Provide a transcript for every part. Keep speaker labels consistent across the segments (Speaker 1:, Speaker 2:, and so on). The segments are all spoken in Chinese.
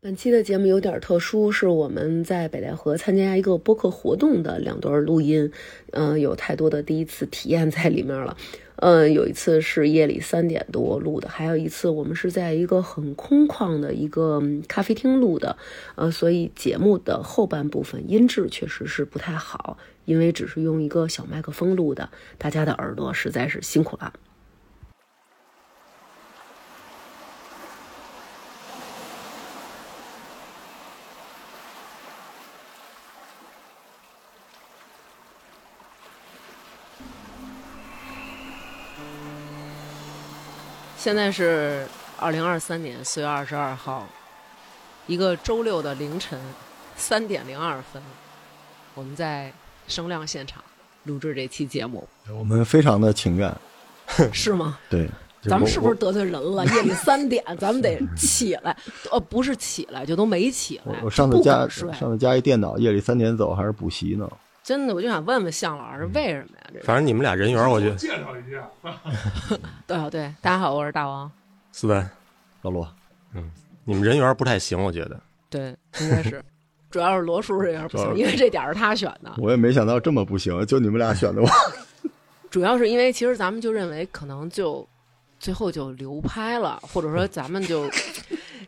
Speaker 1: 本期的节目有点特殊，是我们在北戴河参加一个播客活动的两段录音，嗯、有太多的第一次体验在里面了。嗯，有一次是夜里三点多录的，还有一次我们是在一个很空旷的一个嗯咖啡厅录的，呃，所以节目的后半部分音质确实是不太好，因为只是用一个小麦克风录的，大家的耳朵实在是辛苦了。现在是二零二三年四月二十二号，一个周六的凌晨三点零二分，我们在声量现场录制这期节 目，
Speaker 2: 我们非常的情愿，
Speaker 1: 是吗？
Speaker 2: 对，就
Speaker 1: 咱们
Speaker 2: 我
Speaker 1: 是不是
Speaker 2: 我
Speaker 1: 得罪人了？夜里三点，咱们得起来。呃，不是起来，就都没起来。
Speaker 2: 我我上次
Speaker 1: 哎就不
Speaker 2: 加
Speaker 1: 肯睡，
Speaker 2: 上次加一电脑，夜里三点走还是补习呢？
Speaker 1: 真的，我就想问问向老师为什么呀？这个
Speaker 2: 嗯
Speaker 3: 反正你们俩人缘，我觉得
Speaker 4: 介绍一下，
Speaker 1: 对啊，对，大家好，我是大王，
Speaker 3: 四丹，
Speaker 2: 老
Speaker 1: 啊
Speaker 2: 罗，
Speaker 3: 你们人缘不太行，我觉得。
Speaker 1: 对，应该 是，主要是罗叔这边不
Speaker 2: 主
Speaker 1: 行，
Speaker 2: 要
Speaker 1: 因为这点儿是他选的。
Speaker 2: 我也没想到这么不行，就你们俩选的我。
Speaker 1: 主要是因为其实咱们就认为可能就最后就流拍了，或者说咱们就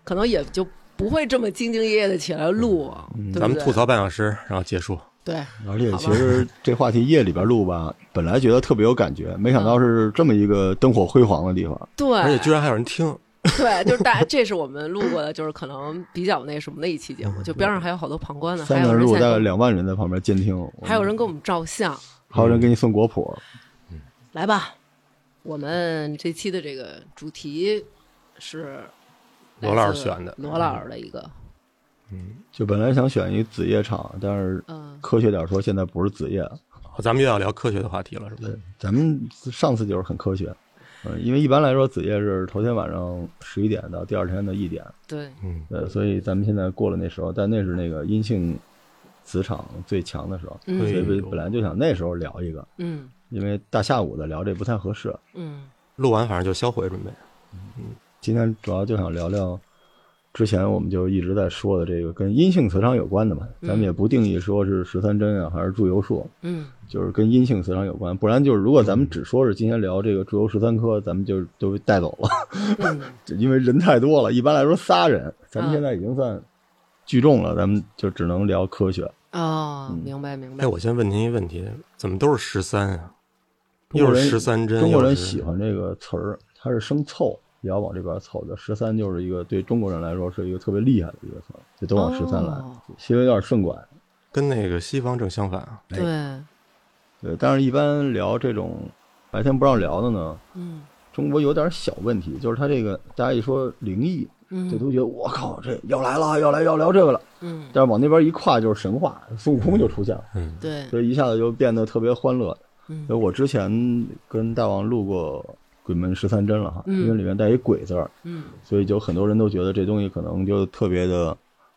Speaker 1: 可能也就不会这么兢兢业业的起来录，对不对
Speaker 3: 嗯咱们吐槽半小时，然后结束。
Speaker 1: 对，
Speaker 2: 而且
Speaker 1: 好吧
Speaker 2: 其实这话题夜里边录吧，本来觉得特别有感觉，没想
Speaker 1: 啊
Speaker 2: 到是这么一个灯火辉煌的地方。
Speaker 1: 对，
Speaker 3: 而且居然还有人听，
Speaker 1: 对，就是大家，这是我们录过的，就是可能比较那什么的一期节
Speaker 3: 嗯
Speaker 1: 目，就边上还有好多旁观的，还
Speaker 2: 三
Speaker 1: 有
Speaker 2: 段
Speaker 1: 人
Speaker 2: 录，
Speaker 1: 现
Speaker 2: 大概
Speaker 1: 在，
Speaker 2: 两万人在旁边监听，
Speaker 1: 还有人给我们照相，
Speaker 2: 还有人给你送果脯，
Speaker 1: 来吧，我们这期的这个主题是来
Speaker 3: 罗老师
Speaker 1: 自
Speaker 3: 选的
Speaker 1: 罗老师的一个，
Speaker 2: 就本来想选一子夜场，但是
Speaker 1: 嗯，
Speaker 2: 科学点说，现在不是子夜了。
Speaker 3: 咱们又要聊科学的话题了，是吧？
Speaker 2: 对，咱们上次就是很科学，嗯，因为一般来说子夜是头天晚上十一点到第二天的一点，
Speaker 1: 对，
Speaker 3: 嗯，
Speaker 2: 对，所以咱们现在过了那时候，但那是那个阴性磁场最强的时候，
Speaker 1: 嗯
Speaker 2: 所以
Speaker 3: 对
Speaker 2: 本本来就想那时候聊一个，
Speaker 1: 嗯
Speaker 2: 因为大下午的聊这不太合适。
Speaker 1: 嗯
Speaker 3: 录完反正就销毁准备。
Speaker 2: 今天主要就想聊聊之前我们就一直在说的这个跟阴性磁场有关的嘛，咱们也不定义说是十三针啊还是祝由术，
Speaker 1: 嗯，
Speaker 2: 就是跟阴性磁场有关，不然就是如果咱们只说是今天聊这个祝由十三科，咱们就都被带走了。
Speaker 1: 嗯
Speaker 2: 就因为人太多了，一般来说仨人，咱们
Speaker 1: 嗯
Speaker 2: 现在已经算聚众了，咱们就只能聊科学。
Speaker 1: 哦，明白明白
Speaker 3: 哎，，我先问您一个问题，怎么都是十三啊？
Speaker 2: 中国
Speaker 3: 又
Speaker 2: 人
Speaker 3: 是十三针，
Speaker 2: 中国人
Speaker 3: 又是
Speaker 2: 喜欢这个词儿，它是生凑，也要往这边凑的。十三就是一个对中国人来说是一个特别厉害的一个词儿，就都往十三来
Speaker 1: 哦，
Speaker 2: 其实有点顺拐。
Speaker 3: 跟那个西方正相反啊。
Speaker 1: 对，
Speaker 2: 对，但是一般聊这种白天不让聊的呢，
Speaker 1: 嗯
Speaker 2: 中国有点小问题，就是它这个大家一说灵异，这
Speaker 1: 嗯
Speaker 2: 都觉得我靠，这要来了，要来要聊这个了。
Speaker 1: 嗯，
Speaker 2: 但是往那边一跨就是神话，孙悟空就出现了。
Speaker 3: 嗯，
Speaker 1: 对，
Speaker 2: 所以一下子就变得特别欢乐。
Speaker 1: 嗯
Speaker 2: 所以我之前跟大王录过《鬼门十三针》了哈，
Speaker 1: 嗯
Speaker 2: 因为里面带一“鬼”字儿，
Speaker 1: 嗯
Speaker 2: 所以就很多人都觉得这东西可能就特别的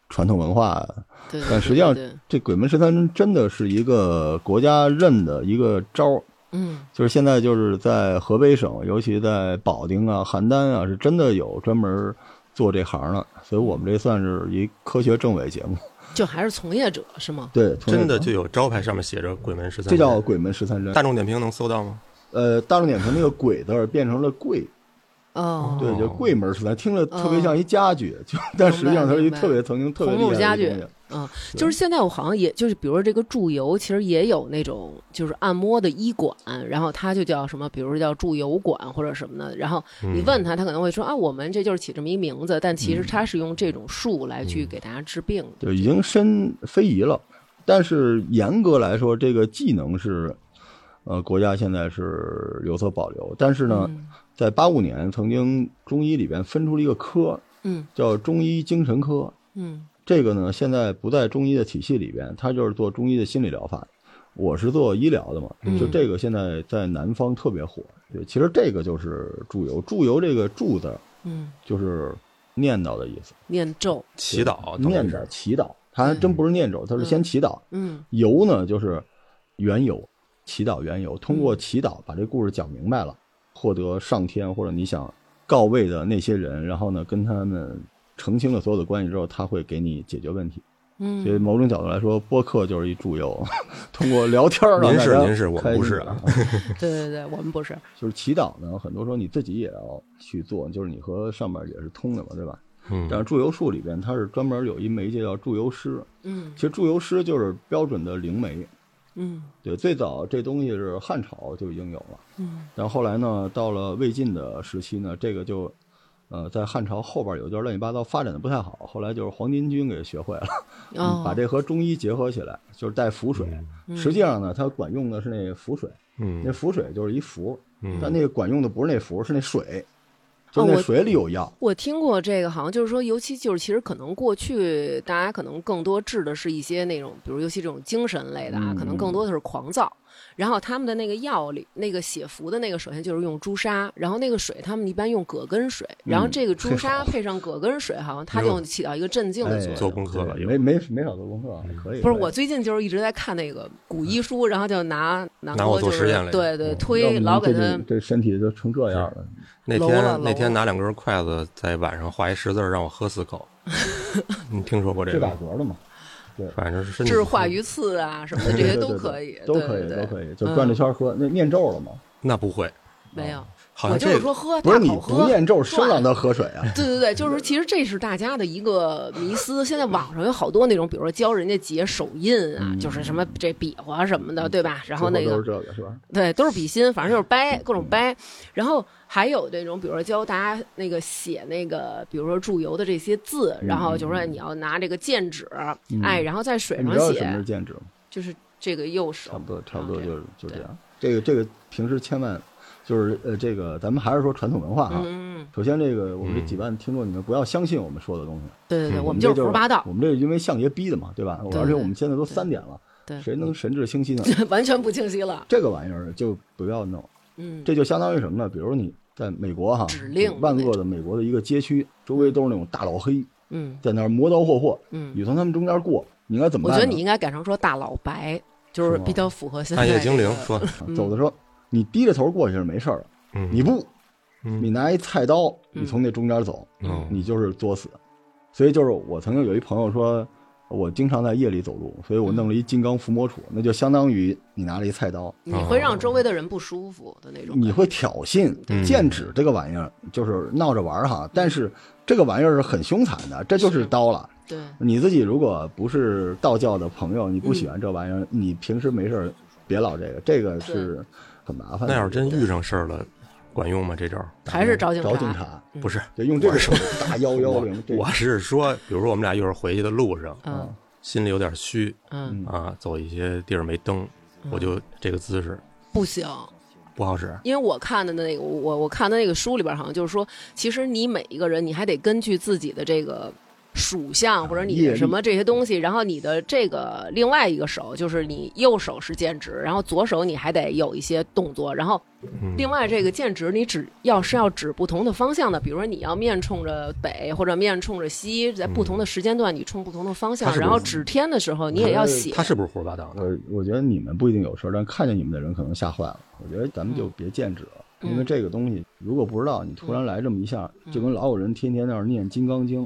Speaker 2: 传统文化。
Speaker 1: 对，
Speaker 2: 但实际上
Speaker 1: 对对对，
Speaker 2: 这《鬼门十三针》真的是一个国家认的一个招儿，
Speaker 1: 嗯
Speaker 2: 就是现在就是在河北省，尤其在保定啊、邯郸啊，是真的有专门做这行的。所以我们这算是一科学政委节 目，
Speaker 1: 就还是从业者是吗？
Speaker 2: 对，从
Speaker 3: 真的就有招牌上面写着“鬼门十三”，
Speaker 2: 啊这叫“鬼门十三针
Speaker 3: 大”。众点评能搜到吗？
Speaker 2: 呃，大众点评那个“鬼”字儿变成了“贵”。
Speaker 1: 哦，
Speaker 2: 对，就
Speaker 3: 哦
Speaker 2: 柜门儿似的，听着特
Speaker 1: 嗯
Speaker 2: 别像一家具，就 但实际上它是一特别曾经特别
Speaker 1: 红木
Speaker 2: 厉害
Speaker 1: 家
Speaker 2: 的一
Speaker 1: 具
Speaker 2: 个东西。，
Speaker 1: 嗯，就是现在我好像也就是，比如说这个祝由，其实也有那种就是按摩的医馆，然后它就叫什么，比如说叫祝由馆或者什么的，然后你问他，他可能会说啊，我们这就是起这么一名字，但其实他是用这种术来去给大家治病的。
Speaker 2: 就已经身非遗了。但是严格来说，这个技能是，呃，国家现在是有所保留。但是呢，
Speaker 1: 嗯
Speaker 2: 在八五年，曾经中医里边分出了一个科，
Speaker 1: 嗯
Speaker 2: 叫中医精神科。
Speaker 1: 嗯
Speaker 2: 这个呢，现在不在中医的体系里边，它就是做中医的心理疗法。我是做医疗的嘛，
Speaker 1: 嗯
Speaker 2: 就这个现在在南方特别火。对，其实这个就是祝由，祝由这个祝字儿
Speaker 1: 嗯，
Speaker 2: 就是念叨的意思，
Speaker 1: 念咒，
Speaker 3: 祈祷，等于
Speaker 2: 念
Speaker 3: 是
Speaker 2: 叨祈祷，它还
Speaker 4: 嗯
Speaker 2: 真不是念咒，它是先祈祷。
Speaker 1: 嗯
Speaker 2: 由呢就是缘由，祈祷缘由，通
Speaker 4: 嗯
Speaker 2: 过祈祷把这故事讲明白了，获得上天或者你想告慰的那些人，然后呢跟他们澄清了所有的关系之后，他会给你解决问题。所以
Speaker 4: 嗯，
Speaker 2: 某种角度来说，播客就是一助友， 通过聊天儿让
Speaker 3: 您是
Speaker 2: 大家
Speaker 3: 您是我
Speaker 2: 开心
Speaker 3: 不是
Speaker 2: 点儿
Speaker 3: 啊
Speaker 4: 对对对，我们不是，
Speaker 2: 就是祈祷呢，很多时候你自己也要去做，就是你和上面也是通的嘛，对吧？
Speaker 3: 嗯
Speaker 2: 但是祝由术里边，它是专门有一媒介叫祝由师，
Speaker 4: 嗯
Speaker 2: 其实祝由师就是标准的灵媒。
Speaker 4: 嗯
Speaker 2: 对，最早这东西是汉朝就已经有了，
Speaker 4: 嗯
Speaker 2: 然后后来呢，到了魏晋的时期呢，这个就，呃，在汉朝后边有一段乱七八糟发展的不太好，后来就是黄巾军给学会了，
Speaker 3: 嗯
Speaker 4: 哦，嗯
Speaker 2: 把这和中医结合起来，就是带符水。实际上呢，它管用的是那符水，那
Speaker 3: 嗯
Speaker 2: 符水就是一符，
Speaker 3: 嗯
Speaker 2: 但那个管用的不是那符，是那水，就那
Speaker 4: 哦我
Speaker 2: 水里有药。
Speaker 4: 我听过这个，好像就是说，尤其就是其实可能过去大家可能更多治的是一些那种，比如尤其这种精神类的啊，
Speaker 3: 嗯
Speaker 4: 可能更多的是狂躁。然后他们的那个药里，那个写符的那个，首先就是用朱砂，然后那个水他们一般用葛根水，
Speaker 3: 嗯
Speaker 4: 然后这个朱砂配上葛根水，好像它就起到一个镇静的作
Speaker 2: 哎
Speaker 4: 用。
Speaker 3: 做功课了
Speaker 2: 对
Speaker 3: 又
Speaker 2: 没没没少做功课，啊还可以。
Speaker 4: 不是
Speaker 2: 可以
Speaker 4: 我最近就是一直在看那个古医书，然后就拿南
Speaker 3: 嗯拿
Speaker 4: 郭
Speaker 3: 我
Speaker 4: 就
Speaker 3: 做
Speaker 4: 是
Speaker 3: 实验来着
Speaker 4: 对对
Speaker 3: 嗯
Speaker 2: 要
Speaker 4: 推，
Speaker 2: 不
Speaker 4: 老给
Speaker 2: 这
Speaker 4: 他
Speaker 2: 这这身体都成这样了，
Speaker 3: 那
Speaker 4: 楼了
Speaker 3: 天那
Speaker 4: 楼了
Speaker 3: 天拿两根筷子在碗上画一十字儿，让我喝四 口。你听说过这
Speaker 2: 这打
Speaker 3: 个？
Speaker 2: 嗝了嘛？
Speaker 3: 反正是身体
Speaker 4: 治化鱼 刺啊什么的，这
Speaker 2: 对
Speaker 4: 些
Speaker 2: 对
Speaker 4: 都
Speaker 2: 对
Speaker 4: 可以，
Speaker 2: 都
Speaker 4: 对
Speaker 2: 可以，
Speaker 4: 对嗯
Speaker 2: 都
Speaker 4: 对
Speaker 2: 可以，就转着圈儿喝。那念咒了吗？
Speaker 3: 那不会，
Speaker 4: 没有。
Speaker 3: 好
Speaker 4: 我
Speaker 3: 像
Speaker 4: 就
Speaker 3: 这
Speaker 4: 是
Speaker 3: 个
Speaker 4: 说喝，
Speaker 2: 啊不是
Speaker 4: 大
Speaker 2: 你
Speaker 4: 口
Speaker 2: 不
Speaker 4: 喝
Speaker 2: 念咒，生让
Speaker 4: 转
Speaker 2: 他喝水啊？
Speaker 4: 对对对，就是其实这是大家的一个迷思。现在网上有好多那种，比如说教人家解手印啊，
Speaker 2: 嗯
Speaker 4: 就是什么这比划什么的，对吧？然后那
Speaker 2: 最
Speaker 4: 个
Speaker 2: 都是这个是吧？
Speaker 4: 对，都是比心，反正就是掰，各种掰。然后还有这种，比如说教大家那个写那个，比如说祝由的这些字，
Speaker 2: 嗯
Speaker 4: 然后就说你要拿这个剑指，哎，然后在水
Speaker 2: 你知
Speaker 4: 上
Speaker 2: 道什么是
Speaker 4: 写，
Speaker 2: 剑指吗？
Speaker 4: 就是这个右手，嗯
Speaker 2: 差不多，差不多
Speaker 4: 然后
Speaker 2: 就是就这样。这个这个平时千万就是呃，这个咱们还是说传统文化哈。啊
Speaker 4: 嗯，
Speaker 2: 首先，这个我们这几万听众，你们不要相信我们说的东西，
Speaker 4: 对对对，我们
Speaker 2: 这
Speaker 4: 就
Speaker 2: 就是是
Speaker 4: 胡说八道
Speaker 2: 我，们这是因为相爷逼的嘛，对吧？
Speaker 4: 对
Speaker 2: 而且我们现在都三点了，
Speaker 4: 对
Speaker 2: 谁能神志清晰呢？
Speaker 4: 完全不清晰了。
Speaker 2: 这个玩意儿就不要弄，
Speaker 4: 嗯，
Speaker 2: 这就相当于什么呢？比如你在美国哈，
Speaker 4: 指令的
Speaker 2: 万
Speaker 4: 那
Speaker 2: 恶的美国的一个街区，周围都是那种大老黑
Speaker 4: 嗯
Speaker 2: 在那儿磨刀霍霍，
Speaker 4: 嗯，
Speaker 2: 你从他们中间过，你应该怎么
Speaker 4: 我
Speaker 2: 办
Speaker 4: 觉
Speaker 2: 呢？
Speaker 4: 得你应该改成说大老白，就是
Speaker 2: 是吗
Speaker 4: 比较符合现在、
Speaker 3: 暗
Speaker 4: 这
Speaker 3: 夜
Speaker 4: 个。
Speaker 3: 精灵说，
Speaker 4: 嗯
Speaker 2: 啊走的时候，你低着头过去是没事儿的，
Speaker 3: 嗯，
Speaker 2: 你不，
Speaker 3: 嗯
Speaker 2: 你拿一菜刀，
Speaker 4: 嗯
Speaker 2: 你从那中间走，
Speaker 3: 嗯
Speaker 2: 你就是作死。所以就是我曾经有一朋友说，我经常在夜里走路，所
Speaker 4: 嗯
Speaker 2: 以我弄了一金刚伏魔杵，那就相当于你拿了一菜刀，
Speaker 3: 啊
Speaker 4: 你会让周围的人不舒服的那种。
Speaker 2: 你会挑衅
Speaker 3: 嗯
Speaker 2: 剑指这个玩意儿，就是闹着玩儿
Speaker 4: 嗯
Speaker 2: 哈。但是这个玩意儿是很凶残的，这就是刀了。
Speaker 4: 对，
Speaker 2: 你自己如果不是道教的朋友，你不喜欢这玩意儿，
Speaker 4: 嗯
Speaker 2: 你平时没事儿别老这个，这个是很麻烦的。
Speaker 3: 那要是真遇上事儿了，管用吗？这招儿
Speaker 4: 还是找警察。嗯
Speaker 2: 找警察，
Speaker 3: 不是。
Speaker 2: 就用这个手打幺幺零，这
Speaker 3: 我是说，比如说我们俩一会儿回去的路上，
Speaker 4: 嗯
Speaker 3: 心里有点虚
Speaker 4: 嗯，
Speaker 3: 啊，走一些地儿没灯，我就这个姿势
Speaker 4: 不行，
Speaker 3: 不好使。
Speaker 4: 因为我看的那个，我我看的那个书里边好像就是说，其实你每一个人，你还得根据自己的这个。属相或者你
Speaker 2: 业
Speaker 4: 的
Speaker 2: 力
Speaker 4: 什么这些东西，然后你的这个另外一个手就是你右手是剑指，然后左手你还得有一些动作，然后另外这个剑指你指要是要指不同的方向的，比如说你要面冲着北或者面冲着西，在不同的时间段你冲不同的方向
Speaker 3: 它，是不
Speaker 4: 然后
Speaker 3: 是
Speaker 4: 指天的时候你也要写。
Speaker 3: 他是不是胡说八道的？
Speaker 2: 呃我我觉得你们不一定有事儿，但看见你们的人可能吓坏了。我觉得咱们就别见指了，
Speaker 4: 嗯
Speaker 2: 因为这个东西如果不知道，你突然来这么一下，就跟老有人天天那儿念《金刚经》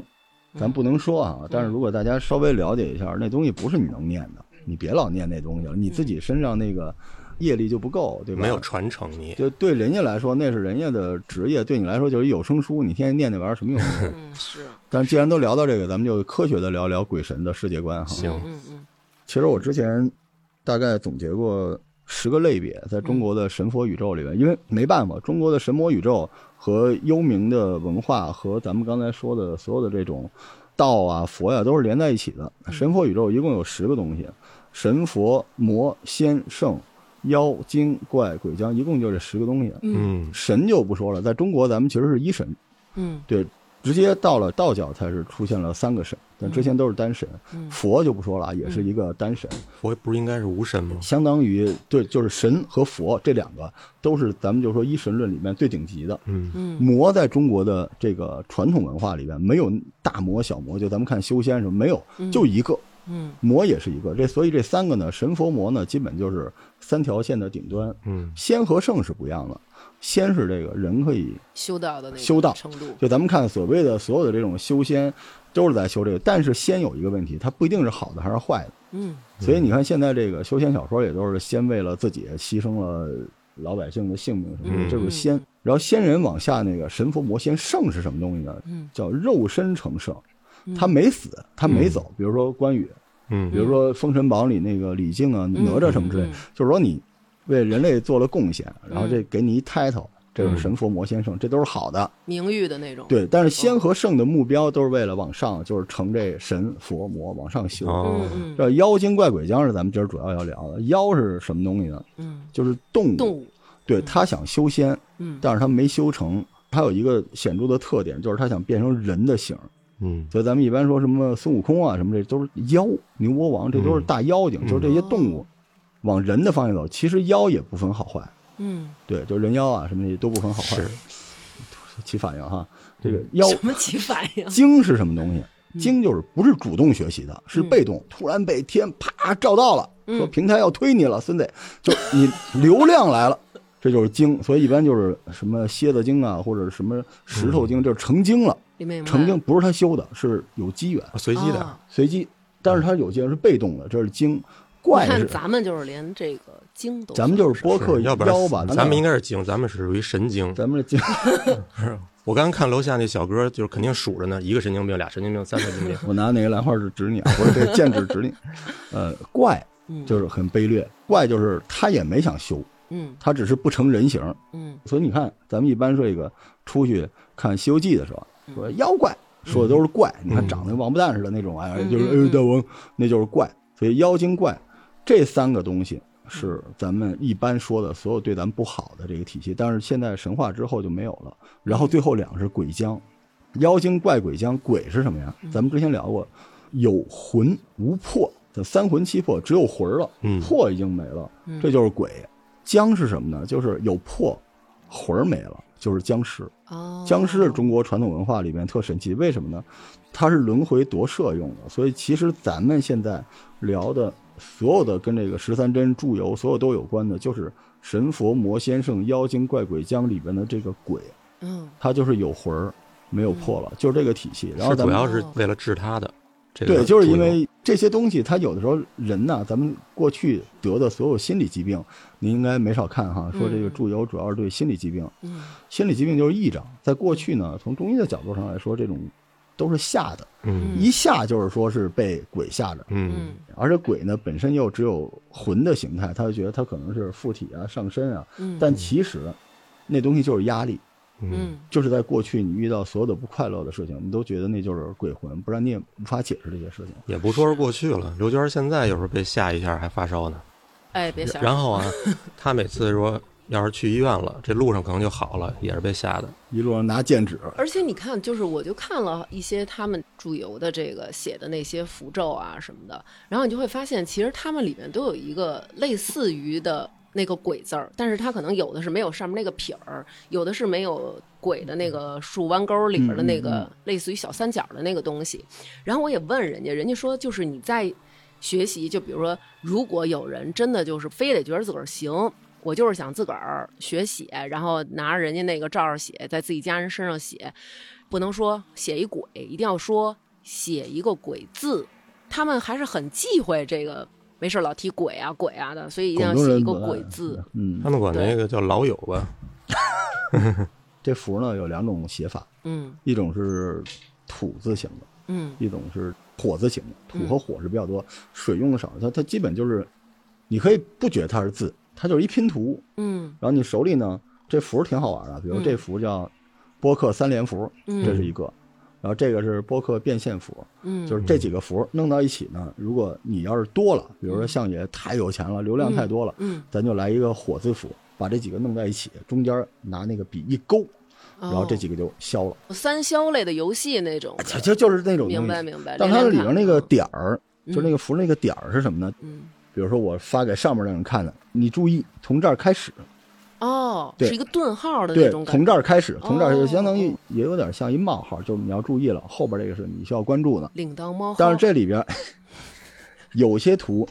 Speaker 2: 咱不能说啊，但是如果大家稍微了解一下，那东西不是你能念的，你别老念那东西了，你自己身上那个业力就不够，对吧？
Speaker 3: 没有传承你，
Speaker 2: 就对人家来说，那是人家的职业；对你来说，就是一有声书。你天天念那玩意儿什么用？啊
Speaker 4: 嗯，是，
Speaker 2: 但是既然都聊到这个，咱们就科学的聊聊鬼神的世界观哈。
Speaker 3: 行，
Speaker 4: 嗯嗯
Speaker 2: 其实我之前大概总结过十个类别，在中国的神佛宇宙里边，因为没办法，中国的神魔宇宙和幽冥的文化和咱们刚才说的所有的这种道啊、佛呀、都是连在一起的。神佛宇宙一共有十个东西，神佛、魔、仙、圣、妖、精、怪、鬼将，一共就这十个东西。
Speaker 3: 嗯
Speaker 2: 神就不说了，在中国咱们其实是一神，
Speaker 4: 嗯
Speaker 2: 对，直接到了道教才是出现了三个神，但之前都是单神。
Speaker 4: 嗯
Speaker 2: 佛就不说了啊，也是一个单神，
Speaker 3: 佛不是应该是无神吗？
Speaker 2: 相当于对，就是神和佛这两个都是咱们就说一神论里面最顶级的。
Speaker 3: 嗯
Speaker 4: 嗯
Speaker 2: 魔在中国的这个传统文化里边没有大魔小魔，就咱们看修仙什么没有，就一个。
Speaker 4: 嗯嗯
Speaker 2: 魔也是一个。这所以这三个呢，神佛魔呢，基本就是三条线的顶端。
Speaker 3: 嗯，
Speaker 2: 仙和圣是不一样的，仙是这个人可以
Speaker 4: 修道的那个
Speaker 2: 修道
Speaker 4: 程度，
Speaker 2: 就咱们看所谓的所有的这种修仙，都是在修这个。但是仙有一个问题，它不一定是好的还是坏的。
Speaker 4: 嗯
Speaker 2: 所以你看现在这个修仙小说也都是先为了自己牺牲了老百姓的性命什么的，
Speaker 3: 嗯
Speaker 2: 这是仙。然后仙人往下那个神佛魔仙圣是什么东西呢？
Speaker 4: 嗯
Speaker 2: 叫肉身成圣，
Speaker 4: 嗯
Speaker 2: 他没死，他没走。比如说关羽，比
Speaker 3: 嗯
Speaker 2: 如说《封神榜》里那个李靖啊、
Speaker 4: 嗯
Speaker 2: 哪吒什么之类
Speaker 4: 嗯嗯，嗯
Speaker 2: 就是说你为人类做了贡献，然后这给你一 title，这是
Speaker 3: 嗯
Speaker 2: 神佛魔仙圣，这都是好的。
Speaker 4: 名誉的那种，
Speaker 2: 对，但是仙和圣的目标都是为了往上，就是成这神佛魔往上修。
Speaker 3: 哦
Speaker 4: 嗯嗯
Speaker 2: 这妖精怪鬼将是咱们今儿主要要聊的。妖是什么东西呢？
Speaker 4: 嗯，
Speaker 2: 就是动物，
Speaker 4: 动物，
Speaker 2: 对他想修仙，
Speaker 4: 嗯
Speaker 2: 但是他没修成。他有一个显著的特点，就是他想变成人的形儿。
Speaker 3: 嗯
Speaker 2: 所以咱们一般说什么孙悟空啊，什么这都是妖，牛魔王这都是大妖精，
Speaker 3: 嗯
Speaker 2: 就是这些动物往人的方向走。其实妖也不分好坏，
Speaker 4: 嗯，
Speaker 2: 对，就人妖啊什么的都不分好坏
Speaker 3: 是。嗯
Speaker 2: 起反应哈，这个妖
Speaker 4: 什么起反应？
Speaker 2: 精是什么东西？精就是不是主动学习的，是被动，突然被天啪照到了，说平台要推你了，孙子，就你流量来了，这就是精。所以一般就是什么蝎子精啊，或者什么石头
Speaker 3: 嗯
Speaker 2: 精，就是成精了。
Speaker 4: 李妹妹
Speaker 2: 成精不是他修的，是有机缘
Speaker 3: 随机
Speaker 4: 哦
Speaker 3: 的，
Speaker 4: 啊
Speaker 2: 随机，但是他有些是被动的，这是精。怪
Speaker 4: 你看
Speaker 2: 是
Speaker 4: 咱们就是连这个经都，
Speaker 2: 咱们就是播客
Speaker 3: 是要不然
Speaker 2: 妖吧，
Speaker 3: 咱们应
Speaker 2: 该
Speaker 3: 该是精，咱们是属于神经。
Speaker 2: 咱们这精，。
Speaker 3: 我刚看楼下那小哥，就是肯定数着呢，一个神经病，俩神经病，三个神经病
Speaker 2: 我拿哪个兰花指指你啊，或者这剑指指你。呃，怪
Speaker 4: 嗯
Speaker 2: 就是很卑劣，怪就是他也没想修，
Speaker 4: 嗯
Speaker 2: 他只是不成人形。
Speaker 4: 嗯
Speaker 2: 所以你看，咱们一般说一个出去看《西游记》的时候，
Speaker 4: 嗯
Speaker 2: 说妖怪，说的都是怪。你看长得跟王八蛋似的那种玩意儿，
Speaker 4: 嗯
Speaker 2: 就是
Speaker 4: 嗯
Speaker 2: 哎大王，那就是怪。所以妖精怪这三个东西是咱们一般说的所有对咱们不好的这个体系，但是现在神话之后就没有了。然后最后两个是鬼将，
Speaker 4: 嗯
Speaker 2: 妖精怪鬼将，鬼是什么呀？咱们之前聊过，有魂无魄，叫三魂七魄，只有魂儿了，
Speaker 3: 嗯
Speaker 2: 魄已经没了，
Speaker 4: 嗯
Speaker 2: 这就是鬼。僵是什么呢？就是有魄，魂儿没了，就是僵尸。
Speaker 4: 哦，
Speaker 2: 僵尸是中国传统文化里面特神奇，为什么呢？它是轮回夺舍用的，所以其实咱们现在聊的所有的跟这个十三针、祝由所有都有关的，就是神佛魔仙圣妖精怪鬼将里边的这个鬼，
Speaker 4: 嗯
Speaker 2: 它就是有魂儿没有魄了，就是这个体系。 然后
Speaker 3: 是
Speaker 2: 咱
Speaker 3: 主
Speaker 2: 们
Speaker 3: 要是为了治他的。这个
Speaker 2: 对，就是因
Speaker 3: 作用
Speaker 2: 为这些东西，它有的时候人呐、咱们过去得的所有心理疾病，您应该没少看哈，说这个
Speaker 4: 嗯
Speaker 2: 祝由主要是对心理疾病，
Speaker 4: 嗯
Speaker 2: 心理疾病就是癔症，在过去呢，从中医的角度上来说，这种都是吓的，
Speaker 3: 嗯
Speaker 2: 一吓就是说是被鬼吓着，
Speaker 3: 嗯
Speaker 4: 嗯
Speaker 2: 而且鬼呢本身又只有魂的形态，他就觉得他可能是附体啊、上身啊，
Speaker 4: 嗯，
Speaker 2: 但其实那东西就是压力，
Speaker 3: 嗯
Speaker 4: 嗯
Speaker 2: 就是在过去你遇到所有的不快乐的事情，你都觉得那就是鬼魂，不然你也无法解释这些事情。
Speaker 3: 也不说是过去了。刘娟现在有时候被吓一下还发烧呢。
Speaker 4: 哎别想，
Speaker 3: 然后啊， 她每次说要是去医院了，这路上可能就好了，也是被吓的。
Speaker 2: 一路上拿剑指，
Speaker 4: 而且你看，就是我就看了一些他们祝由的这个写的那些符咒啊什么的，然后你就会发现，其实他们里面都有一个类似于的那个“鬼”字儿，但是它可能有的是没有上面那个撇儿，有的是没有鬼的那个竖弯钩里边的那
Speaker 2: 嗯
Speaker 4: 个类似于小三角的那个东西。然后我也问人家，人家说就是你在学习，就比如说，如果有人真的就是非得觉得自个儿行，我就是想自个儿学写，然后拿着人家那个照着写，在自己家人身上写，不能说写一鬼，一定要说写一个鬼字。他们还是很忌讳这个，没事儿老提鬼啊鬼啊的，所以一定要
Speaker 2: 广东
Speaker 4: 写一
Speaker 2: 人
Speaker 4: 个
Speaker 2: 不爱
Speaker 4: 鬼字。。
Speaker 2: 嗯
Speaker 3: 他，们管那个叫老友吧，
Speaker 2: 这符呢有两种写法，
Speaker 4: 嗯
Speaker 2: 一种是土字形的，
Speaker 4: 嗯
Speaker 2: 一种是火字形的。土和火是比较多，水用的少。它它基本就是，你可以不觉得它是字，它就是一拼图。
Speaker 4: 嗯
Speaker 2: 然后你手里呢，这符挺好玩的，比如
Speaker 4: 嗯
Speaker 2: 这符叫波克三连符，
Speaker 4: 嗯
Speaker 2: 这是一个。然后这个是波克变现符，
Speaker 4: 嗯，
Speaker 2: 就是这几个符弄到一起呢，如果你要是多了，比如说相爷太有钱了，流量太多了，
Speaker 4: 嗯，
Speaker 2: 咱就来一个火字符，把这几个弄在一起，中间拿那个笔一勾，然后这几个就消了。
Speaker 4: 哦三消类的游戏那种的，
Speaker 2: 啊就就就是那种东西
Speaker 4: 明白明白
Speaker 2: 但它
Speaker 4: 连连
Speaker 2: 里
Speaker 4: 看
Speaker 2: 面那个
Speaker 4: 嗯
Speaker 2: 点儿，就是那个符那个点儿是什么呢？
Speaker 4: 嗯
Speaker 2: 比如说我发给上面那人看的，你注意从这儿开始，
Speaker 4: 嗯哦，
Speaker 2: 对
Speaker 4: 是一个顿号的那
Speaker 2: 对
Speaker 4: 种，感
Speaker 2: 从这
Speaker 4: 觉。
Speaker 2: 儿开始，从这儿
Speaker 4: 哦
Speaker 2: 就相当于也有点像一冒号，就是你要注意了，后边这个是你需要关注的。
Speaker 4: 领到猫
Speaker 2: 但
Speaker 4: 号
Speaker 2: 是这里边，有些图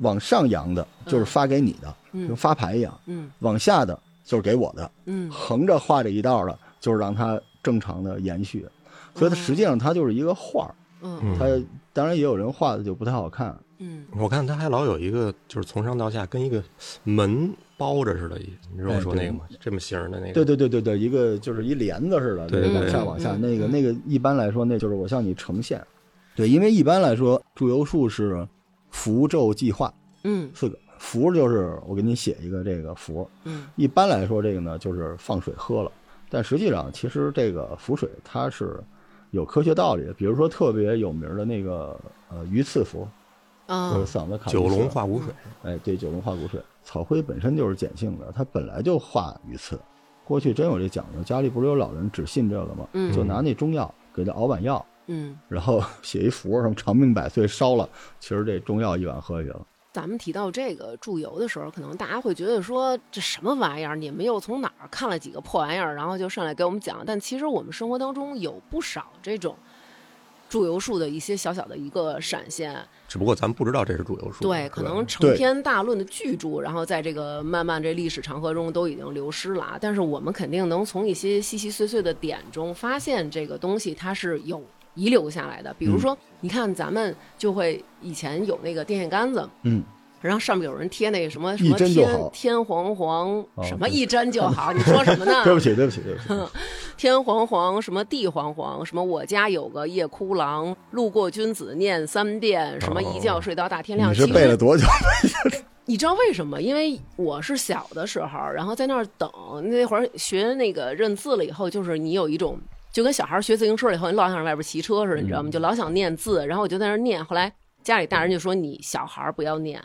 Speaker 2: 往上扬的，就是发给你的，跟发牌一样；
Speaker 4: 嗯
Speaker 2: 往下的就是给我的，
Speaker 4: 嗯
Speaker 2: 横着画这一道的，就是让它正常的延续。所以
Speaker 4: 哦
Speaker 2: 它实际上它就是一个画儿，
Speaker 4: 嗯
Speaker 2: 它当然也有人画的就不太好看，
Speaker 4: 嗯，
Speaker 3: 我看他还老有一个，就是从上到下跟一个门包着似的，你知道我说那个吗？这么型儿的那个，
Speaker 2: 哎对对对对对，一个就是一帘子似的，
Speaker 3: 对
Speaker 2: 往
Speaker 3: 对
Speaker 2: 下
Speaker 3: 嗯
Speaker 2: 往下，
Speaker 4: 嗯
Speaker 2: 那个
Speaker 4: 嗯
Speaker 2: 那个一般来说，那就是我向你呈现。对，因为一般来说，祝由术是符咒计划
Speaker 4: 嗯
Speaker 2: 四个符就是我给你写一个这个符，
Speaker 4: 嗯
Speaker 2: 一般来说这个呢就是放水喝了，但实际上其实这个符水它是有科学道理的，比如说特别有名的那个呃鱼刺符，就
Speaker 4: 啊
Speaker 2: 是嗓子卡鱼刺
Speaker 3: 九龙化骨水，
Speaker 2: 哎，对，九龙化骨水，草灰本身就是碱性的，它本来就化鱼刺。过去真有这讲究，家里不是有老人只信这个吗？
Speaker 4: 嗯
Speaker 2: 就拿那中药给他熬碗药，
Speaker 4: 嗯，
Speaker 2: 然后 写一符，什么长命百岁，烧了，其实这中药一碗喝下去了。
Speaker 4: 咱们提到这个祝由的时候，可能大家会觉得说这什么玩意儿，你们又从哪儿看了几个破玩意儿，然后就上来给我们讲。但其实我们生活当中有不少这种祝由术的一些小小的一个闪现，
Speaker 3: 只不过咱们不知道这是主流术。
Speaker 4: 对，可能成
Speaker 2: 对
Speaker 4: 篇大论的巨著，然后在这个漫漫这历史长河中都已经流失了啊。但是我们肯定能从一些细细碎碎的点中发现这个东西它是有遗留下来的。比如
Speaker 2: 嗯
Speaker 4: 说，你看咱们就会以前有那个电线杆子，
Speaker 2: 嗯，
Speaker 4: 然后上面有人贴那个什么什
Speaker 2: 一
Speaker 4: 么
Speaker 2: 针就
Speaker 4: 天
Speaker 2: 好
Speaker 4: 天黄黄
Speaker 2: 哦
Speaker 4: 什么
Speaker 2: 对
Speaker 4: 一针就 好，你说什么呢？
Speaker 2: 对不起，对不起，对不
Speaker 4: 嗯
Speaker 2: 起。
Speaker 4: 天黄黄，什么地黄黄，什么我家有个夜哭郎，路过君子念三遍，什么一觉睡到大天亮。
Speaker 2: 哦你是
Speaker 4: 其
Speaker 2: 背
Speaker 4: 实
Speaker 2: 了 多久？
Speaker 4: 你知道为什么？因为我是小的时候，然后在那儿等那会儿学那个认字了以后，就是你有一种就跟小孩学自行车了以后，你老想外边骑车似的，你知道吗？就老想念字，然后我就在那儿念。后来家里大人就说你小孩不要念，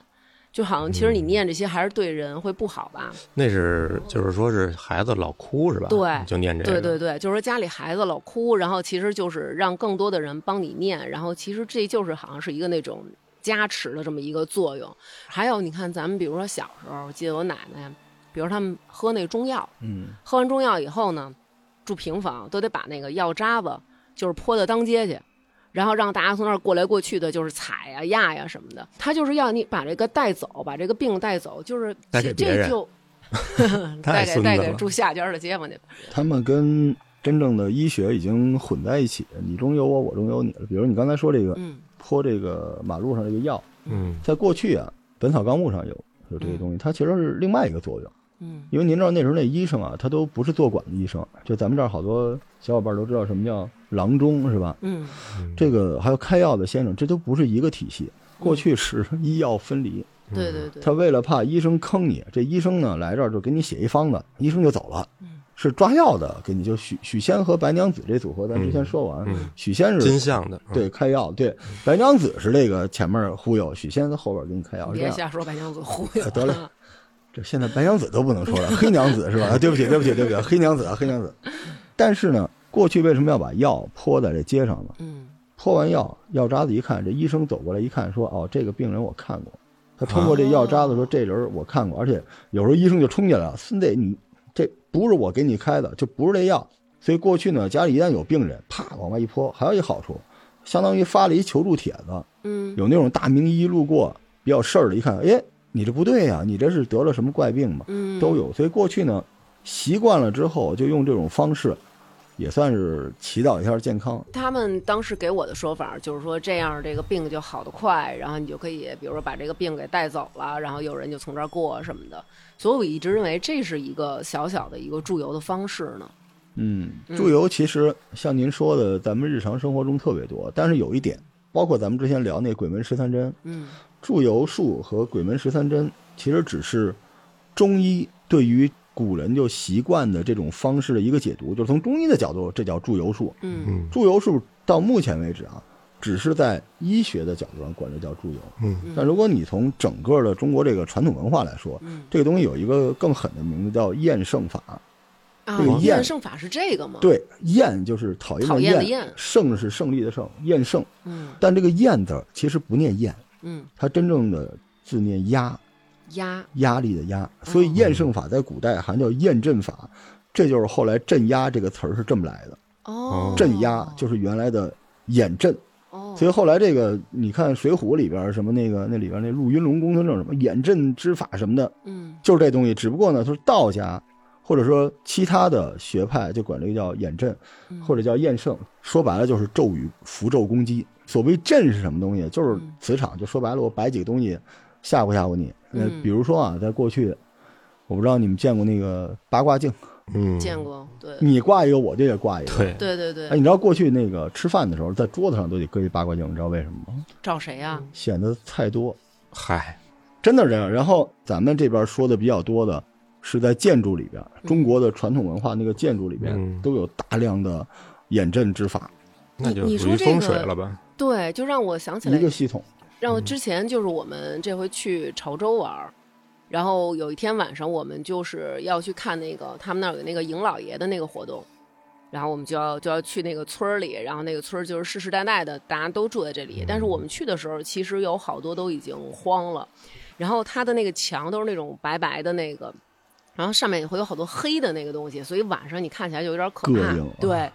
Speaker 4: 就好像其实你念这些还是对人会不好吧？
Speaker 3: 那是就是说是孩子老哭是吧？
Speaker 4: 对
Speaker 3: 你就念这个。
Speaker 4: 对对对，就是说家里孩子老哭，然后其实就是让更多的人帮你念，然后其实这就是好像是一个那种加持的这么一个作用。还有你看，咱们比如说小时候，我记得我奶奶，比如他们喝那中药，
Speaker 2: 嗯，
Speaker 4: 喝完中药以后呢，住平房都得把那个药渣子就是泼到当街去。然后让大家从那儿过来过去的，就是踩呀、压呀什么的。他就是要你把这个带走，把这个病带走，就是
Speaker 3: 带给
Speaker 4: 这
Speaker 3: 别人
Speaker 4: 就带
Speaker 3: 太
Speaker 4: 给
Speaker 3: 孙
Speaker 4: 带
Speaker 3: 子
Speaker 4: 给
Speaker 3: 了
Speaker 4: 住下家的街坊去。
Speaker 2: 他们跟真正的医学已经混在一起，你中有我，我中有你了。比如你刚才说这个
Speaker 4: 嗯
Speaker 2: 泼这个马路上这个药，
Speaker 3: 嗯，
Speaker 2: 在过去啊，《本草纲目》上有有这些东西，它其实是另外一个作用。
Speaker 4: 嗯
Speaker 2: 因为您知道那时候那医生啊，他都不是做管的医生，就咱们这儿好多小伙伴都知道什么叫郎中是吧？
Speaker 4: 嗯
Speaker 2: 这个还有开药的先生，这都不是一个体系。过去是 医药分离，
Speaker 4: 对对嗯对，
Speaker 2: 他为了怕医生坑你，这医生呢来这儿就给你写一方子，医生就走了
Speaker 4: 嗯。
Speaker 2: 是抓药的，给你就许许仙和白娘子这组合，咱之前说完，
Speaker 3: 嗯嗯
Speaker 2: 许仙
Speaker 3: 金
Speaker 2: 是
Speaker 3: 像的，嗯
Speaker 2: 对开药，对白娘子是这个前面忽悠，许仙在后边给你开药，是这
Speaker 4: 别
Speaker 2: 样。
Speaker 4: 瞎说白娘子忽悠。
Speaker 2: 哎得嘞，这现在白娘子都不能说了，黑娘子是吧？啊 对不起，对不起，对不起，黑娘子啊，黑娘子。但是呢，过去为什么要把药泼在这街上呢？
Speaker 4: 嗯
Speaker 2: 泼完药，药渣子一看，这医生走过来一看，说：“哦，这个病人我看过。”他通过这药渣子说：“这人我看过。”而且有时候医生就冲进来了：“孙子，你这不是我给你开的，就不是这药。”所以过去呢，家里一旦有病人，啪往外一泼，还有一好处，相当于发了一求助帖子。
Speaker 4: 嗯
Speaker 2: 有那种大名医路过比较事儿的，一看，哎，你这不对呀、你这是得了什么怪病吗？
Speaker 4: 嗯，
Speaker 2: 都有。所以过去呢，习惯了之后就用这种方式，也算是祈祷一下健康。
Speaker 4: 他们当时给我的说法就是说，这样这个病就好得快，然后你就可以，比如说把这个病给带走了，然后有人就从这儿过什么的。所以我一直认为这是一个小小的一个助游的方式呢。
Speaker 2: 嗯，祝由其实像您说的，咱们日常生活中特别多，但是有一点，包括咱们之前聊那鬼门十三针，
Speaker 4: 嗯
Speaker 2: 祝由术和鬼门十三针其实只是中医对于古人就习惯的这种方式的一个解读，就是从中医的角度，这叫祝由术。
Speaker 4: 嗯
Speaker 3: 嗯
Speaker 2: 祝由术到目前为止啊，只是在医学的角度上管这叫祝由。
Speaker 3: 嗯
Speaker 2: 但如果你从整个的中国这个传统文化来说，
Speaker 4: 嗯
Speaker 2: 这个东西有一个更狠的名字叫厌胜法。
Speaker 4: 啊
Speaker 2: 这个，
Speaker 4: 验
Speaker 2: 嗯验
Speaker 4: 圣法是这个吗？，
Speaker 2: 对，厌就是讨厌
Speaker 4: 讨
Speaker 2: 的
Speaker 4: 厌
Speaker 2: 厌，
Speaker 4: 的厌
Speaker 2: 胜是胜利的胜，厌胜。
Speaker 4: 嗯
Speaker 2: 但这个厌字儿其实不念厌，
Speaker 4: 嗯，
Speaker 2: 它真正的字念压，
Speaker 4: 压
Speaker 2: 压力的
Speaker 4: 哦
Speaker 2: 压。所以厌胜法在古代还叫厌阵法，这就是后来镇压这个词儿是这么来的。
Speaker 4: 哦，
Speaker 2: 镇压就是原来的眼阵，
Speaker 4: 哦，
Speaker 2: 所以后来这个你看《水浒》里边什么那个那里边那陆云龙功夫证什么眼阵之法什么的，
Speaker 4: 嗯
Speaker 2: 就是这东西。只不过呢，就是道家或者说其他的学派就管这个叫眼阵，
Speaker 4: 嗯
Speaker 2: 或者叫验圣，说白了就是咒语、符咒攻击。所谓阵是什么东西？就是
Speaker 4: 嗯
Speaker 2: 磁场，就说白了，我摆几个东西吓唬吓唬你。呃
Speaker 4: 嗯，
Speaker 2: 比如说啊，在过去，我不知道你们见过那个八卦 镜，
Speaker 3: 嗯，
Speaker 4: 见过，对
Speaker 2: 你挂一个我就得挂一个。
Speaker 3: 对，
Speaker 4: 对对对
Speaker 2: 哎，，你知道过去那个吃饭的时候，在桌子上都得搁一八卦镜，你知道为什么吗？
Speaker 4: 找谁啊呀？
Speaker 2: 显得菜多，
Speaker 3: 嗨，
Speaker 2: 真的是这样。然后咱们这边说的比较多的是在建筑里边，中国
Speaker 4: 嗯
Speaker 2: 的传统文化那个建筑里边、
Speaker 3: 嗯
Speaker 2: 都有大量的眼阵之法，
Speaker 3: 那就
Speaker 4: 你
Speaker 3: 属于
Speaker 4: 说这
Speaker 3: 风
Speaker 4: 个
Speaker 3: 水了吧？
Speaker 4: 对，就让我想起来
Speaker 2: 一个系统。
Speaker 4: 然后之前就是我们这回去潮州玩儿，然后有一天晚上我们就是要去看那个他们那儿有那个迎老爷的那个活动，然后我们就要就要去那个村儿里，然后那个村儿就是世世代代的大家都住在这
Speaker 2: 嗯
Speaker 4: 里，但是我们去的时候其实有好多都已经荒了，然后它的那个墙都是那种白白的那个。然后上面也会有好多黑的那个东西，所以晚上你看起来就有点可
Speaker 2: 膈
Speaker 4: 怕
Speaker 2: 应啊。
Speaker 4: 对，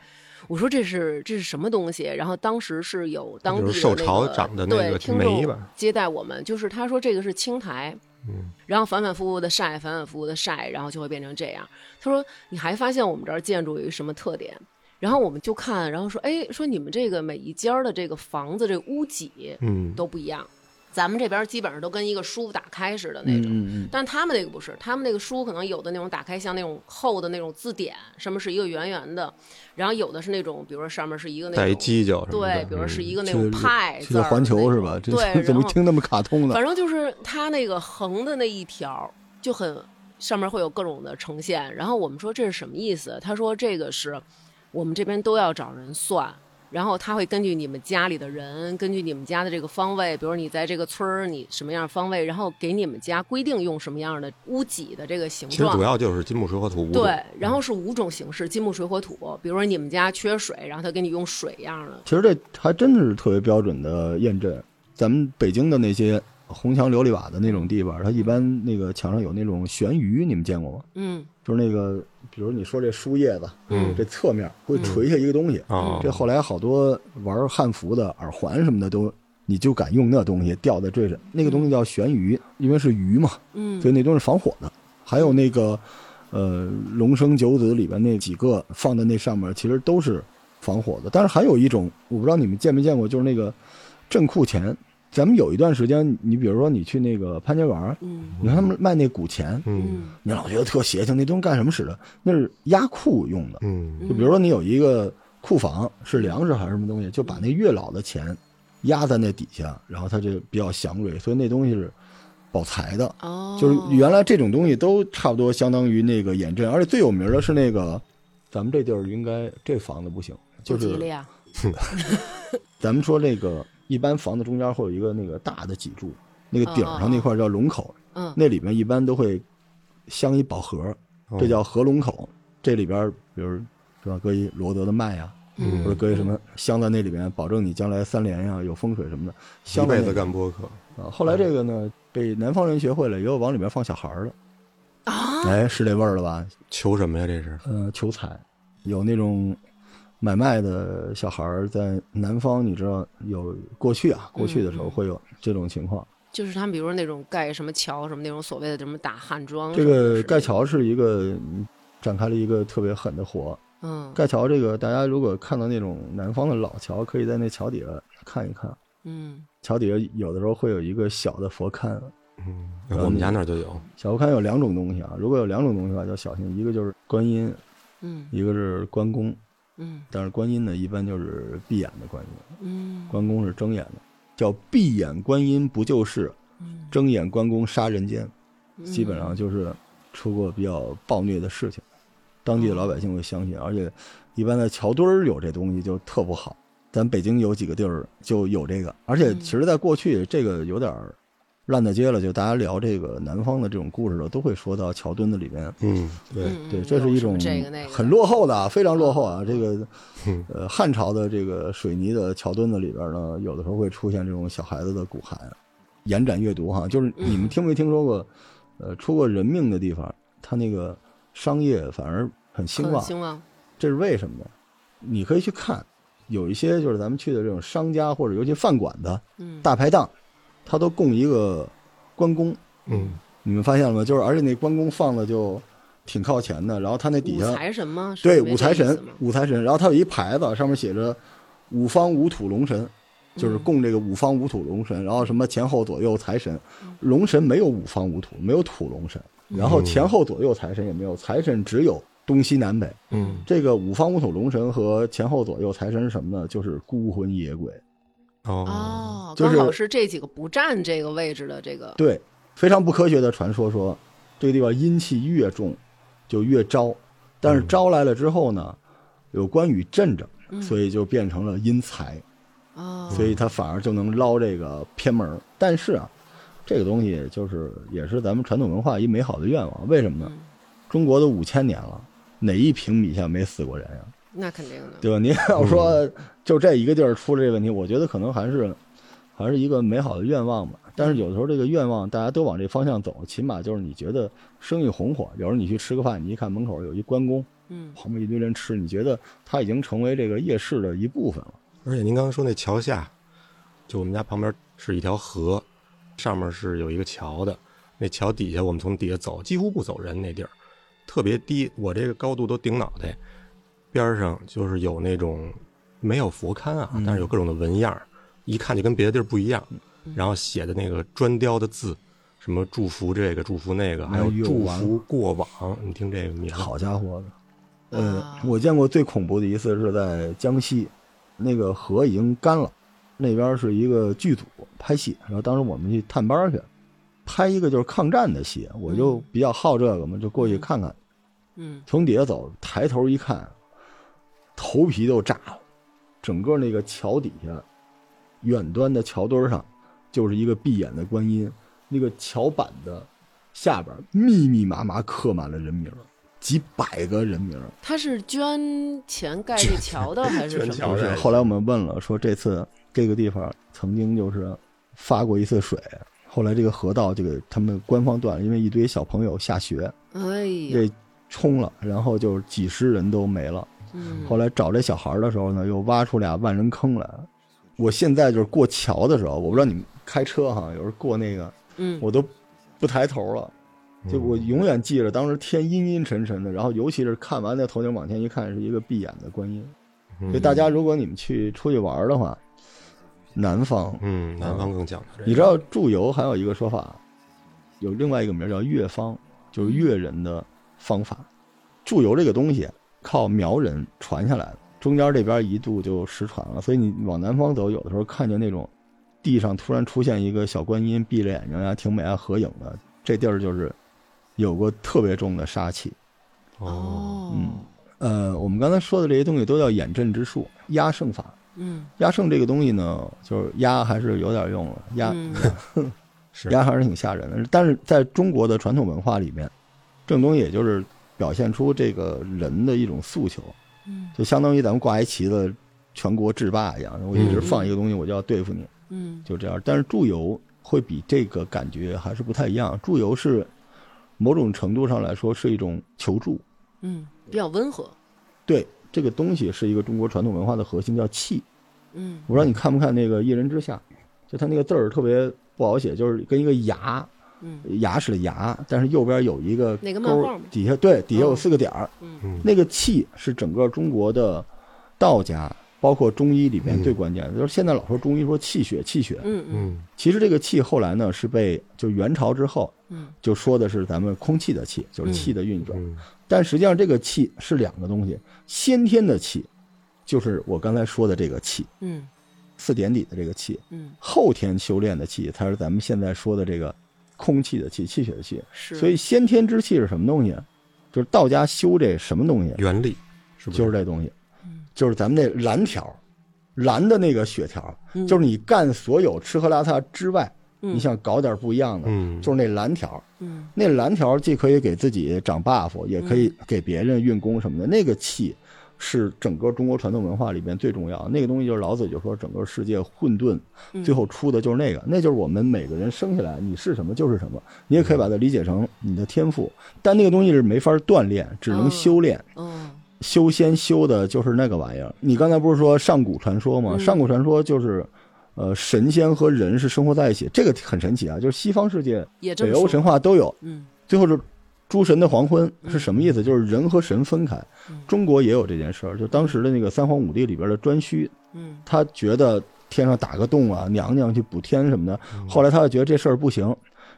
Speaker 4: 我说这是这是什么东西？然后当时是有当地
Speaker 3: 就
Speaker 4: 的、那
Speaker 3: 是受
Speaker 4: 个、
Speaker 3: 潮长的那
Speaker 4: 对
Speaker 3: 个
Speaker 4: 听
Speaker 3: 霉
Speaker 4: 众
Speaker 3: 吧
Speaker 4: 接待我们，就是他说这个是青苔，
Speaker 3: 嗯，
Speaker 4: 然后反反复复的晒，反反复复的晒，然后就会变成这样。他说你还发现我们这儿建筑有一个什么特点？然后我们就看，然后说，哎，说你们这个每一间儿的这个房子这个屋脊
Speaker 3: 嗯，
Speaker 4: 都不一样，咱们这边儿基本上都跟一个书打开似的那种，
Speaker 2: 嗯嗯
Speaker 4: 但他们那个不是，他们那个书可能有的那种打开像那种厚的那种字典，上面是一个圆圆的，然后有的是那种，比如说上面是一个那
Speaker 3: 带
Speaker 4: 种
Speaker 3: 犄角什么的，
Speaker 4: 嗯
Speaker 3: 嗯
Speaker 4: 对，比如说是一
Speaker 3: 个
Speaker 4: 个那
Speaker 2: 这
Speaker 4: 种
Speaker 2: 个
Speaker 4: 派
Speaker 2: 这
Speaker 4: 字
Speaker 2: 个
Speaker 4: 儿的
Speaker 2: 环球
Speaker 4: 那
Speaker 2: 是
Speaker 4: 种
Speaker 2: 吧？这
Speaker 4: 对，
Speaker 2: 这怎么
Speaker 4: 然后
Speaker 2: 听那么卡通呢？
Speaker 4: 反正就是它那个横的那一条就很上面会有各种的呈现。然后我们说这是什么意思？他说这个是我们这边都要找人算。然后他会根据你们家里的人，根据你们家的这个方位，比如你在这个村儿，你什么样方位，然后给你们家规定用什么样的屋脊的这个形
Speaker 3: 其实
Speaker 4: 状
Speaker 3: 主。要就是金木水火土五种
Speaker 4: 对，然后是五种形式：金木水火土。比如说你们家缺水，然后他给你用水样的。
Speaker 2: 其实这还真是特别标准的验证。咱们北京的那些红墙琉璃瓦的那种地方，它一般那个墙上有那种悬鱼，你们见过吗？
Speaker 4: 嗯
Speaker 2: 就是那个，比如你说这书叶子，
Speaker 3: 嗯
Speaker 2: 这侧面会垂
Speaker 4: 嗯
Speaker 2: 下一个东西。
Speaker 3: 啊，
Speaker 2: 这后来好多玩汉服的耳环什么的都，你就敢用那东西吊在坠上，那个东西叫悬鱼，因为是鱼嘛，
Speaker 4: 嗯，
Speaker 2: 所以那东西防火的。还有那个，呃，龙生九子里边那几个放在那上面，其实都是防火的。但是还有一种，我不知道你们见没见过，就是那个镇库钱。咱们有一段时间，你比如说你去那个潘家园，
Speaker 4: 嗯
Speaker 2: 你看他们卖那古钱，
Speaker 3: 嗯
Speaker 4: 嗯
Speaker 2: 你老觉得特邪性，那东西干什么使的？那是压库用的。
Speaker 3: 嗯
Speaker 2: 就比如说你有一个库房是粮食还是什么东西，就把那月老的钱压在那底下，然后它就比较祥瑞，所以那东西是保财的。
Speaker 4: 哦，
Speaker 2: 就是原来这种东西都差不多相当于那个眼阵，而且最有名的是那个，咱们这地儿应该这房子不行，就
Speaker 4: 不吉利
Speaker 2: 是
Speaker 4: 啊，
Speaker 2: 咱们说那个一般房子中间会有一个那个大的脊柱，那个顶上那块叫龙口，
Speaker 4: 嗯
Speaker 2: 那里面一般都会镶一宝盒，这叫合龙口。这里边比如是吧，搁一罗德的麦啊呀、
Speaker 4: 嗯
Speaker 2: 或者搁一什么镶在那里面，保证你将来三联呀、有风水什么的。镶
Speaker 3: 一
Speaker 2: 在
Speaker 3: 辈
Speaker 2: 那
Speaker 3: 子
Speaker 2: 里
Speaker 3: 干播客，
Speaker 2: 啊，后来这个呢被南方人学会了，也有往里面放小孩儿的。
Speaker 4: 啊，
Speaker 2: 哎，是这味儿了吧？
Speaker 3: 求什么呀？这是
Speaker 2: 呃，求财，有那种买卖的小孩儿在南方，你知道有过去啊，过去的时候会有这种情况。
Speaker 4: 就是他们，比如说那种盖什么桥什么那种所谓的什么打汉庄什
Speaker 2: 这
Speaker 4: 么的，
Speaker 2: 个
Speaker 4: 是
Speaker 2: 盖，桥是一个嗯展开了一个特别狠的活。
Speaker 4: 嗯
Speaker 2: 盖桥这个，大家如果看到那种南方的老桥，可以在那桥底下看一看。
Speaker 4: 嗯
Speaker 2: 桥底下有的时候会有一个小的佛龛，
Speaker 3: 嗯，我们家那儿就有，
Speaker 2: 小佛龛有两种东西啊。如果有两种东西的话，要小心，一个就是观音，
Speaker 4: 嗯
Speaker 2: 一个是关公。
Speaker 4: 嗯
Speaker 2: 但是观音呢，一般就是闭眼的观音。
Speaker 4: 嗯
Speaker 2: 关公是睁眼的，叫闭眼观音不救世，
Speaker 4: 嗯，
Speaker 2: 睁眼关公杀人间，
Speaker 4: 嗯
Speaker 2: 基本上就是出过比较暴虐的事情，当地的老百姓会相
Speaker 4: 哦
Speaker 2: 信，而且一般在桥墩儿有这东西就特不好。咱北京有几个地儿就有这个，而且其实，在过去这个有点儿烂大街了，就大家聊这个南方的这种故事的，都会说到桥墩子里面。
Speaker 3: 嗯，
Speaker 2: 对
Speaker 4: 嗯嗯
Speaker 2: 对，这是一种
Speaker 4: 有什么这个那个
Speaker 2: 很落后的啊，非常落后啊。这个
Speaker 3: 嗯
Speaker 2: 呃，汉朝的这个水泥的桥墩子里边呢，有的时候会出现这种小孩子的骨骸。延展阅读哈，就是
Speaker 4: 嗯
Speaker 2: 你们听没听说过，呃，出过人命的地方，它那个商业反而很兴
Speaker 4: 很
Speaker 2: 旺，
Speaker 4: 兴旺，
Speaker 2: 这是为什么呢？你可以去看，有一些就是咱们去的这种商家或者尤其饭馆的
Speaker 4: 嗯，
Speaker 2: 大排档，它都供一个关公，
Speaker 3: 嗯，
Speaker 2: 你们发现了吗？就是而且那关公放的就挺靠前的，然后他那底
Speaker 4: 五
Speaker 2: 下
Speaker 4: 财神吗？是
Speaker 2: 对
Speaker 4: 因为
Speaker 2: 五
Speaker 4: 这
Speaker 2: 财
Speaker 4: 意思
Speaker 2: 神
Speaker 4: 吗，
Speaker 2: 五财神，然后他有一牌子上面写着“五方五土龙神”，就是供这个五方五土龙神，然后什么前后左右财神，
Speaker 4: 嗯
Speaker 2: 龙神没有五方五土，没有土龙神，然后前后左右财神也没有，财神只有东西南北。
Speaker 3: 嗯
Speaker 2: 这个五方五土龙神和前后左右财神是什么呢？就是孤魂野鬼。
Speaker 3: 哦，
Speaker 4: 哦，
Speaker 2: 嗯就
Speaker 4: 刚好
Speaker 2: 是
Speaker 4: 是这几个不占这个位置的这个，
Speaker 2: 对，非常不科学的传说说，这个地方阴气越重，就越招，但是招来了之后呢，有关羽镇着，所以就变成了阴财，
Speaker 4: 哦，
Speaker 2: 所以他反而就能捞这个偏门儿。但是啊，这个东西就是也是咱们传统文化一美好的愿望，为什么呢？中国都五千年了，哪一平米下没死过人啊呀、
Speaker 4: 那肯定的，
Speaker 2: 对吧？您要说就这一个地儿出了这问题，我觉得可能还是还是一个美好的愿望吧。但是有的时候这个愿望大家都往这方向走，起码就是你觉得生意红火。有时候你去吃个饭，你一看门口有一关公，
Speaker 4: 嗯，
Speaker 2: 旁边一堆人吃，你觉得它已经成为这个夜市的一部分了。
Speaker 3: 而且您刚刚说那桥下，就我们家旁边是一条河，上面是有一个桥的，那桥底下我们从底下走，几乎不走人那地儿，特别低，我这个高度都顶脑袋。边儿上就是有那种没有佛龛啊，
Speaker 2: 嗯
Speaker 3: 但是有各种的纹样儿，一看就跟别的地儿不一样。
Speaker 2: 嗯
Speaker 3: 然后写的那个砖雕的字，什么祝福这个祝福那个，还有
Speaker 2: 哎呦
Speaker 3: 祝
Speaker 2: 完了
Speaker 3: 福过往，你听这个名字，
Speaker 2: 好家伙的，呃
Speaker 4: 啊，
Speaker 2: 我见过最恐怖的一次是在江西，那个河已经干了，那边是一个剧组拍戏，然后当时我们去探班儿去，拍一个就是抗战的戏，我就比较好这个嘛，就过去看看。
Speaker 4: 嗯，
Speaker 2: 从底下走，抬头一看，头皮都炸了，整个那个桥底下，远端的桥墩儿上，就是一个闭眼的观音，那个桥板的下边密密麻麻刻满了人名儿，几百个人名儿。
Speaker 4: 他是捐钱盖这桥的还是
Speaker 3: 捐
Speaker 4: 什
Speaker 3: 桥
Speaker 4: 么
Speaker 2: 不
Speaker 3: 对
Speaker 2: 是，后来我们问了，说这次这个地方曾经就是发过一次水，后来这个河道就给他们官方断了，因为一堆小朋友下学
Speaker 4: 哎呀，
Speaker 2: 被冲了，然后就几十人都没了。
Speaker 4: 嗯，
Speaker 2: 后来找这小孩儿的时候呢，又挖出俩万人坑来。我现在就是过桥的时候，我不知道你们开车哈，有时候过那个，
Speaker 4: 嗯，
Speaker 2: 我都不抬头了。
Speaker 3: 嗯
Speaker 2: 就我永远记着，当时天阴阴沉沉的，然后尤其是看完那头顶往天一看，是一个闭眼的观音。
Speaker 3: 嗯
Speaker 2: 所以大家，如果你们去出去玩儿的话，南方，
Speaker 3: 嗯，南
Speaker 2: 啊
Speaker 3: 方更讲究这个，
Speaker 2: 你知道祝由还有一个说法，有另外一个名儿叫越方，就是越人的方法。祝由这个东西靠苗人传下来的，中间这边一度就失传了，所以你往南方走，有的时候看见那种地上突然出现一个小观音，闭着眼睛呀、挺美啊、合影的，这地儿就是有过特别重的杀气。
Speaker 3: 哦，
Speaker 4: 哦，
Speaker 2: 嗯呃，我们刚才说的这些东西都叫眼阵之术、压胜法。
Speaker 4: 嗯，
Speaker 2: 压胜这个东西呢，就是压还是有点用了，压、
Speaker 4: 嗯
Speaker 3: 是
Speaker 2: 压还是挺吓人的。但是在中国的传统文化里面，这种东西也就是表现出这个人的一种诉求，
Speaker 4: 嗯
Speaker 2: 就相当于咱们挂一旗子，全国制霸一样，我一直放一个东西，我就要对付你，
Speaker 4: 嗯
Speaker 2: 就这样。但是祝由会比这个感觉还是不太一样，祝由是某种程度上来说是一种求助，
Speaker 4: 嗯，比较温和，
Speaker 2: 对这个东西是一个中国传统文化的核心，叫气。
Speaker 4: 嗯
Speaker 2: 我不知道你看不看那个《一人之下》，就他那个字儿特别不好写，就是跟一个牙
Speaker 4: 嗯
Speaker 2: 牙齿的牙，但是右边有一个
Speaker 4: 哪个漫
Speaker 2: 勾
Speaker 4: 画
Speaker 2: 儿
Speaker 4: 吗，
Speaker 2: 底下对底下有
Speaker 4: 哦
Speaker 2: 四个点儿。
Speaker 4: 嗯
Speaker 2: 那个气是整个中国的道家，包括中医里面
Speaker 3: 嗯
Speaker 2: 最关键的，就是现在老说中医说气血气血，
Speaker 4: 嗯嗯
Speaker 3: 嗯
Speaker 2: 其实这个气后来呢是被就元朝之后
Speaker 4: 嗯
Speaker 2: 就说的是咱们空气的气，就是气的运转。
Speaker 3: 嗯
Speaker 2: 但实际上这个气是两个东西，先天的气，就是我刚才说的这个气，
Speaker 4: 嗯
Speaker 2: 四点底的这个气，
Speaker 4: 嗯，
Speaker 2: 后天修炼的气才是咱们现在说的这个空气的气、气血的气。
Speaker 4: 是，
Speaker 2: 所以先天之气是什么东西啊？就是道家修这什么东西，啊
Speaker 3: 原力是不
Speaker 2: 就是这东西
Speaker 4: 嗯，
Speaker 2: 就是咱们这蓝条，蓝的那个血条，
Speaker 4: 嗯
Speaker 2: 就是你干所有吃喝拉撒之外，
Speaker 4: 嗯
Speaker 2: 你想搞点不一样的，
Speaker 3: 嗯
Speaker 2: 就是那蓝条。
Speaker 4: 嗯
Speaker 2: 那蓝条既可以给自己长 buff，也可
Speaker 3: 嗯
Speaker 2: 以给别人运功什么的。那个气是整个中国传统文化里边最重要的，那个东西就是老子就说整个世界混沌，
Speaker 3: 嗯
Speaker 2: 最后出的就是那个，那就是我们每个人生下来你是什么就是什么。你
Speaker 3: 嗯
Speaker 2: 也可以把它理解成你的天赋，但那个东西是没法锻炼，只能修炼。
Speaker 4: 嗯
Speaker 2: 修仙修的就是那个玩意儿。你刚才不是说上古传说吗？
Speaker 4: 嗯
Speaker 2: 上古传说就是，呃，神仙和人是生活在一起，这个很神奇啊。就是西方世界、
Speaker 4: 也这
Speaker 2: 北
Speaker 4: 么
Speaker 2: 欧
Speaker 4: 说
Speaker 2: 神话都有。
Speaker 4: 嗯
Speaker 2: 最后是诸神的黄昏是什么意思？就是人和神分开
Speaker 4: 嗯。
Speaker 2: 中国也有这件事儿，就当时的那个三皇五帝里边的颛顼，
Speaker 4: 嗯
Speaker 2: 他觉得天上打个洞啊，娘娘去补天什么的。
Speaker 4: 嗯
Speaker 2: 后来他就觉得这事儿不行，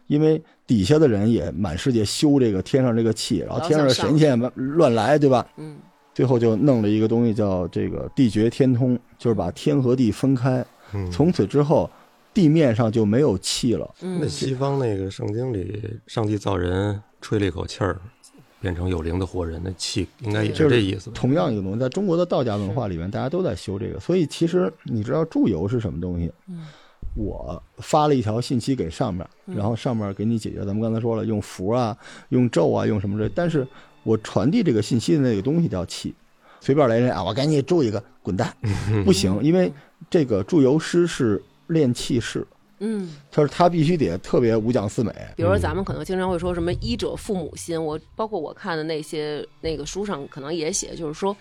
Speaker 2: 因为底下的人也满世界修这个天上这个气，然后天上的神仙乱来，对吧？
Speaker 4: 嗯
Speaker 2: 最后就弄了一个东西叫这个地绝天通，就是把天和地分开。
Speaker 3: 嗯
Speaker 2: 从此之后，地面上就没有气了。
Speaker 3: 那
Speaker 4: 嗯，
Speaker 3: 西方那个圣经里，上帝造人吹了一口气儿，变成有灵的活人，那气应该也
Speaker 2: 就是
Speaker 3: 这意思吧？
Speaker 2: 同样一个东西，在中国的道家文化里面，大家都在修这个。所以其实你知道祝由是什么东西？
Speaker 4: 嗯
Speaker 2: 我发了一条信息给上面，
Speaker 4: 嗯
Speaker 2: 然后上面给你解决。咱们刚才说了，用符啊，用咒啊，用什么这，但是我传递这个信息的那个东西叫气。随便来人啊，我给你祝一个，滚 蛋，不行，因为这个祝由师是练气势，
Speaker 4: 嗯，
Speaker 2: 他说他必须得特别五讲四美，
Speaker 4: 比如说咱们可能经常会说什么“医者父母心”，我包括我看的那些那个书上可能也写，就是说。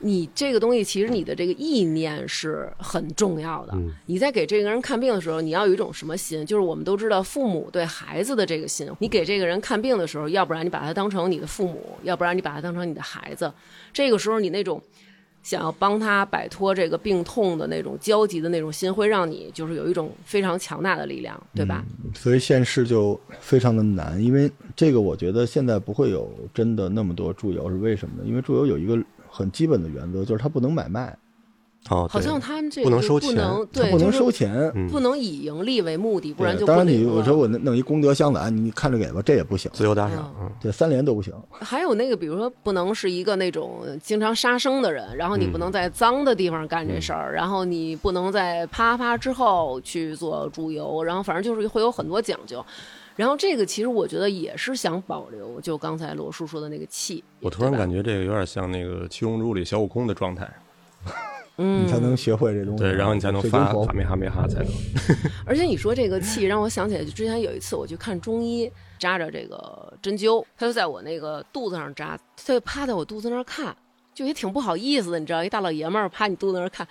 Speaker 4: 你这个东西，其实你的这个意念是很重要的。你在给这个人看病的时候，你要有一种什么心？就是我们都知道父母对孩子的这个心。你给这个人看病的时候，要不然你把他当成你的父母，要不然你把他当成你的孩子。这个时候，你那种想要帮他摆脱这个病痛的那种焦急的那种心，会让你就是有一种非常强大的力量，对吧？
Speaker 2: 所以现世就非常的难，因为这个我觉得现在不会有真的那么多祝由，是为什么呢？因为祝由有一个很基本的原则，就是它不能买卖，
Speaker 3: 哦，
Speaker 4: 好
Speaker 3: 对
Speaker 4: 像他们这个
Speaker 3: 不能
Speaker 4: 就
Speaker 3: 收
Speaker 4: 不
Speaker 3: 钱
Speaker 4: 能
Speaker 2: 它
Speaker 4: 对，
Speaker 2: 不能
Speaker 4: 就是
Speaker 2: 收钱。
Speaker 4: 不能以盈利为目的，不然
Speaker 2: 对
Speaker 4: 就不
Speaker 2: 当然你
Speaker 4: 灵
Speaker 2: 我
Speaker 4: 了
Speaker 2: 说我弄弄一功德箱子，啊你看着给吧，这也不行，
Speaker 3: 自由打赏，嗯，
Speaker 2: 这三连都不行。
Speaker 4: 还有那个，比如说不能是一个那种经常杀生的人，然后你
Speaker 2: 嗯
Speaker 4: 不能在脏的地方干这事儿，然后你不能在啪啪之后去做猪油，然后反正就是会有很多讲究。然后这个其实我觉得也是想保留，就刚才罗叔说的那个气。
Speaker 3: 我突然
Speaker 4: 对吧
Speaker 3: 感觉这个有点像那个《七龙珠》里小悟空的状态，
Speaker 2: 你才能学会这东西。
Speaker 3: 嗯对，然后你才能
Speaker 2: 水
Speaker 3: 发
Speaker 2: 晶佛
Speaker 3: 哈密哈密哈才能。
Speaker 4: 而且你说这个
Speaker 2: 嗯
Speaker 4: 气，让我想起来，就之前有一次我去看中医，扎着这个针灸，他就在我那个肚子上扎，他就趴在我肚子那儿看，就也挺不好意思的，你知道，一大老爷们儿趴你肚子那儿看。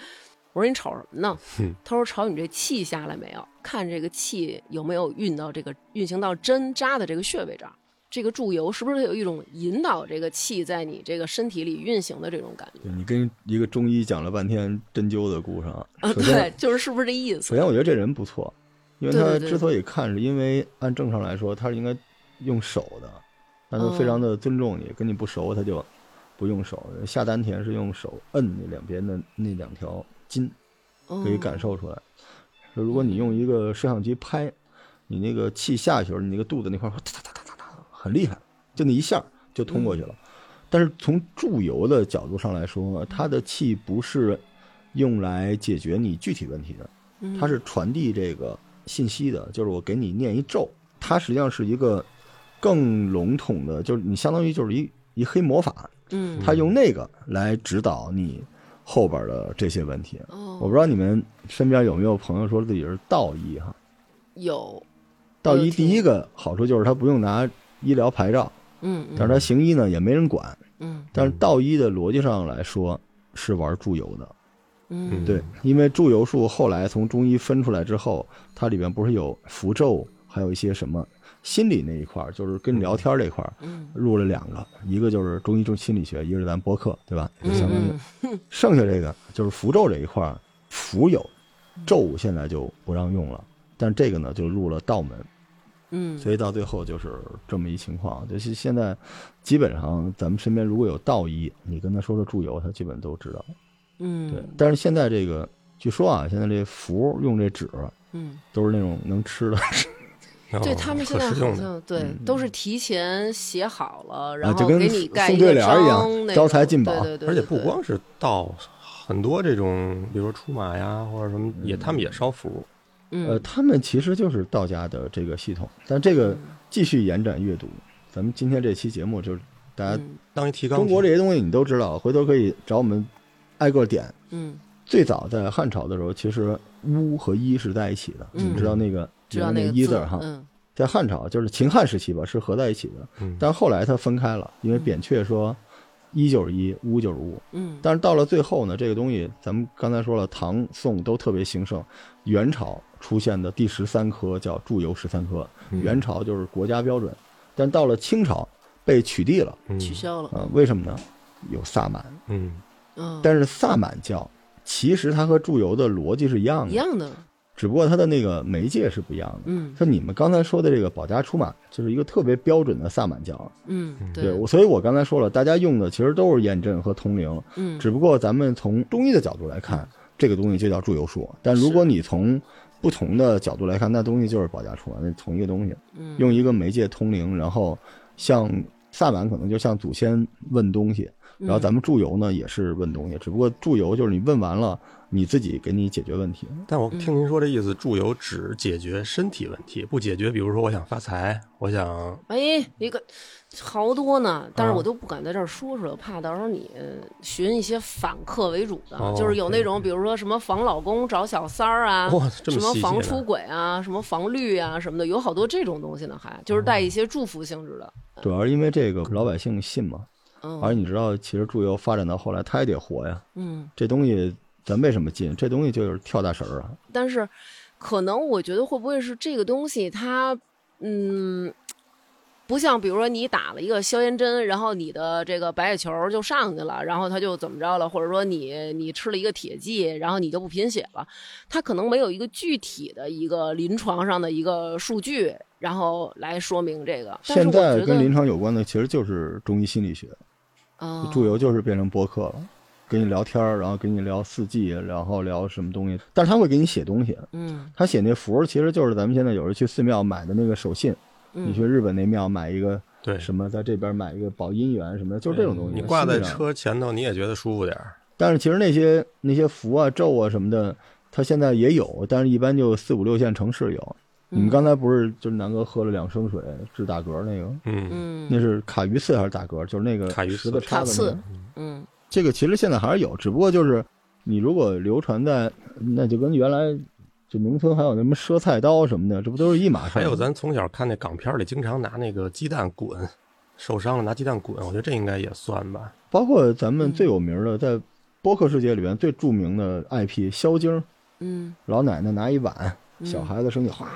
Speaker 4: 我说你瞅什么呢？
Speaker 3: 嗯
Speaker 4: 他说瞅你这气下来没有？看这个气有没有运到这个运行到针扎的这个穴位这儿。这个注油是不是有一种引导这个气在你这个身体里运行的这种感觉？
Speaker 2: 对你跟一个中医讲了半天针灸的故事啊。
Speaker 4: 啊，
Speaker 2: 首先
Speaker 4: 对，就是是不是这意思？
Speaker 2: 首先，我觉得这人不错，因为
Speaker 4: 对
Speaker 2: 他
Speaker 4: 对对
Speaker 2: 之所以看，是因为按正常来说他是应该用手的，但他非常的尊重你，跟你不熟他就不用手。下丹田是用手摁那两边的那两条筋，可以感
Speaker 4: 受。
Speaker 2: 受出来。就如果你用一个摄像机拍，你那个气下去的时候，你那个肚子那块儿哒哒哒哒哒，很厉害，就那一下儿就通过去了。但是从注油的角度上来说，它的气不是用来解决你具体问题的，它是传递这个信息的，就是我给你念一咒，它实际上是一个更笼统的，就是你相当于就是一一黑魔法，
Speaker 4: 嗯，
Speaker 2: 它用那个来指导你后边的这些问题。
Speaker 4: 哦，
Speaker 2: 我不知道你们身边有没有朋友说自己是道医哈？
Speaker 4: 有，
Speaker 2: 道
Speaker 4: 我
Speaker 2: 医
Speaker 4: 有听
Speaker 2: 第一个好处就是他不用拿医疗牌照，
Speaker 4: 嗯嗯
Speaker 2: 但是他行医呢也没人管。
Speaker 4: 嗯
Speaker 2: 但是道医的逻辑上来说是玩祝由的，
Speaker 4: 嗯
Speaker 2: 对，因为祝由术后来从中医分出来之后，它里边不是有符咒，还有一些什么心理那一块儿，就是跟聊天这块儿
Speaker 4: 嗯
Speaker 2: 入了两个，一个就是中医中心理学，一个是咱播客，对吧？就相当于
Speaker 4: 嗯
Speaker 2: 剩下这个就是符咒这一块儿，符有，咒现在就不让用了，但这个呢就入了道门，
Speaker 4: 嗯，
Speaker 2: 所以到最后就是这么一情况。就是现在基本上咱们身边如果有道医，你跟他说说祝由，他基本都知道。对
Speaker 4: 嗯，
Speaker 2: 但是现在这个据说啊，现在这符用这纸
Speaker 4: 嗯，
Speaker 2: 都是那种能吃的，
Speaker 3: 然后
Speaker 4: 对他们
Speaker 3: 嗯
Speaker 4: 现
Speaker 3: 可
Speaker 4: 在
Speaker 3: 实
Speaker 4: 好
Speaker 3: 哦用的，嗯
Speaker 4: 像对都是提前写好了，然
Speaker 2: 啊就
Speaker 4: 后
Speaker 2: 跟
Speaker 4: 给你盖
Speaker 2: 送
Speaker 4: 一个
Speaker 2: 对联儿一样
Speaker 4: 章那
Speaker 2: 招
Speaker 4: 种
Speaker 2: 财进宝
Speaker 4: 对对对，
Speaker 3: 而且
Speaker 4: 对
Speaker 3: 不光是道，很多这种，比如说出马呀或者什么，也他们也烧符，
Speaker 2: 呃，
Speaker 4: 嗯
Speaker 2: 他们其实就是道家的这个系统，但这个继续延展阅读。咱们今天这期节目就是大家
Speaker 4: 嗯
Speaker 3: 当一提纲。
Speaker 2: 中国这些东西你都知道，回头可以找我们挨个点。
Speaker 4: 嗯
Speaker 2: 最早在汉朝的时候，其实巫和医是在一起的，
Speaker 4: 嗯
Speaker 2: 你知道那个
Speaker 4: 知道那
Speaker 2: 个
Speaker 4: 个
Speaker 2: 医
Speaker 4: 字
Speaker 2: 字儿哈，
Speaker 4: 嗯
Speaker 2: 在汉朝就是秦汉时期吧，是合在一起的。
Speaker 3: 嗯
Speaker 2: 但后来它分开了，因为扁鹊说一就是一，巫就是巫。
Speaker 4: 嗯
Speaker 2: 但是到了最后呢，这个东西咱们刚才说了，唐宋都特别兴盛，元朝出现的第十三科叫祝由十三科，
Speaker 3: 嗯
Speaker 2: 元朝就是国家标准，但到了清朝被取缔了，
Speaker 3: 嗯
Speaker 4: 取消了，
Speaker 2: 呃，为什么呢？有萨满，
Speaker 3: 嗯
Speaker 4: 嗯，
Speaker 2: 但是萨满教其实它和祝由的逻辑是一样
Speaker 4: 一
Speaker 2: 的，
Speaker 4: 样的，
Speaker 2: 只不过它的那个媒介是不一样的。
Speaker 4: 嗯
Speaker 2: 像你们刚才说的这个保家出马，就是一个特别标准的萨满教，啊
Speaker 4: 嗯，
Speaker 2: 对，我所以我刚才说了，大家用的其实都是验证和通灵，
Speaker 4: 嗯
Speaker 2: 只不过咱们从中医的角度来看，这个东西就叫祝由术。但如果你从不同的角度来看，那东西就是保家出马，那同一个东西，
Speaker 4: 嗯
Speaker 2: 用一个媒介通灵，然后像萨满可能就像祖先问东西，
Speaker 4: 嗯
Speaker 2: 然后咱们祝由呢也是问东西，只不过祝由就是你问完了，你自己给你解决问题。
Speaker 3: 但我
Speaker 4: 嗯
Speaker 3: 听您说这意思，祝由只解决身体问题，不解决，比如说我想发财，我想
Speaker 4: 哎，你个好多呢，但是
Speaker 3: 啊
Speaker 4: 我都不敢在这儿说出来，怕到时候你呃寻一些反客为主的，
Speaker 3: 哦
Speaker 4: 就是有那
Speaker 3: 对
Speaker 4: 种比如说什么防老公找小三儿啊，
Speaker 3: 哇这
Speaker 4: 什
Speaker 3: 么
Speaker 4: 么
Speaker 3: 细
Speaker 4: 防
Speaker 3: 节
Speaker 4: 出
Speaker 3: 呢
Speaker 4: 轨啊，什么防绿啊什么的，有好多这种东西呢，还就是带一些祝福性质的，
Speaker 2: 主要是因为这个老百姓信嘛，而
Speaker 4: 嗯
Speaker 2: 你知道，其实祝由发展到后来，他也得活呀，
Speaker 4: 嗯，
Speaker 2: 这东西。咱为什么进？这东西就是跳大神儿啊！
Speaker 4: 但是可能我觉得会不会是这个东西它嗯。不像，比如说你打了一个消炎针，然后你的这个白血球就上去了，然后它就怎么着了，或者说你你吃了一个铁剂，然后你就不贫血了，它可能没有一个具体的一个临床上的一个数据，然后来说明这个。但是
Speaker 2: 现
Speaker 4: 我
Speaker 2: 在
Speaker 4: 觉得
Speaker 2: 跟临床有关的其实就是中医心理学，
Speaker 4: 啊，
Speaker 2: 祝由就是变成播客了，跟你聊天儿，然后跟你聊四季，然后聊什么东西，但是他会给你写东西，
Speaker 4: 嗯
Speaker 2: 他写那符儿其实就是咱们现在有人去寺庙买的那个手信，
Speaker 4: 嗯，
Speaker 2: 你去日本那庙买一个
Speaker 3: 对
Speaker 2: 什么，在这边买一个保姻缘什么的，就是这种东西。
Speaker 3: 嗯你挂在
Speaker 2: 心理啊上，
Speaker 3: 车前头，你也觉得舒服点儿。
Speaker 2: 但是其实那些那些符啊、咒啊什么的，它现在也有，但是一般就四五六线城市有。你们
Speaker 4: 嗯
Speaker 2: 刚才不是就是南哥喝了两升水治打嗝那个，
Speaker 3: 嗯，
Speaker 4: 嗯
Speaker 2: 那是卡鱼刺还是打嗝？就是那个
Speaker 3: 卡鱼刺
Speaker 2: 十字叉
Speaker 4: 卡
Speaker 2: 子那
Speaker 4: 刺
Speaker 2: 个。，
Speaker 4: 嗯
Speaker 2: 这个其实现在还是有，只不过就是你如果流传在，那就跟原来就农村还有什么赊菜刀什么的，这不都是一码事儿吗？
Speaker 3: 还有咱从小看那港片儿里，经常拿那个鸡蛋滚，受伤了拿鸡蛋滚，我觉得这应该也算吧。
Speaker 2: 包括咱们
Speaker 4: 嗯
Speaker 2: 最有名的，在播客世界里面最著名的 IP 萧晶，
Speaker 4: 嗯
Speaker 2: 老奶奶拿一碗，
Speaker 4: 嗯
Speaker 2: 小孩子生气，哗，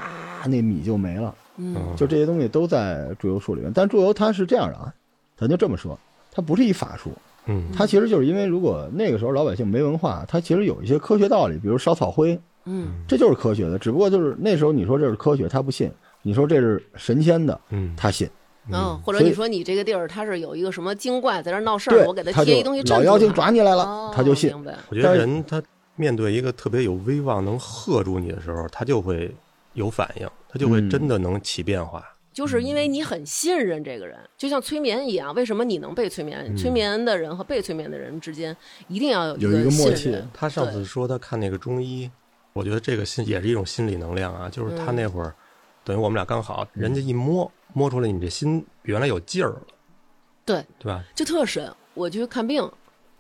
Speaker 2: 那米就没了。
Speaker 4: 嗯
Speaker 2: 就这些东西都在祝由术里面，但祝由它是这样的啊，咱就这么说，它不是一法术，
Speaker 3: 嗯
Speaker 2: 它其实就是因为如果那个时候老百姓没文化，它其实有一些科学道理，比如烧草灰，
Speaker 4: 嗯
Speaker 2: 这就是科学的，只不过就是那时候你说这是科学，他不信；你说这是神仙的，
Speaker 3: 嗯，
Speaker 2: 他信。
Speaker 4: 嗯，或者
Speaker 2: 所以
Speaker 4: 你说你这个地儿它是有一个什么精怪在这儿闹事
Speaker 2: 对
Speaker 4: 儿，我给，它
Speaker 2: 他就
Speaker 4: 贴一东西镇
Speaker 2: 老
Speaker 4: 住
Speaker 2: 妖精
Speaker 4: 它
Speaker 2: 抓你来了
Speaker 4: 哦，
Speaker 2: 他就信。
Speaker 4: 明白
Speaker 3: 我觉
Speaker 2: 但
Speaker 3: 得
Speaker 2: 是
Speaker 3: 人他面对一个特别有威望能吓住你的时候，他就会有反应，他就会
Speaker 2: 嗯
Speaker 3: 真的能起变化。
Speaker 4: 就是因为你很信任这个人，就像催眠一样，为什么你能被催眠？催眠的人和被催眠的人之间一定要有
Speaker 2: 嗯有一个默
Speaker 4: 信
Speaker 2: 契
Speaker 4: 任。
Speaker 3: 他上次说他看那个中医，我觉得这个心也是一种心理能量啊，就是
Speaker 4: 嗯
Speaker 3: 他那会儿，等于我们俩刚好，人家一摸摸出来你这心比原来有劲儿了，
Speaker 4: 对，
Speaker 3: 对吧？
Speaker 4: 就特神。我去看病，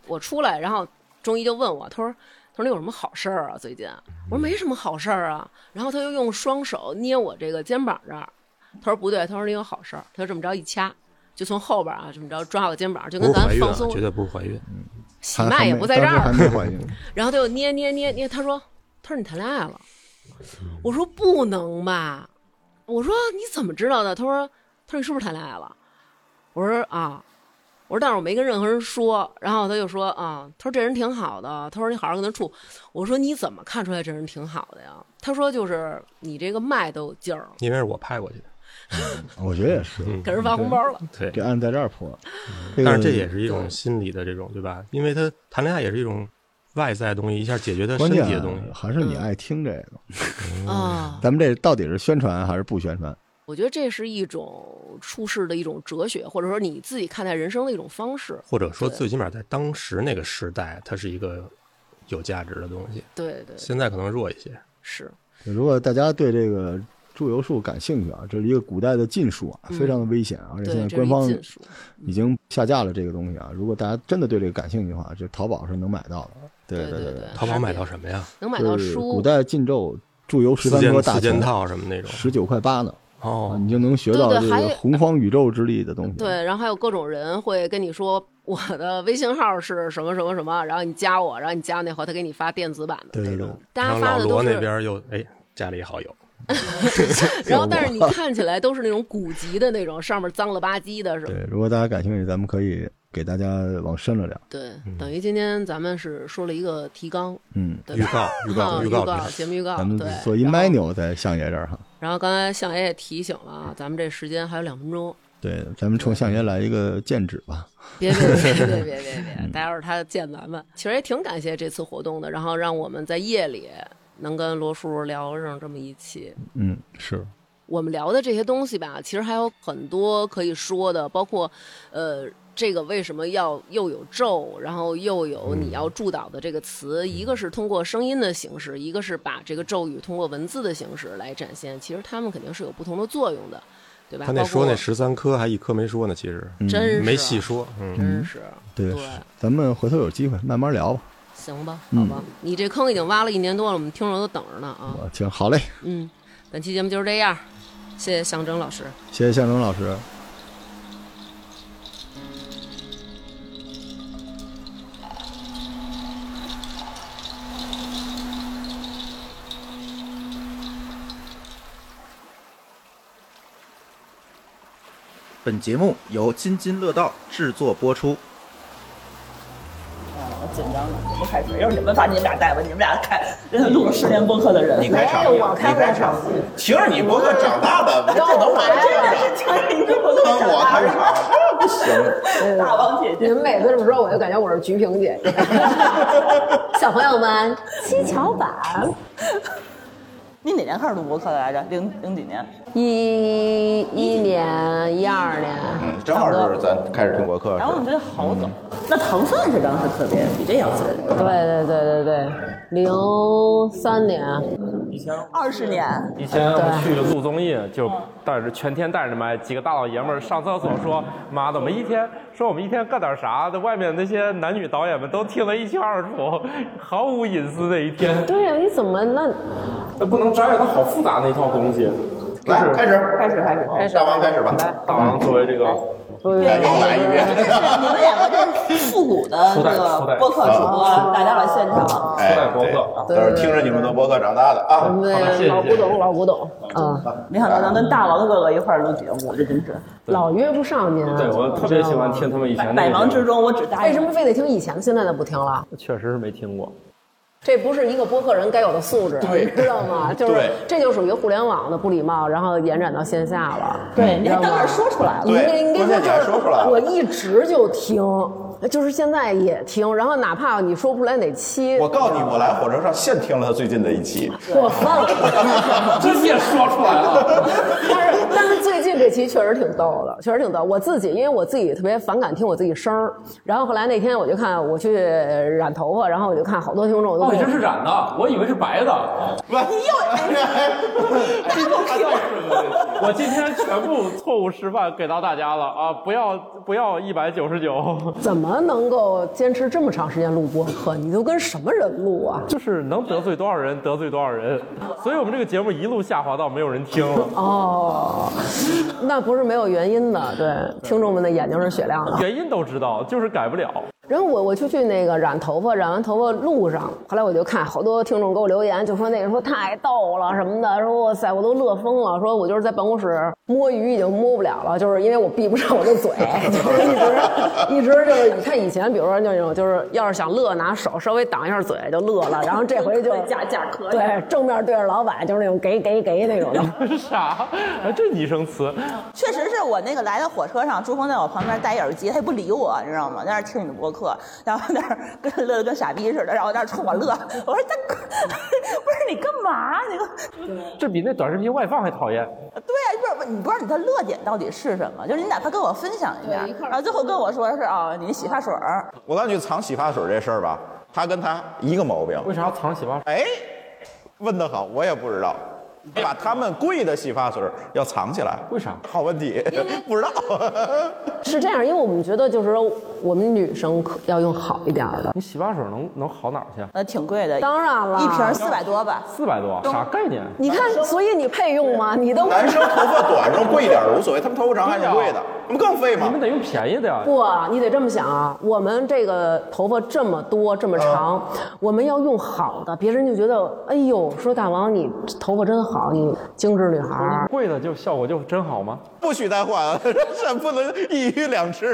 Speaker 4: 我出来，然后中医就问我，他说：“他说你有什么好事儿啊？最近？”我说：“没什么好事儿啊。”然后他又用双手捏我这个肩膀这儿，他说：“不对，他说你有好事儿。”他就这么着一掐，就从后边啊这么着抓我肩膀，就
Speaker 3: 不
Speaker 4: 跟
Speaker 3: 是
Speaker 4: 咱
Speaker 3: 怀孕
Speaker 4: 放
Speaker 3: 啊，
Speaker 4: 松
Speaker 3: 绝对不是怀孕。
Speaker 4: 喜
Speaker 2: 还
Speaker 4: 脉
Speaker 2: 还
Speaker 4: 也
Speaker 2: 没
Speaker 4: 不在这
Speaker 2: 当时还。
Speaker 4: 儿
Speaker 2: 没怀孕。
Speaker 4: 然后他又捏捏捏捏，他说：“他说你谈恋爱了。”我说：“不能吧？”我说：“你怎么知道的？”他说：“他说你是不是谈恋爱了？”我说：“啊。”我说：“但是我没跟任何人说。”然后他就说：“啊，他说这人挺好的。”他说：“你好好跟他处。”我说：“你怎么看出来这人挺好的呀？”他说：“就是你这个脉都有劲儿，
Speaker 3: 因为是我派过去的，
Speaker 2: 我觉得也是，
Speaker 4: 给人发红包了。
Speaker 3: 对
Speaker 2: 这按在这儿泼。
Speaker 3: 但是
Speaker 2: 个
Speaker 3: 这也是一种心理的这种，对吧？因为他谈恋爱也是一种外在的东西，一下解决他身
Speaker 2: 关
Speaker 3: 体
Speaker 2: 键啊
Speaker 3: 的东西。
Speaker 2: 还是你爱听这个。”嗯
Speaker 4: 啊，
Speaker 2: 咱们这到底是宣传还是不宣传？
Speaker 4: 我觉得这是一种处世的一种哲学，或者说你自己看待人生的一种方式。
Speaker 3: 或者说，
Speaker 4: 对
Speaker 3: 最起码在当时那个时代，它是一个有价值的东西。
Speaker 4: 对对，
Speaker 3: 现在可能弱一些。
Speaker 4: 是，
Speaker 2: 如果大家对这个祝由术感兴趣啊，这是一个古代的禁术啊，非常的危险啊，而且
Speaker 4: 嗯对，
Speaker 2: 现
Speaker 4: 这
Speaker 2: 在官
Speaker 4: 是一
Speaker 2: 方
Speaker 4: 禁术。
Speaker 2: 已经下架了这个东西啊。如果大家真的对这个感兴趣的话，这淘宝上能买到的。对
Speaker 4: 对
Speaker 2: 对
Speaker 4: 对，
Speaker 3: 淘宝买到
Speaker 4: 么？
Speaker 3: 什么呀？
Speaker 4: 能买
Speaker 2: 就
Speaker 4: 到
Speaker 2: 是
Speaker 4: 书，
Speaker 2: 古代禁咒祝由十
Speaker 3: 四
Speaker 2: 三
Speaker 3: 件
Speaker 2: 颗
Speaker 3: 四
Speaker 2: 大
Speaker 3: 件
Speaker 2: 钱，
Speaker 3: 套什么那种。
Speaker 2: 十九块八呢，啊
Speaker 3: 哦，
Speaker 2: 你就能学到
Speaker 4: 对
Speaker 2: 这
Speaker 4: 对还
Speaker 2: 个
Speaker 4: 有
Speaker 2: 洪荒宇宙之力的东西。
Speaker 4: 对，然后还有各种人会跟你说，我的微信号是什么什么什么，然后你加我，然后你加我那回他给你发电子版的
Speaker 3: 对
Speaker 4: 那
Speaker 3: 对对
Speaker 4: 种，，大
Speaker 3: 然
Speaker 4: 家
Speaker 3: 后
Speaker 4: 发
Speaker 3: 老
Speaker 4: 的都
Speaker 3: 罗那
Speaker 4: 是，
Speaker 3: 边又哎家里好友，
Speaker 4: 然后但是你看起来都是那种古籍的那种，上面脏了吧唧的什么，
Speaker 2: 对，如果大家感兴趣，咱们可以给大家往深了聊。
Speaker 4: 对，
Speaker 3: 嗯
Speaker 4: 等于今天咱们是说了一个提纲，
Speaker 2: 嗯，
Speaker 4: 对
Speaker 3: 预
Speaker 4: 吧？
Speaker 3: 告预告
Speaker 4: 啊
Speaker 3: 预
Speaker 4: 预
Speaker 3: 告
Speaker 4: 告
Speaker 3: 片
Speaker 4: 节目预告，
Speaker 2: 咱们
Speaker 4: 对，
Speaker 2: 做一
Speaker 4: 然后
Speaker 2: menu 在相爷这儿哈。
Speaker 4: 然后刚才向爷也提醒了啊，咱们这时间还有两分钟，
Speaker 2: 对，咱们冲相爷来一个剑指吧。
Speaker 4: 别别别 别别别
Speaker 3: 嗯
Speaker 4: 别，待会儿他见咱们，其实也挺感谢这次活动的，然后让我们在夜里能跟罗叔聊上这么一期。
Speaker 2: 嗯，是，
Speaker 4: 我们聊的这些东西吧，其实还有很多可以说的，包括，呃，这个为什么要又有咒，然后又有
Speaker 3: 嗯
Speaker 4: 你要祝祷的这个词，一个是通过声音的形式，一个是把这个咒语通过文字的形式来展现，其实他们肯定是有不同的作用的，对吧？
Speaker 3: 他那
Speaker 4: 包括
Speaker 3: 说那十三颗还一颗没说呢，其实
Speaker 2: 嗯
Speaker 4: 真是啊
Speaker 3: 没细，说，嗯，
Speaker 4: 真是
Speaker 2: 对，咱们回头有机会慢慢聊吧。
Speaker 4: 行吧，好
Speaker 2: 嗯
Speaker 4: 吧，你这坑已经挖了一年多了，我们听众都等着呢啊。
Speaker 2: 我行，好嘞，
Speaker 4: 嗯，本期节目就是这样，谢谢象征老师。
Speaker 2: 谢谢向征老师。
Speaker 5: 本节目由津津乐道制作播出。
Speaker 6: 啊，我紧张，不开始，一会儿你们把你们俩带吧，你们俩开录了十年播客的人，
Speaker 7: 你开场
Speaker 6: 没有我开
Speaker 7: 你开
Speaker 6: 不了
Speaker 7: 场听着你博客长大的， 不能老这样，
Speaker 6: 听你这么
Speaker 7: 跟我开场。
Speaker 6: 不行，大王姐姐，
Speaker 1: 你们每次这么说，我就感觉我是菊萍 姐姐。小朋友们，七巧板
Speaker 6: 你哪年开始录播客的来着？零零几年？
Speaker 1: 一一年、一二年，
Speaker 7: 嗯，正好是咱开始听博客
Speaker 6: 然后我们
Speaker 7: 时
Speaker 6: 觉得好早，那糖蒜是当时特别比这要早，
Speaker 1: 对对对对对，零三年，
Speaker 6: 二十年，
Speaker 8: 以前我去录综艺，就带着全天带着麦，几个大老爷们儿上厕所说：“妈的，我们一天说我们一天干点啥？”在外面那些男女导演们都听得一清二楚，毫无隐私的一天。
Speaker 1: 对呀，你怎么那
Speaker 8: 那不能摘，它好复杂那一套东西。
Speaker 7: 候，来开始，
Speaker 6: 开始开始开始，
Speaker 7: 大王开始吧，
Speaker 8: 大王作为这个
Speaker 7: 再给我来一
Speaker 6: 哎你
Speaker 7: 遍。
Speaker 6: 们两个这是复古的这个播客主播来到了现场，
Speaker 7: 哎，
Speaker 8: 博
Speaker 7: 对
Speaker 8: 客
Speaker 7: 都是听着你们的博客长大的啊。
Speaker 1: 那老古董老古董啊，
Speaker 6: 没想到能跟大王哥哥一块儿录节目，这真是
Speaker 1: 老约不上您。
Speaker 8: 对我特别喜欢听他们以前那
Speaker 6: 百
Speaker 8: 些
Speaker 6: 忙之中我只答
Speaker 1: 为
Speaker 6: 应。
Speaker 1: 什么非得听以前的，现在的不听了？
Speaker 8: 确实是没听过。
Speaker 1: 这不是一个播客人该有的素质，你知道 吗？就是
Speaker 7: 对
Speaker 1: 这就属于互联网的不礼貌，然后延展到线下了。
Speaker 6: 对，你还当着说出来了。
Speaker 1: 你应该
Speaker 7: 对
Speaker 1: 应该
Speaker 7: 关键你还
Speaker 1: 说
Speaker 7: 说
Speaker 1: 就
Speaker 7: 出来
Speaker 1: 是
Speaker 7: 了
Speaker 1: 我一直就听，就是现在也听，然后哪怕你说不出来哪期，
Speaker 7: 我告诉你，我来火车上现听了他最近的一期，
Speaker 1: 我忘了。
Speaker 8: 这也说出来了，
Speaker 1: 但是但是最近这期确实挺逗的，确实挺逗。我自己因为我自己特别反感听我自己声儿，然后后来那天我就看我去染头发，然后我就看好多听众都跟我
Speaker 8: 哦，这是染的，我以为是白的。
Speaker 7: 这都还在
Speaker 8: 我今天全部错误示范给到大家了啊！不要不要一百九十九，
Speaker 1: 怎么能够坚持这么长时间录播客？你都跟什么人录啊？
Speaker 8: 就是能得罪多少人得罪多少人，所以我们这个节目一路下滑到没有人听了。
Speaker 1: 哦，那不是没有原因的，对，听众们的眼睛是雪亮的。
Speaker 8: 原因都知道，就是改不了。
Speaker 1: 然后我我就去那个染头发，染完头发路上，后来我就看好多听众给我留言，就说那个说太逗了什么的，说哇塞我都乐疯了，说我就是在办公室摸鱼已经摸不了了，就是因为我闭不上我的嘴，就是一直一直就是你看以前比如说就那种就是要是想乐拿手稍微挡一下嘴就乐了，然后这回 就
Speaker 6: 假假咳
Speaker 1: 对正面对着老板就是那种给给给那种的。
Speaker 8: 啥？哎这拟声词，
Speaker 6: 确实是我那个来的火车上，朱峰在我旁边戴一耳机，他也不理我，你知道吗？在那儿听你的播客，然后在那儿跟乐得跟傻逼似的，然后在那儿冲我乐。我说大哥，不是你干嘛？啊你
Speaker 8: 这比那短视频外放还讨厌。
Speaker 6: 对呀、啊，不是你不知道你的乐点到底是什么，就是你哪怕跟我分享一下，然后最后跟我说是啊、你洗发水儿，
Speaker 7: 我告诉你，藏洗发水这事儿吧，他跟他一个毛病。
Speaker 8: 为啥藏洗发水？
Speaker 7: 哎，问得好，我也不知道。把他们贵的洗发水要藏起来，
Speaker 8: 为啥
Speaker 7: 好问题， 不知道。
Speaker 1: 是这样，因为我们觉得就是说我们女生可要用好一点儿的。
Speaker 8: 你洗发水能能好哪儿去？啊
Speaker 6: 呃，挺贵的，
Speaker 1: 当然了，
Speaker 6: 一瓶四百多吧。
Speaker 8: 四百多，啥概念？啊
Speaker 9: 啊
Speaker 1: 你看，所以你配用吗？你都
Speaker 7: 男生头发短，用贵一点无所谓，他们头发长还是贵的。
Speaker 10: 那不更废
Speaker 8: 你
Speaker 10: 吗
Speaker 8: 们？得用便宜的呀。
Speaker 9: 不，你得这么想啊，我们这个头发这么多这么长，我们要用好的，别人就觉得，哎呦，说大王你头发真好，你精致女孩儿。
Speaker 8: 贵的就效果就真好吗？
Speaker 10: 不许再 换了，这不能一鱼两吃。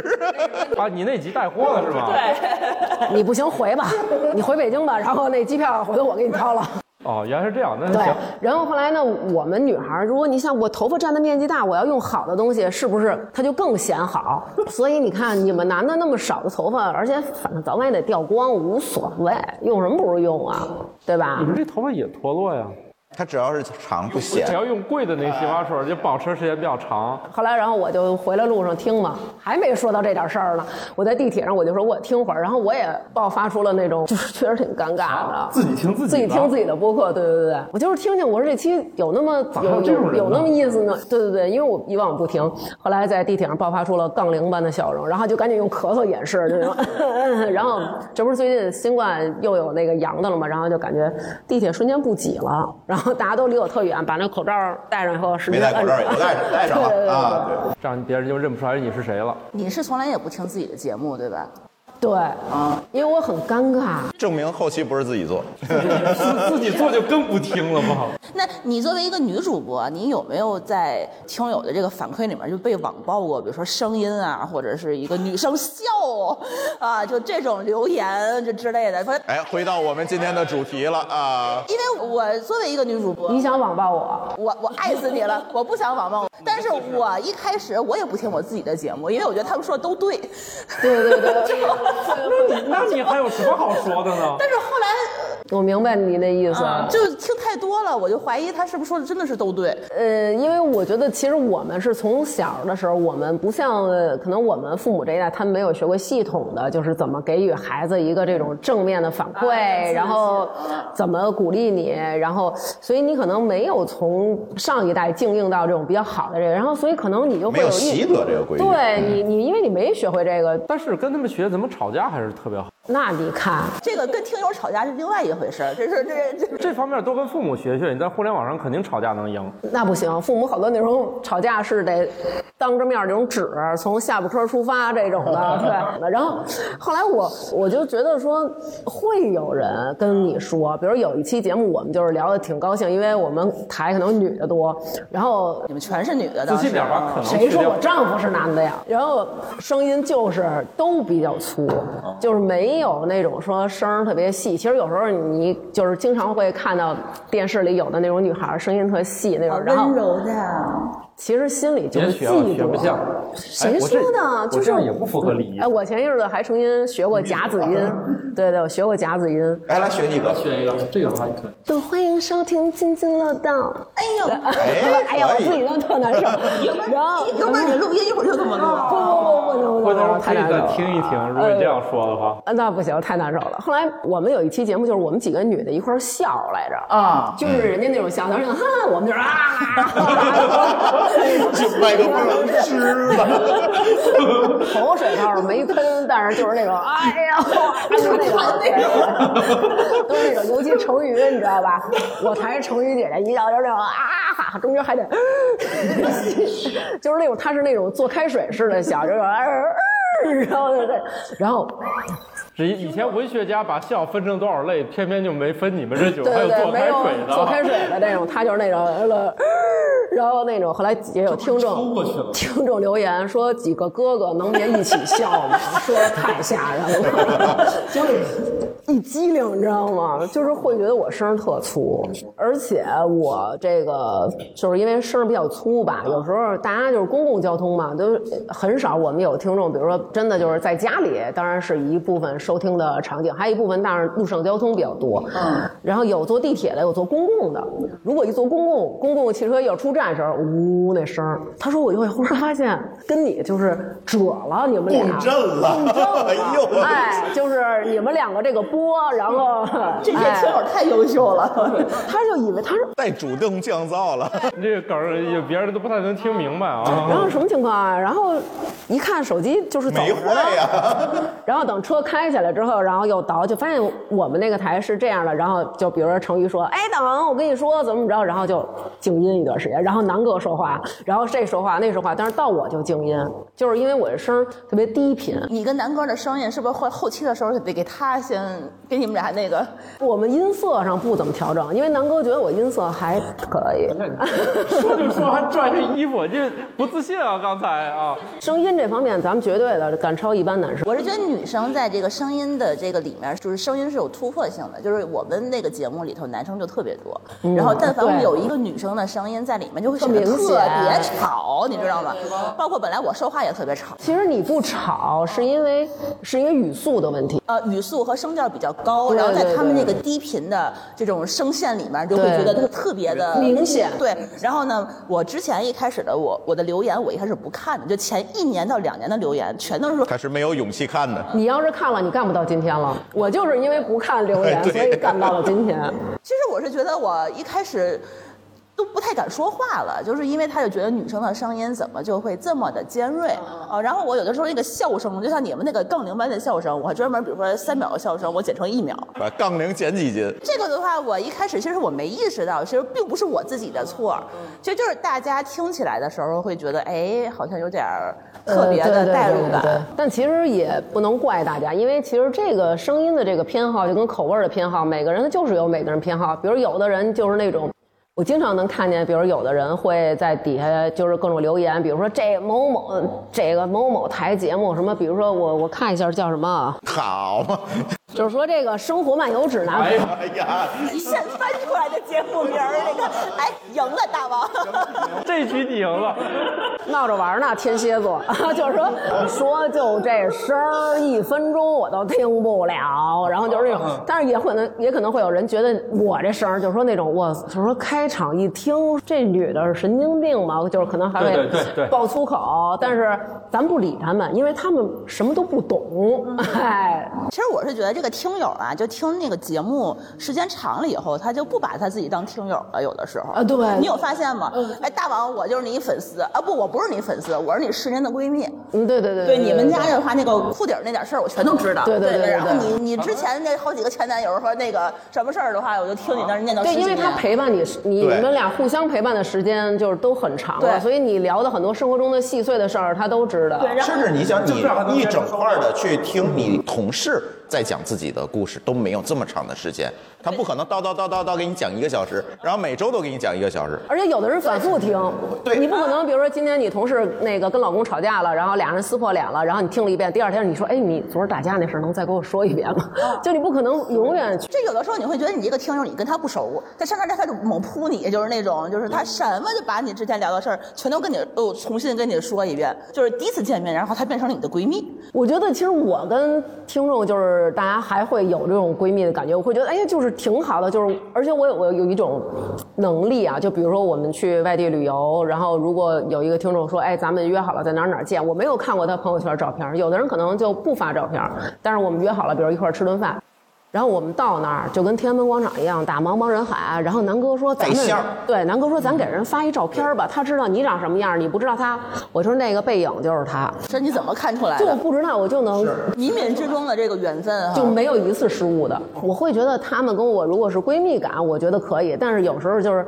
Speaker 8: 啊，你那集带货的是吧？ 对。
Speaker 9: 你不行回吧，你回北京吧，然后那机票回头我给你掏了。
Speaker 8: 哦，原来是这样，那
Speaker 9: 对
Speaker 8: 行。，
Speaker 9: 然后后来呢，我们女孩儿，如果你想我头发占的面积大，我要用好的东西，是不是它就更显好？ 所以你看，你们男的那么少的头发，而且反正早晚也得掉光，无所谓，用什么不如用啊，对吧？
Speaker 8: 你们这头发也脱落呀？
Speaker 10: 它只要是长不显
Speaker 8: 只，要用贵的那个洗发水，就保持时间比较长。
Speaker 9: 后来，然后我就回来路上听嘛，还没说到这点事儿呢。我在地铁上，我就说我听会儿，然后我也爆发出了那种， 就是确实挺尴尬的。
Speaker 8: 啊自己听自己的
Speaker 9: 自己听自己的播客，对对对，我就是听听，我说这期有那么
Speaker 8: 咋还有
Speaker 9: 有
Speaker 8: 这种人
Speaker 9: 有
Speaker 8: 呢
Speaker 9: 有那么意思呢？对对对，因为我以往我不听，后来在地铁上爆发出了杠铃般的笑容，然后就赶紧用咳嗽掩饰，就是 然后这不是最近新冠又有那个阳的了嘛，然后就感觉地铁瞬间不挤了，然后大家都离我特远，把那口罩戴上以哎后，时
Speaker 10: 没
Speaker 9: 间
Speaker 10: 戴口罩
Speaker 9: 摁
Speaker 10: 也
Speaker 9: 着
Speaker 10: 不戴上，戴上
Speaker 9: 对对对
Speaker 10: 了
Speaker 9: 对
Speaker 10: 啊。对，
Speaker 8: 这样别人就认不出来你是谁了。
Speaker 6: 你是从来也不听自己的节目对吧？
Speaker 9: 对，因为我很尴尬。
Speaker 10: 证明后期不是自己做。
Speaker 8: 自自己做就更不听了吧？
Speaker 6: 那你作为一个女主播，你有没有在听友的这个反馈里面就被网暴过？比如说声音啊，或者是一个女生笑啊，就这种留言就之类的。说，
Speaker 10: 哎，回到我们今天的主题了啊，
Speaker 6: 因为我作为一个女主播，
Speaker 9: 你想网暴我？
Speaker 6: 我我爱死你了，我不想网暴，但是我一开始我也不听我自己的节目，因为我觉得他们说的都对。
Speaker 9: 对对对，
Speaker 8: 那 你那你还有什么好说的呢？
Speaker 6: 但是后来
Speaker 9: 我明白你那意思。
Speaker 6: 呃就听太多了，我就怀疑他是不是说的真的是都对。
Speaker 9: 呃，因为我觉得其实我们是从小的时候，我们不像呃可能我们父母这一代，他们没有学过系统的，就是怎么给予孩子一个这种正面的反馈，然后怎么鼓励你，然后所以你可能没有从上一代静应到这种比较好的这个，然后所以可能你就
Speaker 10: 没
Speaker 9: 会
Speaker 10: 有
Speaker 9: 有一
Speaker 10: 习得这个规矩。
Speaker 9: 对你你因为你没学会这个，
Speaker 8: 但是跟他们学怎么吵架还是特别好。
Speaker 9: 那你看
Speaker 6: 这个跟听友吵架是另外一回事儿，这是这这
Speaker 8: 这方面多跟父母学学，你在互联网上肯定吵架能赢。
Speaker 9: 那不行，父母好多那种吵架是得当着面儿那种纸，从下巴颏出发这种的，对。然后后来我我就觉得说会有人跟你说，比如有一期节目我们就是聊的挺高兴，因为我们台可能女的多，然后
Speaker 6: 你们全是女的，
Speaker 8: 自
Speaker 6: 当
Speaker 8: 信
Speaker 6: 时
Speaker 8: 点吧，可能
Speaker 9: 谁
Speaker 8: 去
Speaker 9: 说
Speaker 8: 掉
Speaker 9: 我丈夫是男的呀？然后声音就是都比较粗，就是没有那种说声儿特别细。其实有时候你就是经常会看到电视里有的那种女孩儿声音特细那种，然后
Speaker 6: 温柔的。
Speaker 9: 其实心里就是
Speaker 8: 别学
Speaker 9: 嫉
Speaker 8: 了，
Speaker 9: 妒。
Speaker 8: 学不像。哎
Speaker 9: 谁说的？啊就
Speaker 8: 我
Speaker 9: 是
Speaker 8: 这样也不符合礼仪
Speaker 9: 哎，。我前一阵子还重新学
Speaker 4: 嗯
Speaker 9: 过假子音，对对，我学过假子音。
Speaker 10: 哎，来学一个。
Speaker 8: 学一个，这个的话你可以。
Speaker 9: 对，欢迎收听《津津乐道》。哎 呦，
Speaker 10: 可
Speaker 9: 哎呀，我
Speaker 10: 以
Speaker 9: 自己都特难受。然后，嗯
Speaker 6: 一会儿你录音，一会儿就这么
Speaker 9: 不
Speaker 6: 录。啊
Speaker 9: 不不不不
Speaker 8: 回
Speaker 9: 不
Speaker 8: 头
Speaker 9: 不，太
Speaker 8: 可以
Speaker 9: 难受
Speaker 8: 再
Speaker 9: 了。
Speaker 8: 听一听，如果你这样说的话，
Speaker 9: 啊，那不行，太难受了。后来我们有一期节目，就是我们几个女的一块儿笑来着啊，就是人家那种笑，她说哈，我们就是啊，
Speaker 10: 就麦克风 吃了，
Speaker 9: 口水倒是没喷，但是就是那种哎 呀，就是那种，都是那种，尤其成语，你知道吧？我才是成语姐姐，一笑就是那种啊哈，中间还得， 就是那种她是那种做开水似的笑，就是、啊然后就是，然后
Speaker 8: 是以前文学家把笑分成多少类，偏偏就没分你们这九
Speaker 9: 对
Speaker 8: 还有
Speaker 9: 对对，
Speaker 8: 做
Speaker 9: 没
Speaker 8: 开
Speaker 9: 有
Speaker 8: 水的。
Speaker 9: 做开水的那种，他就是那种，呃 然后那种后来也有
Speaker 8: 抽
Speaker 9: 听众
Speaker 8: 过去了
Speaker 9: 听众留言说几个哥哥能别一起笑吗？说太吓人 了，就是一激灵，你知道吗？就是会觉得我声儿特粗，而且我这个就是因为声儿比较粗吧，有时候大家就是公共交通嘛，都很少。我们有听众，比如说真的就是在家里，当然是一部分收听的场景，还有一部分当然路上交通比较多。嗯，然后有坐地铁的，有坐公共的。如果一坐公共，公共汽车要出站的时候，呜那声儿，他说我就会忽然发现跟你就是褶了，你们俩
Speaker 10: 共振了。 哎呦，我
Speaker 9: 哎，就是你们两个这个波，然后哎
Speaker 6: 这些听友太优秀了，
Speaker 9: 他就以为他是，
Speaker 10: 带主动降噪了。
Speaker 8: 你这个梗儿也别人都不太能听明白
Speaker 9: 然
Speaker 8: 啊。
Speaker 9: 后什么情况啊？然后一看手机就是走
Speaker 10: 没
Speaker 9: 着
Speaker 10: 坏
Speaker 9: 呢，
Speaker 10: 呀，
Speaker 9: 然后等车开起来之后，然后又倒，就发现我们那个台是这样的，然后就比如说成昱说，哎，大王，我跟你说怎么怎么着，然后就静音一段时间，然后南哥说话，然后这说话那说话，但是到我就静音，就是因为我的声儿特别低频。
Speaker 6: 你跟南哥的声音是不是后后期的时候得给他先给你们俩那个？
Speaker 9: 我们音色上不怎么调整，因为南哥觉得我音色还可以。
Speaker 8: 说就说，还拽着衣服，这不自信啊！刚才啊，
Speaker 9: 声音这方面，咱们绝对的赶超一般男生。
Speaker 6: 我是觉得女生在这个声音的这个里面，就是声音是有突破性的。就是我们那个节目里头，男生就特别多，然后但凡我们
Speaker 9: 对
Speaker 6: 有一个女生的声音在里面，就会显得
Speaker 9: 特明
Speaker 6: 嗯特
Speaker 9: 显
Speaker 6: 别吵，你知道吗？包括本来我说话也特别吵，
Speaker 9: 其实你不吵，是因为是因为语速的问题。
Speaker 6: 呃，语速和声调比较高，
Speaker 9: 对
Speaker 6: 然后在
Speaker 9: 对
Speaker 6: 他们
Speaker 9: 对
Speaker 6: 那个低频的这种声线里面，就会
Speaker 9: 对
Speaker 6: 觉得它特别的
Speaker 9: 明显
Speaker 6: 对，然后呢，我之前一开始的我我的留言，我一开始不看的，就前一年到两年的留言，全都是说
Speaker 10: 他是没有勇气看的。
Speaker 9: 你要是看了，你干不到今天了。我就是因为不看留言，所以干到了今天。
Speaker 6: 其实我是觉得我一开始都不太敢说话了，就是因为他就觉得女生的声音怎么就会这么的尖锐
Speaker 9: 嗯
Speaker 6: 啊。然后我有的时候那个笑声，就像你们那个杠铃般的笑声，我还专门比如说三秒的笑声，我剪成一秒。
Speaker 10: 把杠铃减几斤，
Speaker 6: 这个的话，我一开始其实我没意识到，其实并不是我自己的错，
Speaker 9: 嗯
Speaker 6: 其实就是大家听起来的时候会觉得，哎，好像有点儿特别
Speaker 9: 呃
Speaker 6: 的
Speaker 9: 对对对
Speaker 6: 代入
Speaker 9: 对对
Speaker 6: 感。
Speaker 9: 但其实也不能怪大家，因为其实这个声音的这个偏好就跟口味儿的偏好，每个人他就是有每个人偏好。比如有的人就是那种。我经常能看见，比如有的人会在底下就是各种留言，比如说这某某这个某某台节目什么，比如说我我看一下叫什么啊，
Speaker 10: 好嘛？
Speaker 9: 就是说这个生活漫游指南，
Speaker 8: 哎
Speaker 10: 哎呀，
Speaker 6: 现翻出来的节目名儿，那 个，哎，赢了大王。
Speaker 8: 这局你赢了，
Speaker 9: 闹着玩儿呢，天蝎座， 就是说说就这声儿，一分钟我都听不了。然后就
Speaker 8: 啊
Speaker 9: 是那种，但是也可能也可能会有人觉得我这声儿，就是说那种我就是说开场一听这女的是神经病吧，就是可能还
Speaker 8: 对对
Speaker 9: 会
Speaker 8: 对
Speaker 9: 爆粗口。但是咱不理他们，因为他们什么都不
Speaker 8: 嗯
Speaker 9: 懂。 哎，
Speaker 6: 其实我是觉得这个听友啊，就听那个节目时间长了以后，他就不把他自己当听友了，有的时候
Speaker 9: 啊对
Speaker 6: 你有发现吗？
Speaker 9: 呃
Speaker 6: 哎，大王，我就是你粉丝啊，不，我不是你粉丝，我是你十年的闺蜜。
Speaker 9: 嗯，对对对
Speaker 6: 对你们家的话，那个裤底儿那点事儿，我全都知道。
Speaker 9: 对对
Speaker 6: 对
Speaker 9: 对对
Speaker 6: 然后
Speaker 9: 对
Speaker 6: 你你之前那好几个前男友和那个什么事儿的话，我就听你那儿念叨
Speaker 9: 对，
Speaker 6: 十
Speaker 9: 因
Speaker 6: 几
Speaker 9: 为
Speaker 6: 年。
Speaker 9: 他陪伴你，你
Speaker 10: 对
Speaker 9: 们俩互相陪伴的时间就是都很长了，
Speaker 6: 对
Speaker 9: 所以你聊的很多生活中的细碎的事儿，他都知道。
Speaker 6: 对，然后
Speaker 7: 甚至你想，你
Speaker 8: 这样还能
Speaker 7: 一整块的去听你同事在讲自己的故事，都没有这么长的时间。他不可能叨叨叨叨叨给你讲一个小时，然后每周都给你讲一个小时。
Speaker 9: 而且有的人反复听，
Speaker 7: 对
Speaker 9: 你不可能，比如说今天你同事那个跟老公吵架了，然后俩人撕破脸了，然后你听了一遍，第二天你说，哎，你昨儿打架那事儿能再给我说一遍吗？就你不可能永远去。
Speaker 6: 这有的时候你会觉得你这个听友你跟他不熟，他上那他就猛扑你，就是那种就是
Speaker 9: 嗯
Speaker 6: 他什么就把你之前聊的事儿全都跟你哦重新跟你说一遍，就是第一次见面，然后他变成了你的闺蜜。
Speaker 9: 我觉得其实我跟听众就是大家还会有这种闺蜜的感觉，我会觉得哎呀，就是挺好的，就是而且我有我有一种能力啊，就比如说我们去外地旅游，然后如果有一个听众说，哎，咱们约好了在哪儿哪儿见，我没有看过他朋友圈照片，有的人可能就不发照片，但是我们约好了，比如一块儿吃顿饭。然后我们到那儿就跟天安门广场一样，大茫茫人海。啊然后南哥说：“咱
Speaker 7: 带
Speaker 9: 们
Speaker 7: 馅儿
Speaker 9: 对南哥说，咱给人发一照片吧，他知道你长什么样，你不知道他。”我说：“那个背影就是他。”
Speaker 6: 这你怎么看出来
Speaker 9: 就
Speaker 6: 的？
Speaker 9: 不知道我就能
Speaker 6: 冥冥之中的这个缘分啊
Speaker 9: 就
Speaker 6: 哈。
Speaker 9: 没有一次失误的。我会觉得她们跟我如果是闺蜜感，我觉得可以。但是有时候就是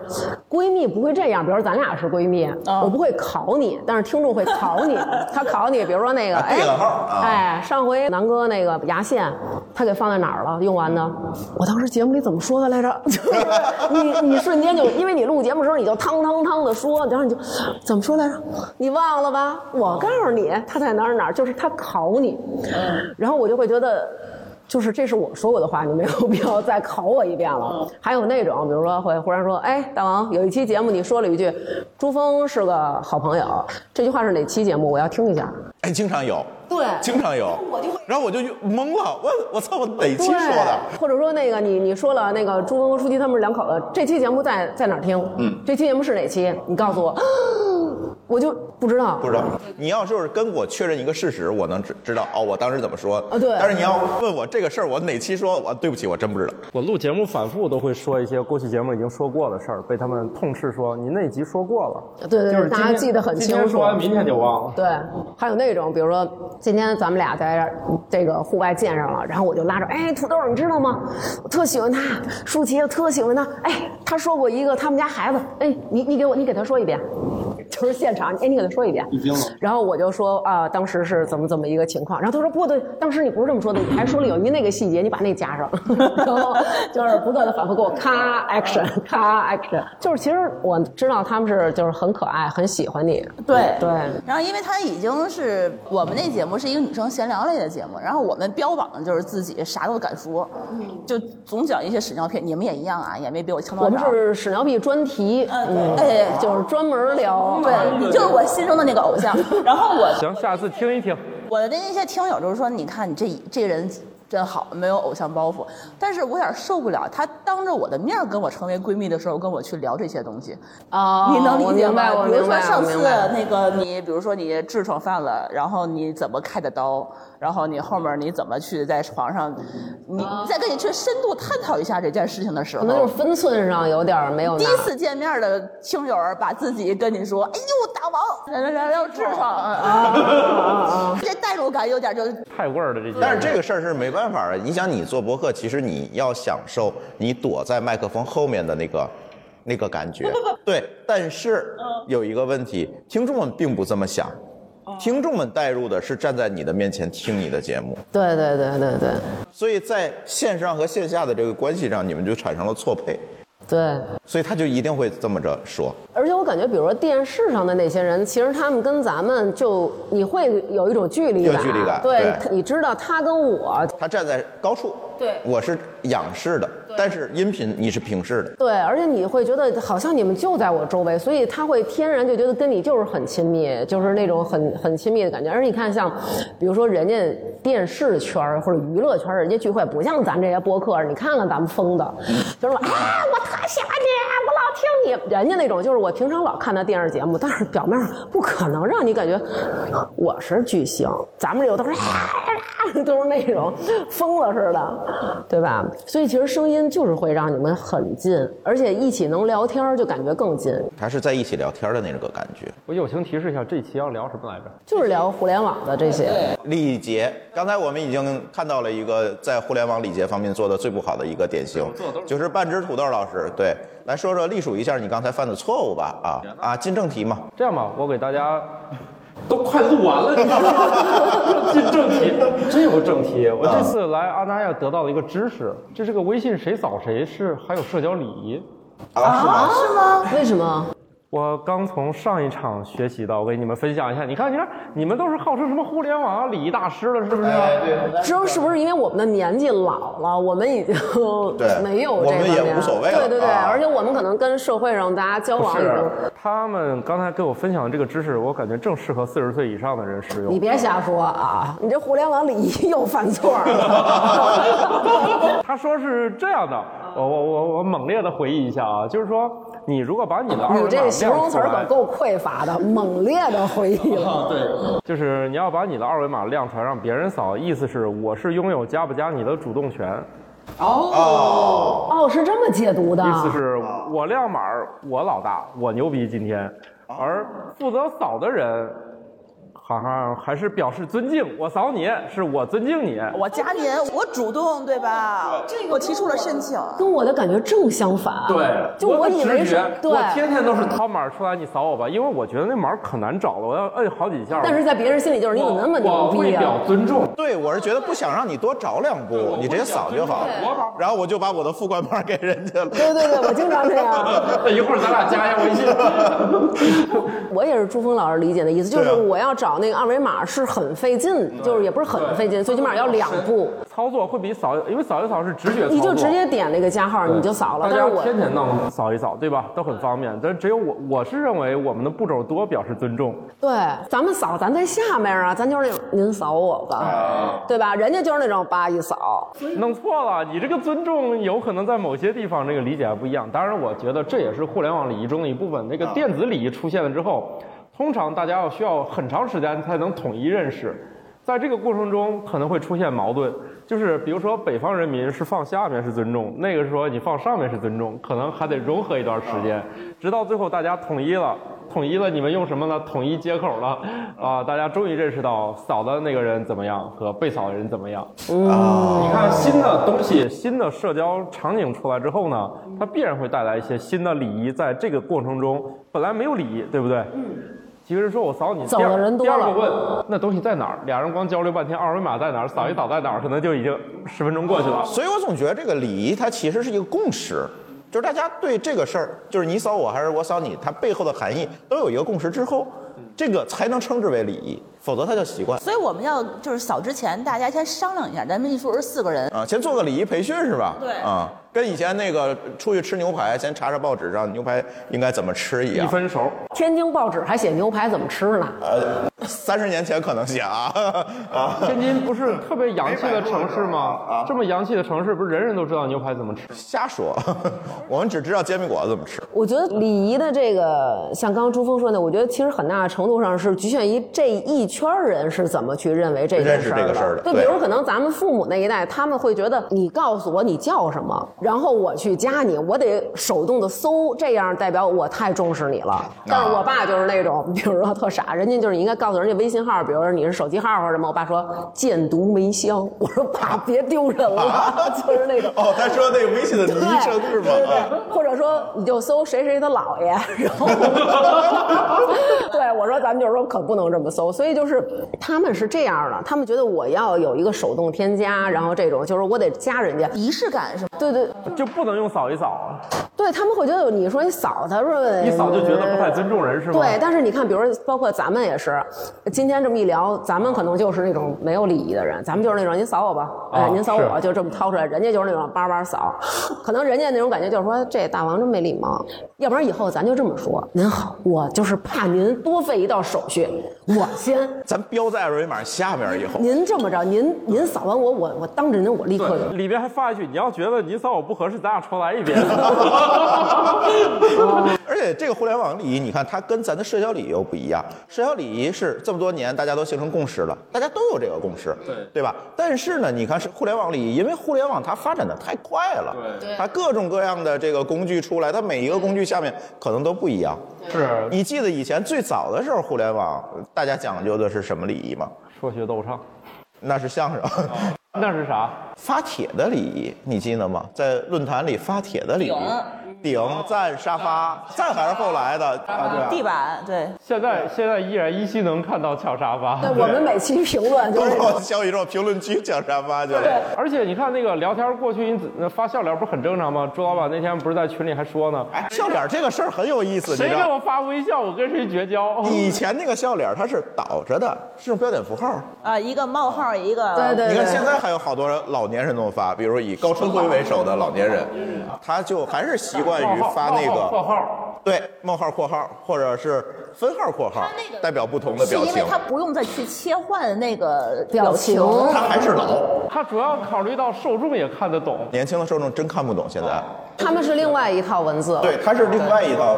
Speaker 9: 闺蜜不会这样，比如咱俩是闺蜜，我不会考你，但是听众会考 你。他考你，比如说那个，
Speaker 7: 啊
Speaker 9: 哎
Speaker 7: 对了号啊，
Speaker 9: 哎，上回南哥那个牙线，他给放在哪儿了？用完呢？我当时节目里怎么说的来着？ 就是你你瞬间就因为你录节目的时候你就汤汤汤的说，然后你就怎么说来着？你忘了吧？我告诉你，他在哪儿哪儿，就是他考你，然后我就会觉得。就是这是我说过的话，你没有必要再考我一遍了。
Speaker 8: 嗯
Speaker 9: 还有那种，比如说会忽然说，哎，大王，有一期节目你说了一句“朱峰是个好朋友”，这句话是哪期节目？我要听一下。
Speaker 7: 哎，经常有，
Speaker 9: 对，
Speaker 7: 经常有。然后我就懵了，我我操，我哪期
Speaker 9: 对，
Speaker 7: 说的？
Speaker 9: 或者说那个你你说了那个朱峰和舒淇他们两口子，这期节目在在哪儿听？嗯，这期节目是哪期？你告诉我。我就不知道
Speaker 7: 不知道。你要就是跟我确认一个事实，我能知知道哦，我当时怎么说
Speaker 9: 啊对
Speaker 7: 但是你要问我这个事儿，我哪期说，我对不起，我真不知道。
Speaker 8: 我录节目反复都会说一些过去节目已经说过的事儿，被他们痛斥说你那集说过了。
Speaker 9: 对对
Speaker 8: 就是今
Speaker 9: 对，
Speaker 8: 天
Speaker 9: 呃大家记得很清楚。
Speaker 8: 今天说完，明天就忘了。
Speaker 9: 对，还有那种，比如说今天咱们俩在这儿这个户外见上了，然后我就拉着，哎，土豆，你知道吗？我特喜欢他，舒淇，我特喜欢他。哎，他说过一个他们家孩子，哎，你你给我，你给他说一遍， 就是现场，哎，你给他说一遍。然后我就说啊，当时是怎么怎么一个情况。然后他说不对，当时你不是这么说的，你还说了有一那个细节，你把那加上。 然后就是不断的反复给我咔 action 咔 action，就是其实我知道他们是就是很可爱，很喜欢你。
Speaker 6: 对
Speaker 9: 对。
Speaker 6: 然后，因为他已经是我们那节目是一个女生闲聊类的节目，然后我们标榜的就是自己啥都敢说，就总讲一些屎尿屁。你们也一样啊，也没比我强
Speaker 9: 我
Speaker 6: 多
Speaker 9: 们
Speaker 6: 少。
Speaker 9: 是屎尿屁专题，嗯，
Speaker 6: 哎
Speaker 9: 就是专门聊，
Speaker 6: 对，就是我心中的那个 偶像。然后我
Speaker 8: 行，下次听一听。
Speaker 6: 我的那些听友就是说，你看你这这个人真好，没有偶像包袱。但是我有点受不了，她当着我的面跟我成为闺蜜的时候，跟我去聊这些东西。
Speaker 9: 啊，
Speaker 6: 你能
Speaker 9: 我
Speaker 6: 理解
Speaker 9: 明
Speaker 6: 吗
Speaker 9: 白，？我
Speaker 6: 比如
Speaker 9: 明
Speaker 6: 说
Speaker 9: 白，我
Speaker 6: 上次
Speaker 9: 明白。
Speaker 6: 那个你，比如说你痔疮犯了，然后你怎么开的刀，然后你后面你怎么去在床上，你再跟你去深度探讨一下这件事情的时
Speaker 9: 可能就
Speaker 6: 候
Speaker 9: 是。分寸上有点没有拿
Speaker 6: 第一次见面的听友儿把自己跟你说，哎呦大王，聊聊聊聊痔疮 啊，这代入感有点就
Speaker 8: 太味儿了这集。
Speaker 7: 但是这个事儿是没办法的。你想，你做播客，其实你要享受你躲在麦克风后面的那个那个感觉。对，但是有一个问题，听众们并不这么想。听众们带入的是站在你的面前听你的节目，
Speaker 9: 对对对对对
Speaker 7: 所以在线上和线下的这个关系上，你们就产生了错配，
Speaker 9: 对。
Speaker 7: 所以他就一定会这么着说。
Speaker 9: 而且我感觉，比如说电视上的那些人，其实他们跟咱们就你会有一种距离感，
Speaker 7: 有距离感
Speaker 9: 对，
Speaker 7: 对
Speaker 9: 你知道他跟我，
Speaker 7: 他站在高处，
Speaker 9: 对
Speaker 7: 我是仰视的，但是音频你是平视的。
Speaker 9: 对，而且你会觉得好像你们就在我周围，所以他会天然就觉得跟你就是很亲密，就是那种很很亲密的感觉。而且你看像，比如说人家电视圈儿或者娱乐圈儿，人家聚会不像咱这些播客，你看看咱们疯的，就是说啊，我特喜欢你，我老听你。人家那种就是我平常老看的电视节目，但是表面上不可能让你感觉我是巨星，咱们这 有都是哎都是那种疯了似的，对吧？所以其实声音就是会让你们很近，而且一起能聊天儿就感觉更近，
Speaker 7: 他是在一起聊天的那个感觉。
Speaker 8: 我友情提示一下，这期要聊什么来着？
Speaker 9: 就是聊互联网的这些。
Speaker 7: 礼节，刚才我们已经看到了一个在互联网礼节方面做的最不好的一个典型，就是半只土豆老师。对，来说说隶属一下你刚才犯的错误吧。啊啊，进正题嘛。
Speaker 8: 这样吧，我给大家。 都快录完了，你知道 吗？这正题真有正题。我这次来阿那亚得到了一个知识，这是个微信谁扫谁是还有社交礼仪。
Speaker 7: 啊，是吗？
Speaker 9: 为什么？
Speaker 8: 我刚从上一场学习到，我给你们分享一下。你看，你看，你们都是号称什么互联网礼仪大师了，是不是？
Speaker 9: 知道是不是因为我们的年纪老了，我们已经
Speaker 7: 对
Speaker 9: 没有
Speaker 7: 我
Speaker 9: 这
Speaker 7: 们也
Speaker 9: 方面
Speaker 7: 无所谓了
Speaker 9: 对对对，
Speaker 7: 啊
Speaker 9: 而且我们可能跟社会上大家交往已经。
Speaker 8: 是，他们刚才给我分享的这个知识，我感觉正适合四十岁以上的人使用。
Speaker 9: 你别瞎说啊！你这互联网礼仪又犯错儿
Speaker 8: 他说是这样的，我我我我猛烈的回忆一下啊，就是说，你如果把你的二维码
Speaker 9: 你这个
Speaker 8: 亮
Speaker 9: 形容词儿
Speaker 8: 出
Speaker 9: 可
Speaker 8: 来啊
Speaker 9: 够匮乏的，猛烈的回忆了。
Speaker 8: 就是你要把你的二维码亮出来让别人扫，意思是我是拥有加不加你的主动权，
Speaker 9: 啊哦，是这么解读的。
Speaker 8: 意思是我亮码儿我老大，我牛逼今天，而负责扫的人。好像还是表示尊敬，我扫你是我尊敬你，
Speaker 6: 我加您，我主动，对吧？我提出了申请。
Speaker 9: 跟我的感觉正相反。啊就我
Speaker 8: 的
Speaker 9: 以为
Speaker 8: 直
Speaker 9: 是
Speaker 8: 觉
Speaker 9: 对
Speaker 8: 我，天天都是掏码儿出来，你扫我吧，因为我觉得那码儿可难找了，我要摁好几下。
Speaker 9: 但是在别人心里就是你怎么那么牛
Speaker 8: 我为
Speaker 9: 逼
Speaker 8: 表
Speaker 9: 啊？
Speaker 8: 尊重，
Speaker 7: 对，我是觉得不想让你多找两步，你直接扫就好了。然后我就把我的付款码给人家了。
Speaker 9: 对对对，我经常 这样。
Speaker 8: 那 一会儿咱俩加一下微信。
Speaker 9: 我也是朱峰老师理解的意思，就是
Speaker 7: 对啊
Speaker 9: 我要找那个二维码是很费劲，就是也不是很费劲，最起码要两步，
Speaker 8: 操作会比扫，因为扫一扫是直觉操作，
Speaker 9: 你就直接点那个加号，你就扫了。
Speaker 8: 大
Speaker 9: 但
Speaker 8: 家
Speaker 9: 是我
Speaker 8: 天天弄扫一扫，对吧？都很方便。但只有我，我是认为我们的步骤多表示尊重。
Speaker 9: 对，咱们扫，咱在下面啊，咱就是那种您扫我吧，对吧？人家就是那种叭一扫，
Speaker 8: 弄错了，你这个尊重有可能在某些地方这个理解还不一样。当然，我觉得这也是互联网礼仪中的一部分。这个电子礼仪出现了之后，通常大家要需要很长时间才能统一认识，在这个过程中可能会出现矛盾，就是比如说北方人民是放下面是尊重，那个是说你放上面是尊重，可能还得融合一段时间，直到最后大家统一了，统一了你们用什么呢？统一接口了，啊、大家终于认识到扫的那个人怎么样和被扫的人怎么样。你看新的东西、新的社交场景出来之后呢，它必然会带来一些新的礼仪，在这个过程中本来没有礼仪，对不对？其实说我扫你，
Speaker 9: 嗯走的
Speaker 8: 第二
Speaker 9: 人多了
Speaker 8: 第二个问那东西在哪儿？俩人光交流半天，二维码在哪儿？扫一扫在哪儿？可能就已经十分钟过去了。
Speaker 9: 哦
Speaker 7: 所以我总觉得这个礼仪它其实是一个共识，就是大家对这个事儿，就是你扫我还是我扫你，它背后的含义都有一个共识之后，这个才能称之为礼仪，否则它叫习惯。
Speaker 6: 所以我们要就是扫之前，大家先商量一下，咱们一说是四个人，
Speaker 7: 啊，先做个礼仪培训是吧？
Speaker 6: 对
Speaker 7: 啊，跟以前那个出去吃牛排，先查查报纸上牛排应该怎么吃一样。
Speaker 8: 一分熟，
Speaker 9: 天津报纸还写牛排怎么吃呢？
Speaker 7: 呃，三十年前可能写啊 啊，
Speaker 8: 天津不是特别洋气的城市吗？这么洋气的城市，不是人人都知道牛排怎么吃？
Speaker 7: 瞎说， 我们只知道煎饼果子怎么吃。
Speaker 9: 我觉得礼仪的这个，像刚刚朱峰说的，我觉得其实很大程度上是局限于这一圈儿人是怎么去认为这件
Speaker 7: 认
Speaker 9: 事
Speaker 7: 识
Speaker 9: 儿
Speaker 7: 这个事儿的
Speaker 9: 对，
Speaker 7: 对
Speaker 9: 比如可能咱们父母那一代，他们会觉得你告诉我你叫什么，然后我去加你，我得手动的搜，这样代表我太重视你
Speaker 7: 啊
Speaker 9: 了。但是我爸就是那种， 比如说特傻，人家就是你应该告诉人家微信号，比如说你是手机号或者什么。我爸说箭毒梅香，我说爸别丢人了， 就是那种。
Speaker 7: 哦，他说那个微信的礼仪设置吗？
Speaker 9: 对对
Speaker 7: 啊，
Speaker 9: 对，或者说你就搜谁谁他姥 爷，然后， 对我说咱们就是说可不能这么搜，所以就是他们是这样的，他们觉得我要有一个手动添加，然后这种就是我得加人家，
Speaker 6: 仪式感是吗？
Speaker 9: 对对
Speaker 8: 就不能用扫一扫啊，
Speaker 9: 对，他们会觉得你说你扫他说
Speaker 8: 一扫就觉得不太尊重人是吗？
Speaker 9: 对，但是你看，比如说包括咱们也是，今天这么一聊，咱们可能就是那种没有礼仪的人，咱们就是那种您扫我吧，
Speaker 8: 啊
Speaker 9: 哎，您扫我
Speaker 8: 是
Speaker 9: 就这么掏出来，人家就是那种叭叭扫，可能人家那种感觉就是说这大王真没礼貌，要不然以后咱就这么说，您好，我就是怕您多费一道手续，我先。
Speaker 7: 咱标在二维码下面以后，
Speaker 9: 您这么着，您您扫完我，我我当着您，我立刻就
Speaker 8: 对，里边还发一句：“你要觉得你扫我不合适，咱俩重来 一遍。
Speaker 7: 而且这个互联网礼仪，你看它跟咱的社交礼仪又不一样。社交礼仪是这么多年大家都形成共识了，大家都有这个共识，对对吧？但是呢，你看是互联网礼仪，因为互联网它发展的太快了，对，它各种各样的这个工具出来，它每一个工具下面可能都不一样。”
Speaker 8: 是
Speaker 7: 你记得以前最早的时候，互联网大家讲究的是什么礼仪吗？
Speaker 8: 说学逗唱，
Speaker 7: 那是相声。
Speaker 8: 那是啥？
Speaker 7: 发帖的礼仪，你记得吗？在论坛里发帖的礼仪，顶赞沙发，
Speaker 8: 啊
Speaker 7: 赞还是后来的啊？对啊，
Speaker 6: 地板对，
Speaker 8: 现在现在依然依稀能看到翘沙发。
Speaker 9: 对我们每期评论就是
Speaker 7: 都跑小宇宙评论区讲沙发去了。
Speaker 8: 而且你看那个聊天过去，你那发笑脸不是很正常吗？朱老板那天不是在群里还说呢，
Speaker 7: 哎，笑脸这个事儿很有意思，你
Speaker 8: 谁
Speaker 7: 知
Speaker 8: 给
Speaker 7: 道？
Speaker 8: 我发微笑，我跟谁绝交。
Speaker 7: 以前那个笑脸它是倒着的，是用标点符号。
Speaker 6: 啊，一个冒号，一个
Speaker 9: 对对
Speaker 7: 你
Speaker 9: 对
Speaker 7: 看，现在还有好多人老年人这么发，比如以高春辉为首的老年人，他就还是习惯于
Speaker 8: 哦
Speaker 7: 发那
Speaker 8: 嗯冒号
Speaker 7: 个
Speaker 8: 冒号，
Speaker 7: 对冒号括号或者是分号括号，代表不同的
Speaker 6: 是
Speaker 7: 表
Speaker 6: 因为
Speaker 7: 情。
Speaker 6: 他不用再去切换那个
Speaker 9: 表情
Speaker 7: 他还是老，
Speaker 8: 哦他主要考虑到受众也看得懂。
Speaker 7: 年轻的受众真看不懂现在。
Speaker 9: 他们是另外一套文字，
Speaker 7: 对，他是另外一套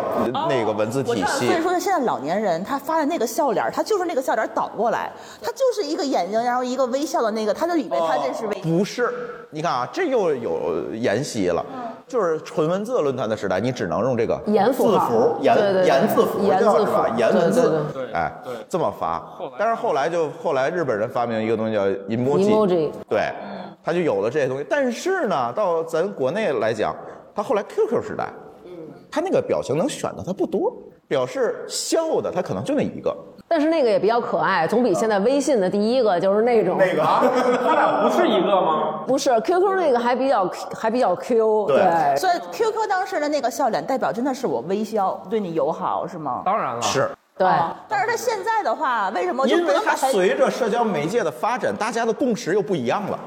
Speaker 7: 那个文字
Speaker 6: 我
Speaker 7: 体
Speaker 6: 知
Speaker 9: 哦
Speaker 6: 道，所
Speaker 7: 系
Speaker 6: 以。说现在老年人他发的那个笑脸，他就是那个笑脸倒过来，他就是一个眼睛，然后一个微笑的那个，他就以为他这是微。
Speaker 7: 不是，你看啊，这又有沿袭了，
Speaker 9: 嗯
Speaker 7: 就是纯文字论坛的时代，你只能用这个
Speaker 9: 颜符
Speaker 7: 字
Speaker 9: 号
Speaker 7: 符、颜
Speaker 9: 对对对
Speaker 7: 颜字符
Speaker 9: 颜
Speaker 7: 叫
Speaker 9: 字
Speaker 7: 是吧
Speaker 9: 符？
Speaker 7: 颜文
Speaker 9: 对
Speaker 7: 字
Speaker 9: 对，
Speaker 7: 哎，这么发。但是后来就后来日本人发明一个东西叫 emoji，
Speaker 9: emoji 嗯
Speaker 7: 对，他就有了这些东西。但是呢，到咱国内来讲，他后来 QQ 时代，
Speaker 9: 嗯
Speaker 7: 他那个表情能选的他不多，表示笑的他可能就那一个。
Speaker 9: 但是那个也比较可爱，总比现在微信的第一个就是那种
Speaker 7: 那个
Speaker 8: 他俩不是一个吗？
Speaker 9: 不是 QQ 那个还比较还比较 Q，
Speaker 7: 对
Speaker 9: 对，
Speaker 6: 所以 QQ 当时的那个笑脸代表真的是我微笑，对你友好是吗？
Speaker 8: 当然了，
Speaker 7: 是。
Speaker 9: 对
Speaker 6: 啊但是他现在的话，为什么就
Speaker 7: 因
Speaker 6: 不
Speaker 7: 为
Speaker 6: 能
Speaker 7: 它
Speaker 6: 把它
Speaker 7: 随着社交媒介的发展，大家的共识又不一样了。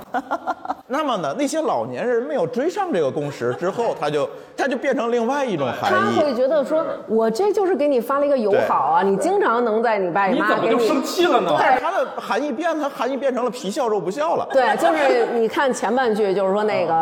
Speaker 7: 那么呢，那些老年人没有追上这个共识之后，他就他就变成另外一种含
Speaker 9: 他会
Speaker 7: 义。
Speaker 9: 觉得说，我这就是给你发了一个友好啊，你经常能在你爸你
Speaker 8: 你
Speaker 9: 妈
Speaker 8: 怎么
Speaker 9: 给
Speaker 8: 就
Speaker 9: 你
Speaker 8: 生气了呢？
Speaker 7: 但是它的含义变，它含义变成了皮笑肉不笑了。
Speaker 9: 对，就是你看前半句，就是说那个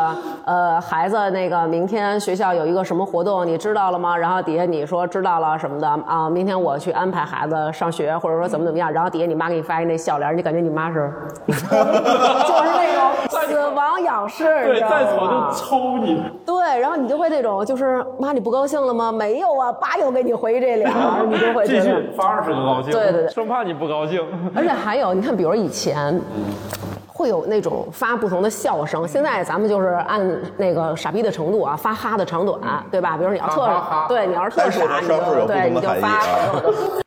Speaker 8: 嗯
Speaker 9: 呃，孩子那个明天学校有一个什么活动，你知道了吗？然后底下你说知道了什么的啊，明天我去安排孩子上学，或者说怎么怎么样，然后底下你妈给你发一那笑脸，你感觉你 妈是，就是那种死亡仰视，你
Speaker 8: 对，
Speaker 9: 知道
Speaker 8: 再瞅
Speaker 9: 吗
Speaker 8: 就抽你。
Speaker 9: 对，然后你就会那种就是妈你不高兴了吗？没有啊，爸又给你回这脸，你就会觉
Speaker 8: 继
Speaker 9: 得
Speaker 8: 续发二十个高兴，
Speaker 9: 对对对
Speaker 8: 生怕你不高兴。
Speaker 9: 而且还有，你看，比如以前。会有那种发不同的笑声，现在咱们就是按那个傻逼的程度啊，发哈的长短，对吧？比如你要特
Speaker 8: 哈哈哈
Speaker 9: 对，你要是特
Speaker 7: 但是
Speaker 9: 傻，
Speaker 7: 它
Speaker 9: 你
Speaker 7: 稍微有
Speaker 9: 就
Speaker 7: 不
Speaker 9: 对
Speaker 7: 同
Speaker 9: 你
Speaker 7: 的
Speaker 9: 就
Speaker 7: 含义
Speaker 9: 发。
Speaker 7: 啊。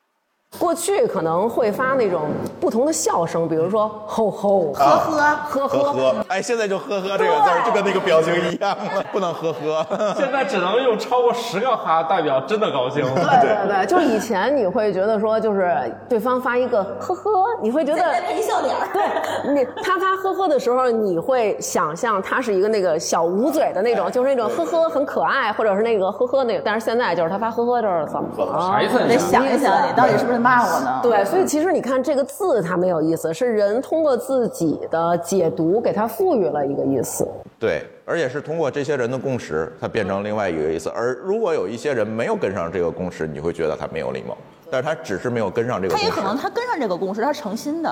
Speaker 9: 过去可能会发那种不同的笑声，比如说吼吼、呵呵呵
Speaker 7: 啊呵
Speaker 9: 呵，
Speaker 7: 呵，哎，现在就呵呵这个字儿就跟那个表情一样了，不能呵呵。
Speaker 8: 现在只能用超过十个哈代表真的高兴。
Speaker 9: 对对对，就是以前你会觉得说，就是对方发一个呵呵，你会觉得
Speaker 6: 再配一笑脸儿，
Speaker 9: 你他发呵呵的时候，你会想象他是一个那个小捂嘴的那种，就是那种呵呵很可爱，或者是那个呵呵那个。但是现在就是他发呵呵就是怎么了？啊
Speaker 8: 孩子
Speaker 6: 得想一想，你到底是不是骂我呢？
Speaker 9: 对，所以其实你看这个字它没有意思，是人通过自己的解读给它赋予了一个意思。
Speaker 7: 对，而且是通过这些人的共识，它变成另外一个意思。而如果有一些人没有跟上这个共识，你会觉得他没有礼貌，但是他只是没有跟上这个
Speaker 6: 他
Speaker 7: 共识
Speaker 6: 也可能他跟上这个共识，他是诚心的。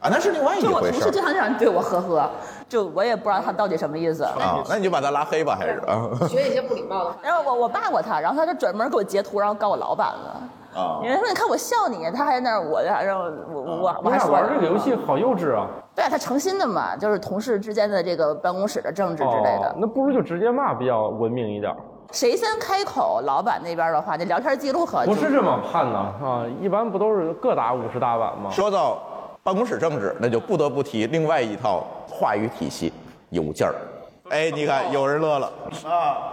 Speaker 7: 啊，那是另外一
Speaker 6: 就我
Speaker 7: 回
Speaker 6: 同
Speaker 7: 事
Speaker 6: 事经
Speaker 7: 儿
Speaker 6: 常这样对我呵呵，就我也不知道他到底什么意思。
Speaker 7: 啊。那你就把他拉黑吧，还是啊
Speaker 4: 学一些不礼貌的话。
Speaker 6: 然后我我骂过他，然后他就专门给我截图，然后告我老板了。
Speaker 7: 啊
Speaker 6: 你说你看我笑你，他还在那儿我然后我我我
Speaker 8: 啊你
Speaker 6: 还
Speaker 8: 俩
Speaker 6: 说
Speaker 8: 哎玩这个游戏好幼稚啊！
Speaker 6: 对啊，他诚心的嘛，就是同事之间的这个办公室的政治之类的
Speaker 8: 哦，。那不如就直接骂比较文明一点。
Speaker 6: 谁先开口，老板那边的话，那聊天记录可就
Speaker 8: 不
Speaker 6: 是
Speaker 8: 这么判的啊，一般不都是各打五十大板吗？
Speaker 7: 说到办公室政治，那就不得不提另外一套话语体系——邮件儿。哎，你看，有人乐了。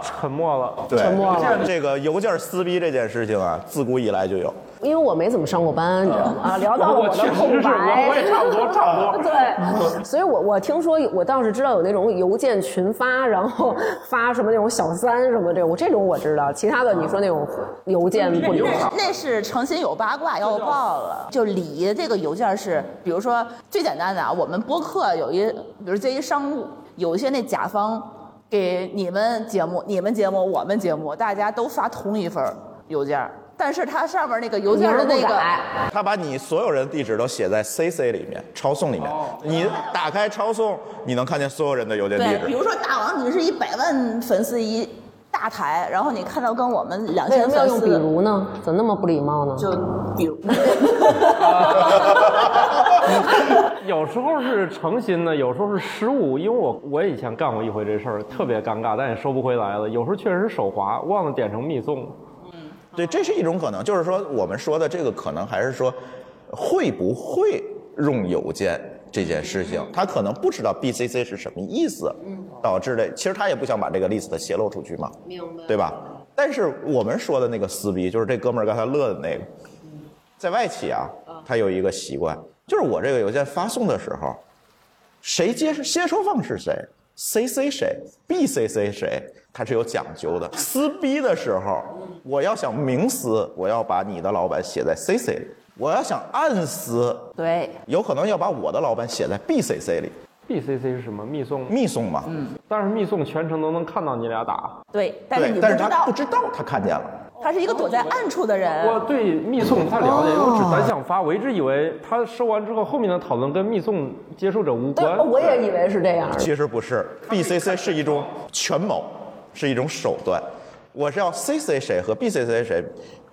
Speaker 8: 沉默了，
Speaker 7: 对，
Speaker 9: 沉默了
Speaker 7: 像这个邮件儿撕逼这件事情啊，自古以来就有。
Speaker 9: 因为我没怎么上过班，你知道吗？啊，聊到了
Speaker 8: 我
Speaker 9: 的
Speaker 8: 确
Speaker 9: 空
Speaker 8: 实是
Speaker 9: 白，
Speaker 8: 我我也差不多差不多
Speaker 9: 对，所以我我听说有，我倒是知道有那种邮件群发，然后发什么那种小三什么这种，这种我知道。其他的你说那种邮件不知道。
Speaker 6: 那是诚心有八卦要报了。就礼仪这个邮件是，比如说最简单的啊，我们播客有一，比如接一商务，有一些那甲方给你们节目、你们节目、我们节目，大家都发同一份儿邮件儿，但是它上面那个邮件的那
Speaker 9: 名儿不
Speaker 6: 个。
Speaker 9: 改
Speaker 7: 他把你所有人地址都写在 CC 里面，抄送里面。
Speaker 6: 哦
Speaker 7: 你打开抄送，你能看见所有人的邮件地
Speaker 6: 对，比
Speaker 7: 址
Speaker 6: 如。说大王，你是一百万粉丝一大台，然后你看到跟我们两
Speaker 9: 为什
Speaker 6: 千
Speaker 9: 么要
Speaker 6: 粉
Speaker 9: 用比
Speaker 6: 丝，
Speaker 9: 如呢？怎么那么不礼貌呢？
Speaker 6: 就比 如，
Speaker 8: 有时候是诚心的，有时候是失误。因为我我以前干过一回这事儿，特别尴尬，但也收不回来了。有时候确实是手滑，忘了点成密送。
Speaker 7: 对，这是一种可能，就是说我们说的这个可能还是说会不会用邮件这件事情，他可能不知道 BCC 是什么意思，导致的。其实他也不想把这个 list 泄露出去嘛，明白，对吧？但是我们说的那个撕逼，就是这哥们儿刚才乐的那个，在外企啊，他有一个习惯，就是我这个邮件发送的时候，谁接接收方是谁，CC 谁，BCC 谁，它是有讲究的。撕逼的时候，我要想明撕，我要把你的老板写在 CC 里；我要想暗撕，
Speaker 6: 对，
Speaker 7: 有可能要把我的老板写在 BCC 里，
Speaker 8: BCC 是什么？密送，
Speaker 7: 密送嘛。
Speaker 8: 但是密送全程都能看到你俩打。
Speaker 6: 对，嗯但是
Speaker 7: 对
Speaker 6: 你，不
Speaker 7: 但是
Speaker 6: 知
Speaker 7: 他
Speaker 6: 道
Speaker 7: 不，知道，他看见了。
Speaker 6: 他是一个躲在暗处的人。
Speaker 8: 我对密送不太了解，因为我只单向发，我一直以为他收完之后，后面的讨论跟密送接受者无
Speaker 9: 对
Speaker 8: 关，。
Speaker 9: 我也以为是这样的。
Speaker 7: 其实不是，BCC 是一种权谋，是一种手段。我是要 CC 谁和 BCC 谁，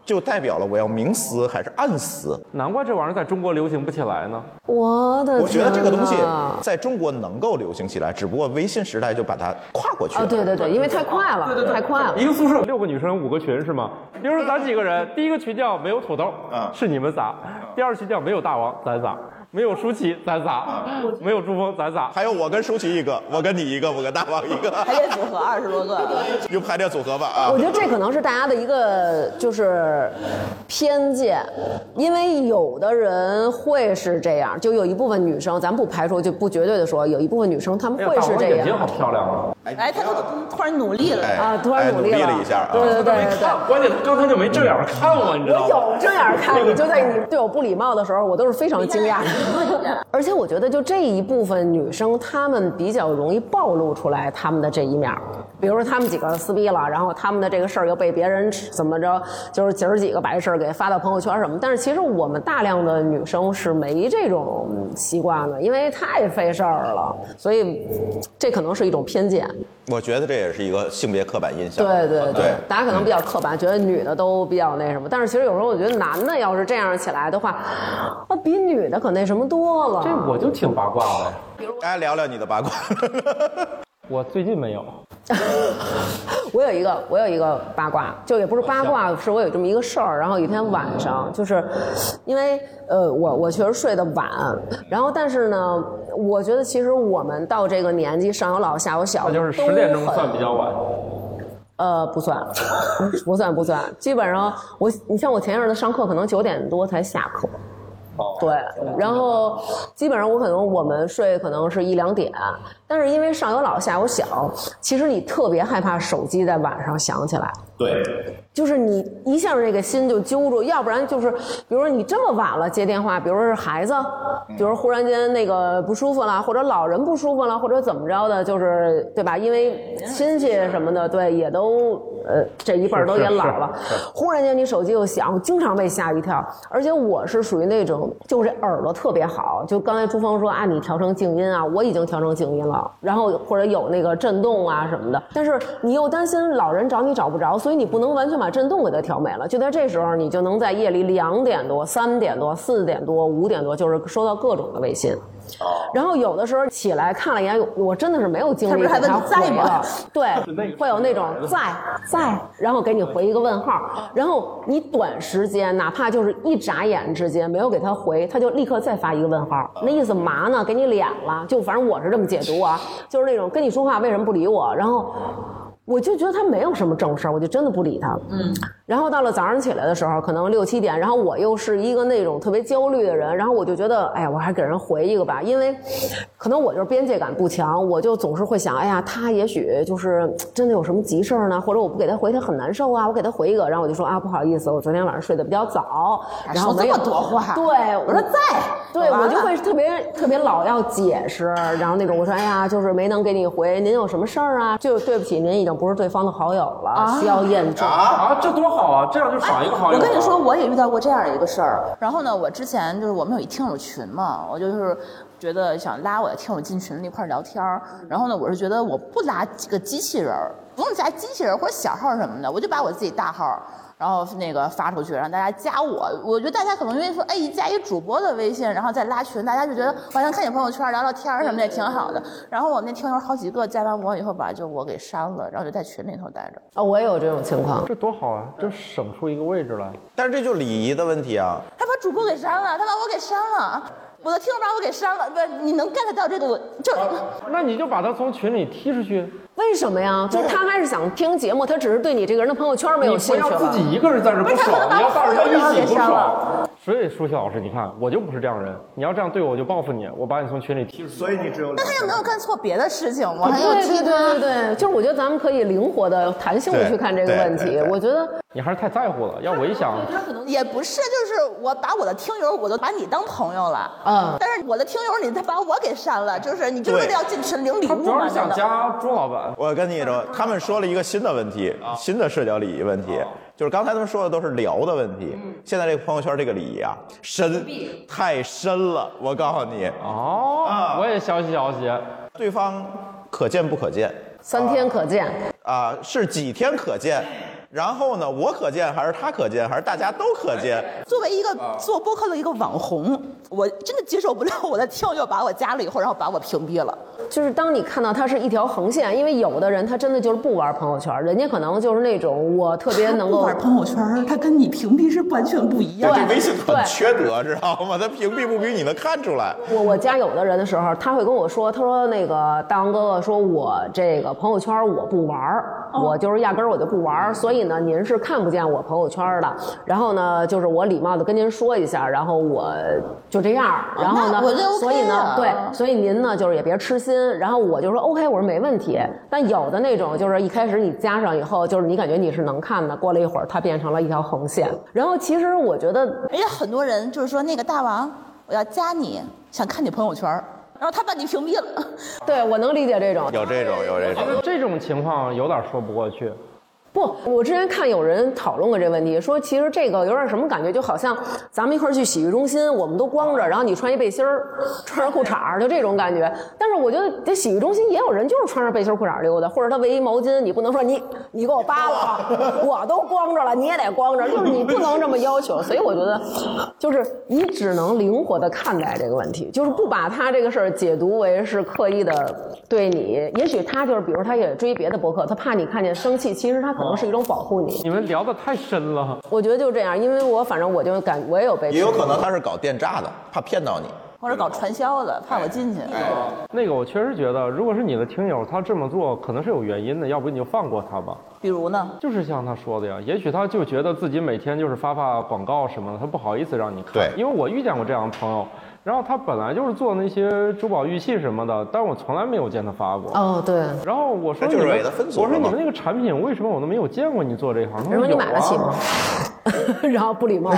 Speaker 7: 就代表了我要明撕还是暗撕。
Speaker 8: 难怪这玩意儿在中国流行不起来呢。
Speaker 9: 我的天哪，啊
Speaker 7: 我觉得这个东西在中国能够流行起来，只不过微信时代就把它跨过去了。
Speaker 9: 啊，对对对，因为太快了，太快了
Speaker 8: 一。个宿舍六个女生五个群是吗？比
Speaker 9: 啊
Speaker 8: 如说咱几个人，第一个群叫没有土豆，是你们仨；第二群叫没有大王，咱仨；没有舒淇，咱仨；
Speaker 9: 啊
Speaker 8: 没有朱峰，咱仨。
Speaker 10: 还有我跟舒淇一个，我跟你一个，我跟大王一个，
Speaker 6: 排列组合二十多个，
Speaker 10: 就排列组合吧啊。
Speaker 9: 我觉得这可能是大家的一个就是偏见，因为有的人会是这样，就有一部分女生，咱不排除就不绝对的说，有一部分女生她们
Speaker 8: 哎呀，
Speaker 9: 会
Speaker 8: 大
Speaker 9: 是
Speaker 8: 王
Speaker 9: 这
Speaker 8: 眼睛
Speaker 9: 样
Speaker 8: 好漂亮啊！
Speaker 6: 哎，他都突然努力了，
Speaker 9: 啊，突然
Speaker 10: 哎
Speaker 9: 努力
Speaker 10: 了一下啊。
Speaker 9: 对对对
Speaker 8: 哎
Speaker 9: 对对。
Speaker 8: 看，关键他刚才就没正眼看我，你知道
Speaker 9: 我
Speaker 8: 吗？
Speaker 9: 有正眼看你，就在你对我不礼貌的时候，我都是非常惊讶的。 而且我觉得，就这一部分女生，她们比较容易暴露出来她们的这一面儿，比如说她们几个撕逼了，然后她们的这个事儿又被别人怎么着，就是姐儿几个把这事儿给发到朋友圈什么。但是其实我们大量的女生是没这种习惯的，因为太费事儿了，所以这可能是一种偏见。
Speaker 7: 我觉得这也是一个性别刻板印象。
Speaker 9: 对对
Speaker 7: 对
Speaker 9: 大家可能比较刻板，觉得女的都比较那什么，但是其实有时候我觉得男的要是这样起来的话，啊，比女的可那什么多了。
Speaker 8: 这我就挺八卦的。
Speaker 7: 哎，聊聊你的八卦。
Speaker 8: 我最近没有，
Speaker 9: 我有一个，我有一个八卦，就也不是八卦，是我有这么一个事儿。然后有一天晚上，就是因为呃，我我确实睡得晚，然后但是呢，我觉得其实我们到这个年纪，上有老下有小，
Speaker 8: 那就是
Speaker 9: 都
Speaker 8: 十点钟
Speaker 9: 很
Speaker 8: 算比较晚。
Speaker 9: 呃，不算，不算，不算。基本上我，你像我前一阵儿的上课，可能九点多才下课。对，然后基本上我可能我们睡可能是一两点，但是因为上有老下有小，其实你特别害怕手机在晚上响起来。
Speaker 10: 对，
Speaker 9: 就是你一下这个心就揪住，要不然就是，比如说你这么晚了接电话，比如说是孩子，比如说忽然间那个不舒服了，或者老人不舒服了，或者怎么着的，就是对吧？因为亲戚什么的，对，也都呃这一辈儿都也老了，忽然间你手机又响，经常被吓一跳。而且我是属于那种，就是耳朵特别好，就刚才朱峰说啊，你调成静音啊，我已经调成静音了，然后或者有那个震动啊什么的，但是你又担心老人找你找不着，所以你不能完全把震动给它调没了。就在这时候，你就能在夜里两点多、三点多、四点多、五点多，就是收到各种的微信。然后有的时候起来看了一眼，我真的是没有精
Speaker 6: 他不
Speaker 9: 力
Speaker 6: 是还
Speaker 9: 给
Speaker 6: 问
Speaker 9: 他
Speaker 6: 你在
Speaker 9: 回
Speaker 6: 吗嗯
Speaker 9: 了，
Speaker 8: 是那
Speaker 9: 对，
Speaker 8: 个
Speaker 9: 会有那种在在，然后给你回一个问
Speaker 8: 嗯
Speaker 9: 号，然后你短时间哪怕就是一眨眼之间没有给他回，他就立刻再发一个问号，
Speaker 8: 嗯
Speaker 9: 那意思嘛呢？给你脸了，就反正我是这么解读啊，就是那种跟你说话为什么不理我，然后。我就觉得他没有什么正事儿，我就真的不理他。嗯，然后到了早上起来的时候，可能六七点，然后我又是一个那种特别焦虑的人，然后我就觉得，哎呀，我还给人回一个吧，因为可能我就是边界感不强，我就总是会想，哎呀，他也许就是嘖真的有什么急事儿呢，或者我不给他回他很难受啊，我给他回一个，然后我就说啊，不好意思，我昨天晚上睡得比较早，然后
Speaker 6: 说
Speaker 9: 没
Speaker 6: 这
Speaker 9: 有
Speaker 6: 么多话，
Speaker 9: 对，
Speaker 6: 我说在，
Speaker 9: 对，
Speaker 6: 完
Speaker 9: 我就
Speaker 6: 了
Speaker 9: 会特别特别老要解释，然后那种我说哎呀，就是没能给你回，您有什么事儿啊？就对不起，您已经不是对方的好友了，需要验证。
Speaker 8: 啊，这多好啊！这样就
Speaker 9: 哎
Speaker 8: 少一个好友。啊
Speaker 6: 我跟你说，，我也遇到过这样一个事儿。然后呢，我之前就是我们有一听友群嘛，我就是觉得想拉我的听友进群里一块儿聊天儿。然后呢，我是觉得我不拉几个机器人儿，不用加机器人儿或者小号儿什么的，我就把我自己大号儿。然后那个发出去，让大家加我。我觉得大家可能因为说，哎，一加一主播的微信，然后再拉群，大家就觉得晚上看你朋友圈聊聊天儿什么的也挺好的。然后我那听友好几个加完我以后吧，就我给删了，然后就在群里头待着。
Speaker 9: 啊，我也有这种情况。
Speaker 8: 这多好啊！这省出一个位置来。
Speaker 7: 但是这就是礼仪的问题啊。
Speaker 6: 他把主播给删了，他把我给删了，我的听众把我给删了。不是，你能 get 到这个？我就
Speaker 8: 那你就把他从群里踢出去，
Speaker 9: 为什么呀？就是他还是想听节目，他只是对你这个人的朋友圈没
Speaker 8: 你
Speaker 9: 有
Speaker 8: 不
Speaker 9: 兴趣
Speaker 8: 要自
Speaker 9: 了。
Speaker 8: 己一个人在这不
Speaker 6: 不是他
Speaker 8: 爽，
Speaker 6: 把
Speaker 8: 你要带着他
Speaker 6: 我
Speaker 8: 一
Speaker 6: 给
Speaker 8: 起不
Speaker 6: 删
Speaker 8: 爽
Speaker 6: 了。
Speaker 8: 所以，舒淇老师，你看，我就不是这样人。你要这样对我，我就报复你，我把你从群里踢出去。
Speaker 2: 所以你只有
Speaker 6: 那他又没有干错别的事情，我还要
Speaker 9: 对
Speaker 6: 听
Speaker 9: 对对对对，就是我觉得咱们可以灵活的、弹性的去看这个问
Speaker 7: 对
Speaker 9: 题
Speaker 7: 对。对
Speaker 9: 我觉得
Speaker 8: 你还是太在乎了。要我一想，
Speaker 6: 也不是，就是我把我的听友，我都把你当朋友了，
Speaker 9: 嗯
Speaker 6: 但是我的听友你他把我给删了，就是你就是为了要进群领礼
Speaker 8: 他
Speaker 6: 物
Speaker 8: 主要
Speaker 6: 嘛，
Speaker 8: 是
Speaker 6: 真
Speaker 8: 想
Speaker 6: 的
Speaker 8: 加朱老板。
Speaker 7: 我跟你说，他们说了一个新的问题，新的社交礼仪问题，就是刚才他们说的都是聊的问题，现在这个朋友圈这个礼仪啊，深太深了。我告诉你，
Speaker 8: 哦，我也消息消息。
Speaker 7: 对方可见不可见啊
Speaker 9: 三天可见，
Speaker 7: 啊？是几天可见？然后呢，我可见还是他可见，还是大家都可见？
Speaker 6: 作为一个
Speaker 8: 啊
Speaker 6: 做播客的一个网红，我真的接受不了我的听友把我加了以后，然后把我屏蔽了。
Speaker 9: 就是当你看到它是一条横线，因为有的人他真的就是不玩朋友圈，人家可能就是那种我特别 能够
Speaker 6: 玩朋友圈，他跟你屏蔽是完全不一
Speaker 7: 对
Speaker 6: 样。
Speaker 7: 这微信很
Speaker 9: 对
Speaker 7: 缺德，知道吗？他屏蔽不比你能看出来。
Speaker 9: 我我加有的人的时候，他会跟我说，他说那个大王哥哥说我这个朋友圈我不玩儿，
Speaker 6: 哦
Speaker 9: 我就是压根儿我就不玩儿，所以呢您是看不见我朋友圈的。然后呢，就是我礼貌的跟您说一下，然后我就这样儿。然后呢，
Speaker 6: 那我就 OK
Speaker 9: 所以呢
Speaker 6: 了，
Speaker 9: 对，所以您呢就是也别痴心。然后我就说 OK，我说没问题。但有的那种就是一开始你加上以后，就是你感觉你是能看的，过了一会儿它变成了一条横线。然后其实我觉得
Speaker 6: 而且很多人就是说那个大王，我要加你，想看你朋友圈儿，然后他把你屏蔽了。
Speaker 9: 对我能理解这种，
Speaker 7: 有这种，有这种。
Speaker 8: 这种情况有点说不过去。
Speaker 9: 不，我之前看有人讨论过这问题，说其实这个有点什么感觉，就好像咱们一块儿去洗浴中心，我们都光着，然后你穿一背心儿，穿上裤衩儿，就这种感觉。但是我觉得这洗浴中心也有人就是穿上背心儿裤衩儿溜达，或者他围一毛巾，你不能说你你给我扒了， 我都光着了，你也得光着，就是你不能这么要求。所以我觉得，就是你只能灵活的看待这个问题，就是不把他这个事儿解读为是刻意的对你。也许他就是，比如他也追别的博客，他怕你看见生气，其实他可能是一种保护你。
Speaker 8: 你们聊的太深了，
Speaker 9: 我觉得就这样，因为我反正我就感我也有被
Speaker 7: 也有可能他是搞电诈的，怕骗到你。
Speaker 6: 或者搞传销的，怕我进去。
Speaker 8: 那个我确实觉得，如果是你的听友，他这么做可能是有原因的，要不你就放过他吧。
Speaker 6: 比如呢？
Speaker 8: 就是像他说的呀，也许他就觉得自己每天就是发发广告什么的，他不好意思让你看。
Speaker 7: 对
Speaker 8: 因为我遇见过这样的朋友，然后他本来就是做那些珠宝玉器什么的，但我从来没有见他发过。
Speaker 9: 哦，对，
Speaker 8: 然后我说
Speaker 7: 那
Speaker 8: 你
Speaker 7: 就是
Speaker 8: 们，
Speaker 7: 啊给他分组
Speaker 8: 我说
Speaker 7: 了
Speaker 8: 你
Speaker 7: 嘛
Speaker 8: 们那个产品为什么我都没有见过你做这一行？他说
Speaker 9: 人说你
Speaker 8: 有
Speaker 9: 买得起
Speaker 8: 啊
Speaker 9: 吗？ 然后不礼貌，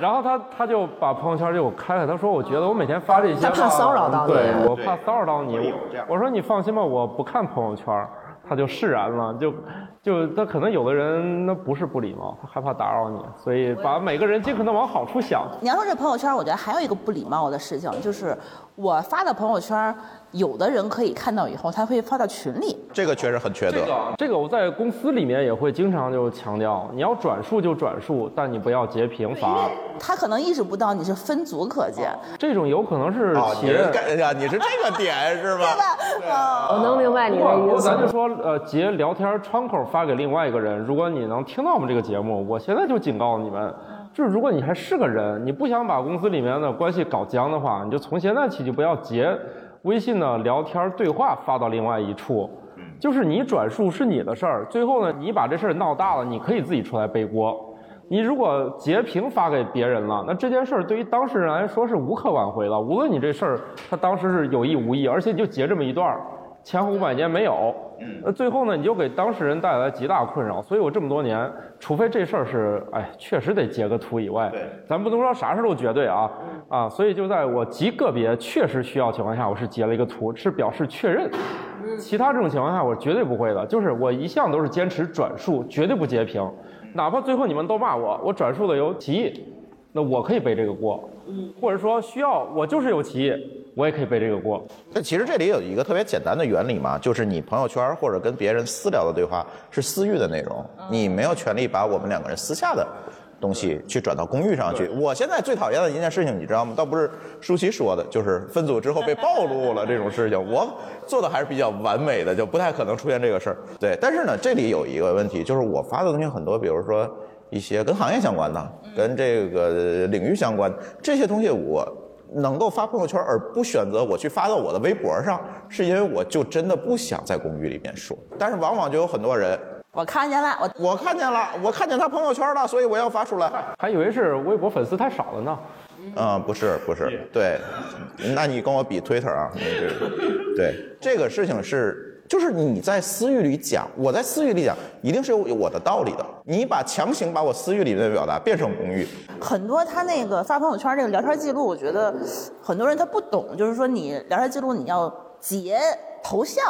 Speaker 8: 然后他他就把朋友圈就给我开了，他说我觉得我每天发这些吧，
Speaker 9: 他怕骚扰到你
Speaker 8: 对我怕骚扰到你。我我说你放心吧，我不看朋友圈儿，他就释然了，就就他可能有的人那不是不礼貌，他害怕打扰你，所以把每个人尽可能往好处想。
Speaker 6: 你要说这朋友圈，我觉得还有一个不礼貌的事情，就是我发的朋友圈，有的人可以看到以后，他会发到群里。
Speaker 7: 这个确实很缺德。
Speaker 8: 这个我在公司里面也会经常就强调，你要转述就转述，但你不要截屏发。
Speaker 6: 他可能意识不到你是分组可见，
Speaker 8: 这种有可能是
Speaker 7: 哦，
Speaker 8: 企
Speaker 7: 你
Speaker 8: 业
Speaker 7: 是干呀？你是这个点是吧？
Speaker 9: 我能明白你
Speaker 8: 不
Speaker 9: 的
Speaker 8: 过
Speaker 9: 意思
Speaker 8: 咱。就说，呃，截聊天窗口发给另外一个人，如果你能听到我们这个节目，我现在就警告你们，就是如果你还是个人，你不想把公司里面的关系搞僵的话，你就从现在起就不要截微信的聊天对话发到另外一处。
Speaker 9: 嗯
Speaker 8: 就是你转述是你的事儿，最后呢，你把这事儿闹大了，你可以自己出来背锅。你如果截屏发给别人了，那这件事儿对于当事人来说是无可挽回了。无论你这事儿他当时是有意无意，而且你就截这么一段儿，前后五百年没有，那最后呢，你就给当事人带来极大困扰。所以我这么多年，除非这事儿是，哎，确实得截个图以外，咱不能说啥事儿都绝对啊啊。所以就在我极个别确实需要情况下，我是截了一个图，是表示确认。其他这种情况下，我绝对不会的。就是我一向都是坚持转述，绝对不截屏，哪怕最后你们都骂我，我转述的有歧义，那我可以背这个锅。或者说需要我就是有歧义，我也可以背这个锅。
Speaker 7: 那其实这里有一个特别简单的原理嘛，就是你朋友圈或者跟别人私聊的对话是私域的内容，你没有权利把我们两个人私下的东西去转到公域上去。我现在最讨厌的一件事情，你知道吗？倒不是舒淇说的，就是分组之后被暴露了这种事情，我做的还是比较完美的，就不太可能出现这个事儿。对，但是呢，这里有一个问题，就是我发的东西很多，比如说一些跟行业相关的、跟这个领域相关这些东西，我能够发朋友圈而不选择我去发到我的微博上，是因为我就真的不想在公寓里面说。但是往往就有很多人，
Speaker 6: 我看见了，我
Speaker 7: 我看见了，我看见他朋友圈了，所以我要发出来。
Speaker 8: 还以为是微博粉丝太少了呢。
Speaker 7: 嗯，不是不是，对，那你跟我比 Twitter 啊，你这对这个事情是，就是你在私域里讲，我在私域里讲，一定是有有我的道理的。你把强行把我私域里面的表达变成公域，
Speaker 6: 很多他那个发朋友圈这个聊天记录，我觉得很多人他不懂，就是说你聊天记录你要截头像。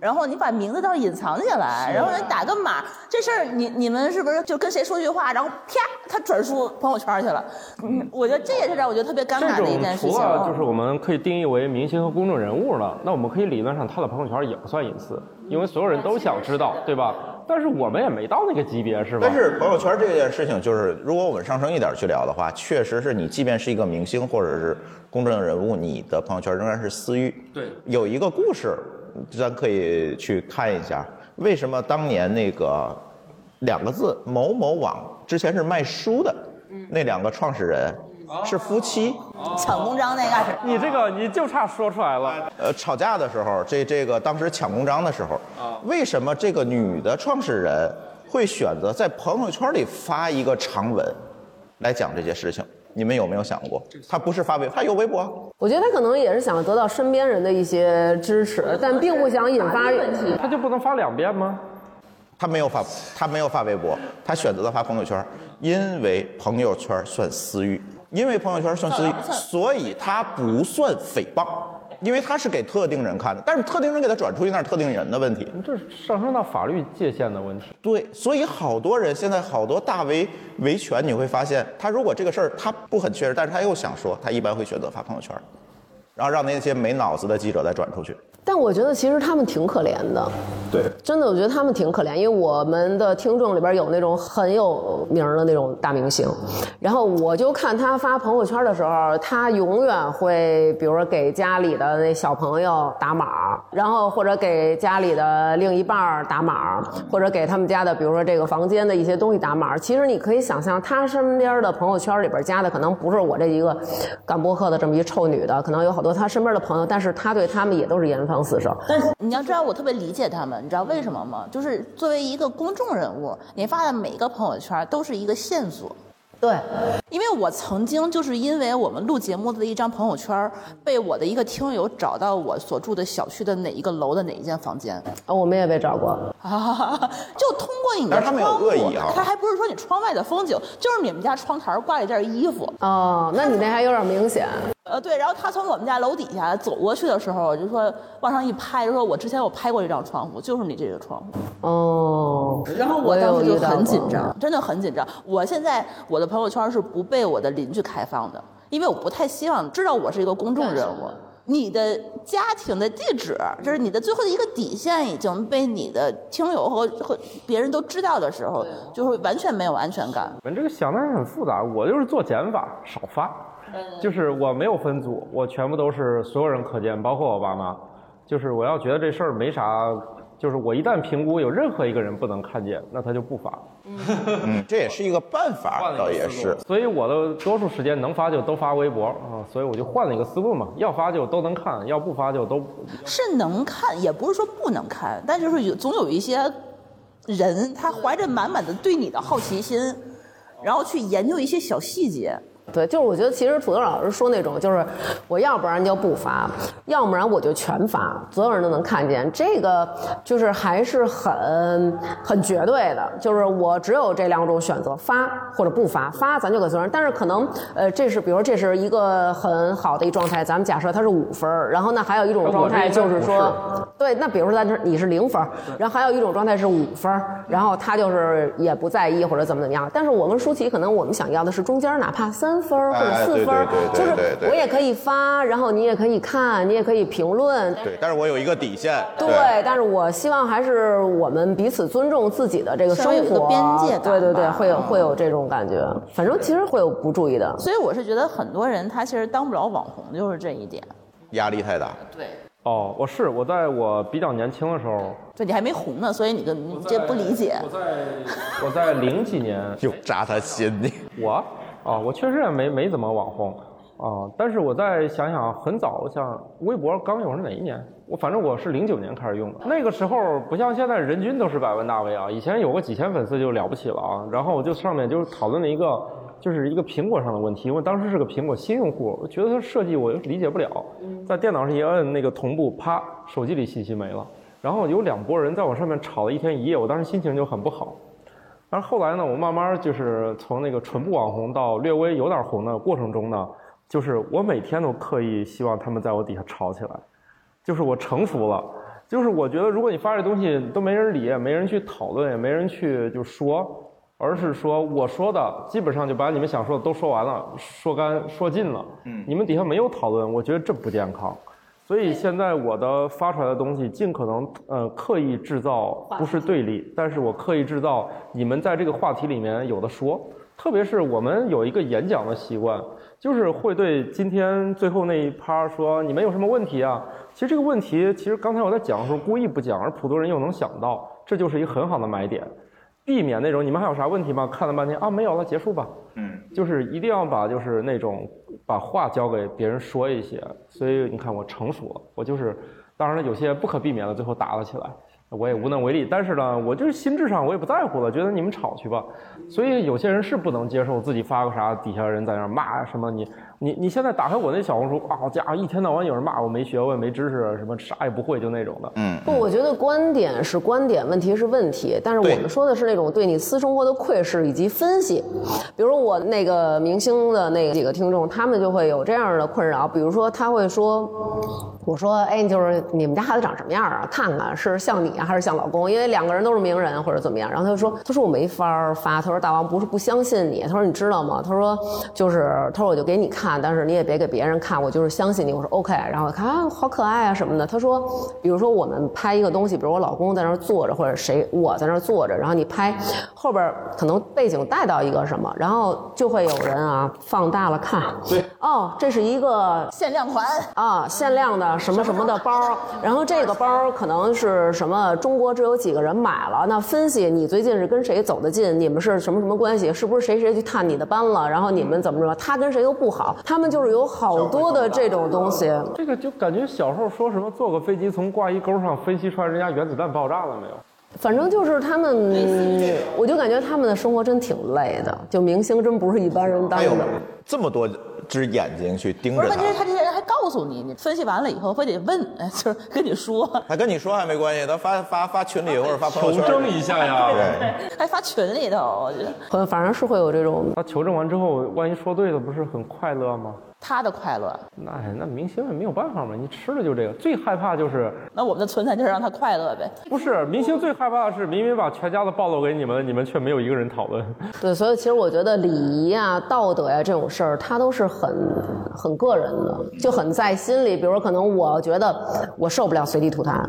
Speaker 6: 然后你把名字倒是隐藏起来，然后人打个码，这事儿你你们是不是就跟谁说句话，然后啪，他转述朋友圈去了？嗯，我觉得这也是让我觉得特别尴
Speaker 8: 这
Speaker 6: 尬
Speaker 8: 种
Speaker 6: 的一件事情
Speaker 8: 除。了就是我们可以定义为明星和公众人物了，那我们可以理论上他的朋友圈也不算隐私，因为所有人都想知道，对吧？但是我们也没到那个级别，是吧？
Speaker 7: 但是朋友圈这件事情，就是如果我们上升一点去聊的话，确实是你即便是一个明星或者是公众人物，你的朋友圈仍然是私域。
Speaker 8: 对，
Speaker 7: 有一个故事，咱可以去看一下，为什么当年那个两个字某某网之前是卖书的，
Speaker 8: 嗯
Speaker 7: 那两个创始人
Speaker 8: 哦
Speaker 7: 是夫妻。
Speaker 6: 抢公章那个是
Speaker 8: 你这个你就差说出来了。
Speaker 7: 呃，吵架的时候，这这个当时抢公章的时候，为什么这个女的创始人会选择在朋友圈里发一个长文，来讲这些事情？你们有没有想过？她不是发微，她有微博，
Speaker 9: 我觉得他可能也是想得到身边人的一些支持，但并不想引发问题。
Speaker 8: 他就不能发两遍吗？
Speaker 7: 她没有发，她没有发微博，她选择了发朋友圈，因为朋友圈算私域，因为朋友圈算私域，所以她不算诽谤。因为她是给特定人看的，但是特定人给她转出去那是特定人的问题。
Speaker 8: 这是上升到法律界限的问题。
Speaker 7: 对，所以好多人现在好多大 V 维权，你会发现，他如果这个事儿他不很确实，但是他又想说，他一般会选择发朋友圈，然后让那些没脑子的记者再转出去。
Speaker 9: 但我觉得其实他们挺可怜的，
Speaker 7: 对，
Speaker 9: 真的，我觉得他们挺可怜，因为我们的听众里边有那种很有名儿的那种大明星，然后我就看他发朋友圈的时候，他永远会，比如说给家里的那小朋友打码，然后或者给家里的另一半儿打码，或者给他们家的，比如说这个房间的一些东西打码。其实你可以想象，他身边的朋友圈里边加的可能不是我这一个干播客的这么一臭女的，可能有好多他身边的朋友，但是他对他们也都是严防死守。
Speaker 6: 但是你要知道，我特别理解他们，你知道为什么吗？就是作为一个公众人物，你发的每一个朋友圈都是一个线索。
Speaker 9: 对，
Speaker 6: 因为我曾经就是因为我们录节目的一张朋友圈，被我的一个听友找到我所住的小区的哪一个楼的哪一间房间，
Speaker 9: 啊，我们也被找过，
Speaker 6: 啊，就通过你的
Speaker 7: 但是他
Speaker 6: 窗
Speaker 7: 没
Speaker 6: 户，
Speaker 7: 有恶意啊
Speaker 6: 他还不是说你窗外的风景，就是你们家窗台挂了一件衣服，
Speaker 9: 哦，那你那还有点明显。
Speaker 6: 呃，对，然后他从我们家楼底下走过去的时候，我就说往上一拍，就说我之前我拍过这张窗户，就是你这个窗户。
Speaker 9: 哦，
Speaker 6: 嗯然后我当时
Speaker 9: 也有
Speaker 6: 就
Speaker 9: 遇到
Speaker 6: 很紧
Speaker 9: 过
Speaker 6: 张，真的很紧张。我现在我的朋友圈是不被我的邻居开放的，因为我不太希望知道我是一个公众人物。你的家庭的地址，就是你的最后的一个底线，已经被你的听友和和别人都知道的时候，
Speaker 9: 啊
Speaker 6: 就会完全没有安全感。
Speaker 8: 我们这个想的还很复杂，我就是做减法，少发，
Speaker 7: 嗯
Speaker 8: 就是我没有分组，我全部都是所有人可见，包括我爸妈。就是我要觉得这事儿没啥，就是我一旦评估有任何一个人不能看见，那他就不发。
Speaker 7: 嗯，这也是一个办法，倒也是。
Speaker 8: 所以我的多数时间能发就都发微博啊，所以我就换了一个思路嘛，要发就都能看，要不发就都
Speaker 6: 是能看，也不是说不能看，但就是有总有一些人，他怀着满满的对你的好奇心，然后去研究一些小细节。
Speaker 9: 对，就是我觉得其实土豆老师说那种，就是我要不然就不发，要不然我就全发，所有人都能看见。这个就是还是很很绝对的，就是我只有这两种选择，发或者不发。发咱就给所有人，但是可能呃，这是比如说这是一个很好的一状态，咱们假设它是五分儿，然后那还有一种状态就是
Speaker 8: 哎我这应该
Speaker 9: 说
Speaker 8: 不是。
Speaker 9: 对，那比如说咱这你是零分儿，然后还有一种状态是五分儿，然后他就是也不在意或者怎么怎么样。但是我跟舒淇可能我们想要的是中间儿哪怕三分儿或者
Speaker 7: 哎
Speaker 9: 四
Speaker 7: 对
Speaker 9: 分儿，
Speaker 7: 对对对
Speaker 9: 就是
Speaker 7: 对对
Speaker 9: 我也可以发，然后你也可以看，你也可以评论。
Speaker 7: 对，但是我有一个底线。
Speaker 9: 对，但是我希望还是我们彼此尊重自己的这个
Speaker 6: 稍微有
Speaker 9: 生
Speaker 6: 一个
Speaker 9: 活，
Speaker 6: 边界感
Speaker 9: 对对对，
Speaker 6: 吧嗯
Speaker 9: 会有会有这种感觉。反正其实会有不注意的，
Speaker 6: 所以我是觉得很多人他其实当不了网红，就是这一点。
Speaker 7: 压力太大。
Speaker 8: 哦，我是我在我比较年轻的时候，
Speaker 6: 对你还没红呢，所以你就你这不理解。
Speaker 8: 我在零几年，
Speaker 7: 又扎他心里。
Speaker 6: 嗯
Speaker 8: 我啊、我确实也没没怎么网红啊、但是我再想想，很早，我想微博刚有是哪一年？我反正我是零九年开始用的，那个时候不像现在人均都是百万大 V 啊，以前有个几千粉丝就了不起了啊。然后我就上面就是讨论了一个，就是一个苹果上的问题，因为当时是个苹果新用户，我觉得它设计我理解不了，在电脑上一摁那个同步，啪，手机里信息没了。然后有两拨人在我上面吵了一天一夜，我当时心情就很不好。但是后来呢，我慢慢就是从那个纯不网红到略微有点红的过程中呢，就是我每天都刻意希望他们在我底下吵起来，就是我臣服了。就是我觉得，如果你发这东西都没人理，也没人去讨论，也没人去就说，而是说我说的基本上就把你们想说的都说完了，说干说尽了。嗯，你们底下没有讨论，我觉得这不健康。所以现在我的发出来的东西，尽可能呃刻意制造不是对立，但是我刻意制造你们在这个话题里面有的说。特别是我们有一个演讲的习惯，就是会对今天最后那一趴说你们有什么问题啊？其实这个问题，其实刚才我在讲的时候故意不讲，而普通人又能想到，这就是一个很好的买点，避免那种你们还有啥问题吗？看了半天啊没有了，结束吧。
Speaker 11: 嗯，
Speaker 8: 就是一定要把就是那种把话交给别人说一些，所以你看我成熟了，我就是，当然了，有些不可避免的最后打了起来，我也无能为力。但是呢，我就是心智上我也不在乎了，觉得你们吵去吧。所以有些人是不能接受自己发个啥，底下人在那儿骂什么你你你现在打开我那小红书，啊好家伙，一天到晚有人骂我没学问、没知识，什么啥也不会，就那种的。嗯，
Speaker 9: 不，我觉得观点是观点，问题是问题。但是我们说的是那种对你私生活的窥视以及分析。比如我那个明星的那几个听众，他们就会有这样的困扰。比如说他会说，我说，哎，就是你们家孩子长什么样啊？看看是像你啊，还是像老公？因为两个人都是名人或者怎么样。然后他就说，他说我没法儿发。他说大王不是不相信你，他说你知道吗？他说就是，他说我就给你看，但是你也别给别人看，我就是相信你。我说 OK，然后我看啊，好可爱啊什么的。他说，比如说我们拍一个东西，比如我老公在那儿坐着，或者谁我在那儿坐着，然后你拍后边儿可能背景带到一个什么，然后就会有人啊放大了看，哦，这是一个
Speaker 6: 限量款，
Speaker 9: 啊，限量的什么什么的包，然后这个包可能是什么中国只有几个人买了，那分析你最近是跟谁走得近，你们是什么什么关系，是不是谁谁去探你的班了，然后你们怎么着，他跟谁又不好，他们就是有好多的这种东西。
Speaker 8: 这个就感觉小时候说什么坐个飞机从挂衣钩上分析出来人家原子弹爆炸了没有？
Speaker 9: 反正就是他们，我就感觉他们的生活真挺累的，就明星真不是一般人当
Speaker 7: 还有
Speaker 9: 的。
Speaker 7: 哎这么多只眼睛去盯
Speaker 6: 不
Speaker 7: 着
Speaker 6: 是
Speaker 7: 他
Speaker 6: 问题，是他这些人还告诉你，你分析完了以后非得问，哎就是跟你说，
Speaker 7: 他跟你说还没关系，他发发发群里或者发朋友圈
Speaker 8: 求证一下呀
Speaker 7: 对，
Speaker 6: 还发群里头，我觉得
Speaker 9: 呃，反正是会有这种，
Speaker 8: 他求证完之后，万一说对了，不是很快乐吗？
Speaker 6: 他的快乐。
Speaker 8: 那哎那明星也没有办法嘛，你吃了就这个。最害怕就是
Speaker 6: 那我们的存在就是让他快乐呗。
Speaker 8: 不是明星最害怕的是明明把全家都暴露给你们，你们却没有一个人讨论。
Speaker 9: 对，所以其实我觉得礼仪啊、道德呀、这种事儿，它都是很很个人的，就很在心里。比如说可能我觉得我受不了随地吐痰，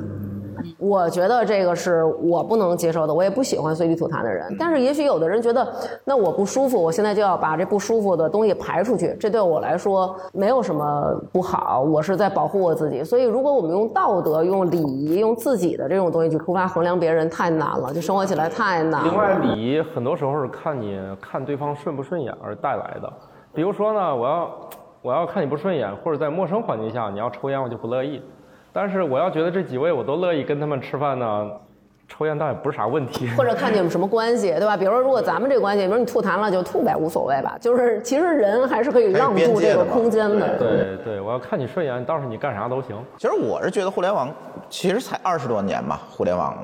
Speaker 9: 我觉得这个是我不能接受的，我也不喜欢随地吐痰的人。但是也许有的人觉得，那我不舒服，我现在就要把这不舒服的东西排出去，这对我来说没有什么不好，我是在保护我自己。所以，如果我们用道德、用礼仪、用自己的这种东西去出发衡量别人，太难了，就生活起来太难 了。
Speaker 8: 另外，礼仪很多时候是看你看对方顺不顺眼而带来的。比如说呢，我要我要看你不顺眼，或者在陌生环境下你要抽烟，我就不乐意。但是我要觉得这几位我都乐意跟他们吃饭呢，抽烟倒也不是啥问题。
Speaker 9: 或者看你们什么关系，对吧？比如说，如果咱们这关系，比如你吐痰了就吐呗，无所谓吧。就是其实人还是可以让渡这个空间的。
Speaker 8: 对对，我要看你顺眼，倒是你干啥都行。
Speaker 7: 其实我是觉得互联网其实才二十多年吧，互联网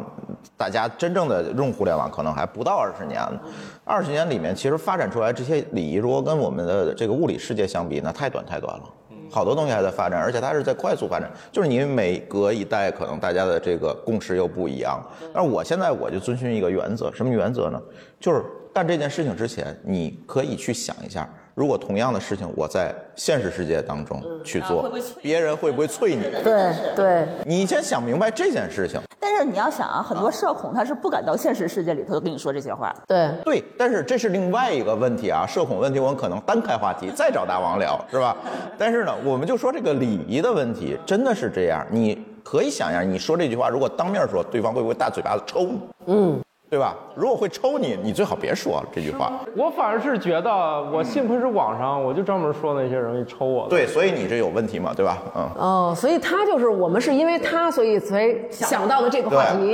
Speaker 7: 大家真正的用互联网可能还不到二十年呢。二十年里面，其实发展出来这些礼仪，如果跟我们的这个物理世界相比，那太短太短了。好多东西还在发展，而且它是在快速发展。就是你每隔一代，可能大家的这个共识又不一样。但是我现在我就遵循一个原则，什么原则呢？就是干这件事情之前，你可以去想一下，如果同样的事情我在现实世界当中去做，别人嗯啊会不会 啐你？
Speaker 9: 对对，
Speaker 7: 你先想明白这件事情。
Speaker 6: 但是你要想啊，很多社恐他是不敢到现实世界里头跟你说这些话。
Speaker 9: 对，
Speaker 7: 对，但是这是另外一个问题啊，社恐问题我们可能单开话题再找大王聊，是吧？但是呢，我们就说这个礼仪的问题，真的是这样。你可以想一下，你说这句话，如果当面说，对方会不会大嘴巴子抽你？
Speaker 9: 嗯，
Speaker 7: 对吧？如果会抽你，你最好别说了这句话。
Speaker 9: 嗯
Speaker 8: 我反而是觉得，我幸亏是网上，我就专门说那些容易抽我的。
Speaker 7: 对，所以你这有问题嘛，对吧？嗯。
Speaker 9: 哦，所以他就是我们是因为他，所以才想到的这个话
Speaker 7: 对
Speaker 9: 题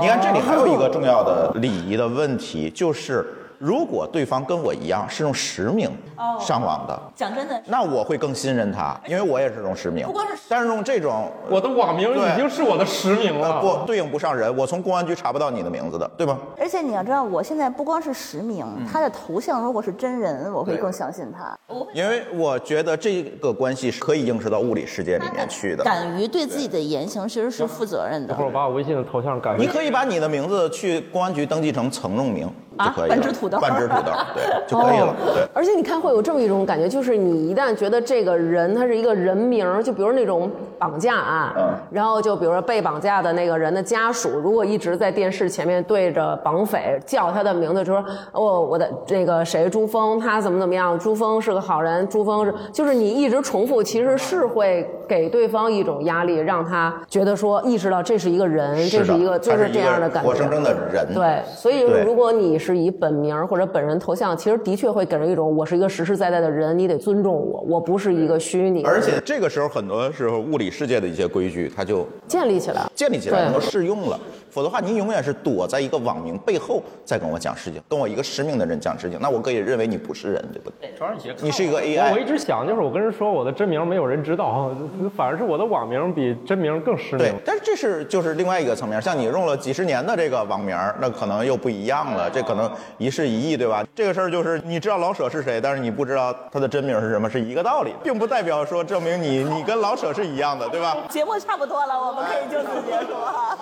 Speaker 7: 对。，你看这里还有一个重要的礼仪的问题，就是如果对方跟我一样是用实名
Speaker 6: 哦
Speaker 7: 上网的，
Speaker 6: 讲真的，
Speaker 7: 那我会更信任他，因为我也是用实名。
Speaker 6: 不光是实
Speaker 7: 但是用这种
Speaker 8: 我的网名
Speaker 7: 对
Speaker 8: 已经是我的实名了。
Speaker 7: 呃不对应不上人，我从公安局查不到你的名字的，对吧？
Speaker 6: 而且你要知道，我现在不光是实名，他的头像如果是真人，我会
Speaker 7: 对
Speaker 6: 更相信他。
Speaker 7: 因为我觉得这个关系是可以映射到物理世界里面去的。
Speaker 6: 敢于对自己的言行其实是负责任
Speaker 8: 一
Speaker 6: 的
Speaker 8: 会。儿我把我微信的头像改
Speaker 7: 你
Speaker 8: 为
Speaker 7: 可以把你的名字去公安局登记成曾用明，就可以了。
Speaker 6: 啊半只土豆哦
Speaker 7: 半只土豆，对，就可以了。对，
Speaker 9: 哦而且你看，会有这么一种感觉，就是你一旦觉得这个人他是一个人名儿，就比如那种绑架案，
Speaker 7: 嗯
Speaker 9: 然后就比如说被绑架的那个人的家属，如果一直在电视前面对着绑匪叫他的名字，就说哦，我的这个谁朱峰，他怎么怎么样，朱峰是个好人，朱峰是，就是你一直重复，其实是会给对方一种压力，让他觉得说意识到这是一个人，这
Speaker 7: 是
Speaker 9: 是
Speaker 7: 的
Speaker 9: 一个就
Speaker 7: 他是
Speaker 9: 这
Speaker 7: 一个
Speaker 9: 样的感觉，
Speaker 7: 活生生的人。
Speaker 9: 对，哎所以就是
Speaker 7: 对
Speaker 9: 如果你是以本名儿或者本人头像，其实的确会给人一种我是一个实实在在的人，你得尊重我，我不是一个虚拟的人。
Speaker 7: 而且这个时候，很多时候物理世界的一些规矩，它就
Speaker 9: 建立起来，
Speaker 7: 建立起来，
Speaker 9: 对
Speaker 7: 能够适用了。否则的话，您永远是躲在一个网名背后在跟我讲事情，跟我一个失明的人讲事情，那我可以认为你不是人，对不对？
Speaker 8: 当然也
Speaker 7: 你是一个
Speaker 8: 我我
Speaker 7: AI，
Speaker 8: 一直想，就是我跟人说我的真名没有人知道，反而是我的网名比真名更实名
Speaker 7: 对。。但是这是就是另外一个层面，像你用了几十年的这个网名，那可能又不一样了，这可能一事一议，对吧？这个事儿就是你知道老舍是谁，但是你不知道他的真名是什么，是一个道理，并不代表说证明你你跟老舍是一样的，对吧？
Speaker 6: 节目差不多了，我们可以就此结束了。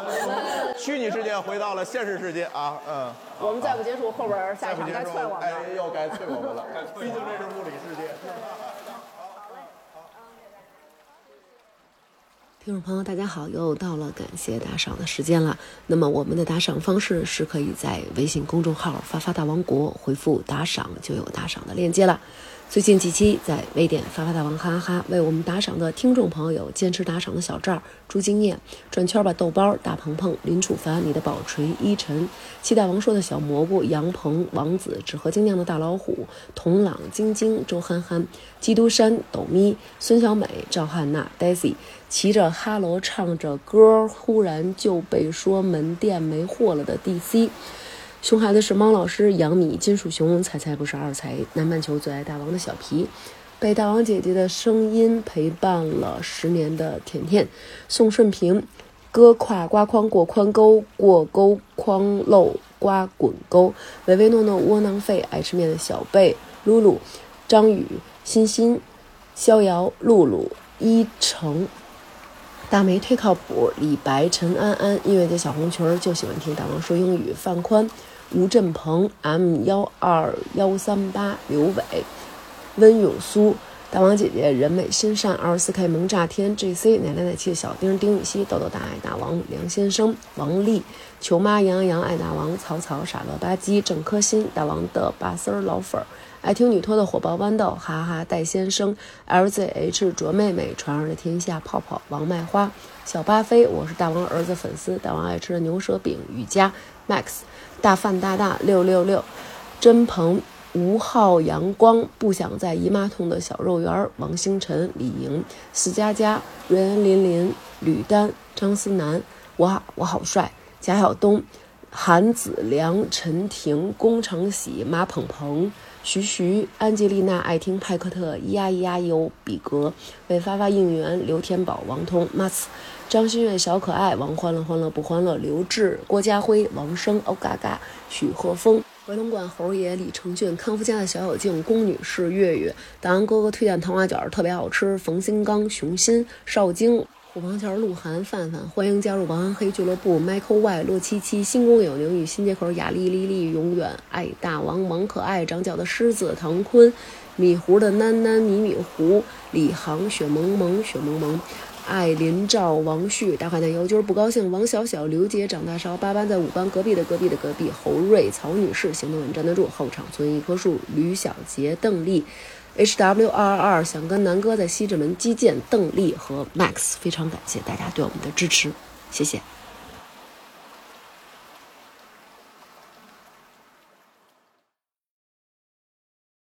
Speaker 7: 虚拟世界回到了现实世界啊，嗯。
Speaker 9: 我们再不结束，后边儿下一场该踹我们了。
Speaker 7: 哎，又该催我们了，毕竟这是物理世界。
Speaker 1: 听众朋友，大家好，又到了感谢打赏的时间了。那么我们的打赏方式是可以在微信公众号“发发大王国”回复“打赏”就有打赏的链接了。最近几期在微店“发发大王哈哈哈”为我们打赏的听众朋友有坚持打赏的小赵、朱金叶、转圈吧豆包、大鹏鹏、林楚凡、你的宝锤、依晨、七大王说的小蘑菇、杨鹏、王子、纸盒精酿的大老虎、童朗、晶晶、周憨憨、基督山、抖咪、孙小美、赵汉娜、Daisy。骑着哈罗唱着歌，忽然就被说门店没货了的 DC。熊孩子是猫老师、杨米、金属熊、彩彩不是二彩、南半球最爱大王的小皮，被大王姐姐的声音陪伴了十年的甜甜，宋顺平，哥跨瓜筐过宽沟，过沟筐漏瓜滚沟，唯唯诺诺窝囊废，爱吃面的小贝，露露，张宇，欣欣，逍遥，露露，一成。大梅忒靠谱，李白、陈安安，音乐节小红裙儿就喜欢听大王说英语，范宽、吴振鹏、M 幺二幺三八、刘伟、温永苏、大王姐姐、人美心善、二十四 K 萌炸天、JC、奶奶奶气的小丁、丁禹兮、豆豆大爱大王、梁先生、王丽、球妈、杨洋洋爱大王、曹操、傻乐吧唧、郑科新、大王的拔丝儿老粉儿。爱听女托的火爆豌豆，哈哈，戴先生，LZH 卓妹妹，传儿的天下泡泡，王麦花，小巴菲，我是大王儿子粉丝，大王爱吃的牛舌饼，雨佳，Max，大范大大六六六，真鹏，吴昊阳光，不想在姨妈痛的小肉圆儿，王星辰，李莹，石佳佳，瑞恩林林，吕丹，张思楠，我好我好帅，贾晓东，韩子良、陈婷、龚承喜、马鹏鹏、徐徐、安吉丽娜、爱听派克特、咿呀咿呀哟、比格、为发发应援、刘天宝、王通、马斯、张馨月、小可爱、王欢乐欢乐不欢乐、刘志、郭家辉、王声、欧嘎嘎、许鹤峰。回龙观猴爷李承俊、康夫家的小小静、宫女士、月月、大王哥哥推荐糖花卷儿特别好吃、冯新刚、熊心、邵京、虎坊桥鹿晗、范范，欢迎加入王安黑俱乐部。Michael Y、洛七七、新宫有宁与新街口雅丽丽丽，永远爱大王、萌可爱、长角的狮子、唐坤、米糊的囡囡、米米糊、李航、雪萌萌、雪萌萌。艾林赵王旭大坏蛋姚军不高兴，王小小刘杰长大勺八班在五班隔壁的隔壁的隔壁侯瑞曹女士行得稳站得住后场村一棵树吕小杰邓丽 H W 二二二想跟南哥在西直门击剑邓丽和 Max 非常感谢大家对我们的支持，谢谢。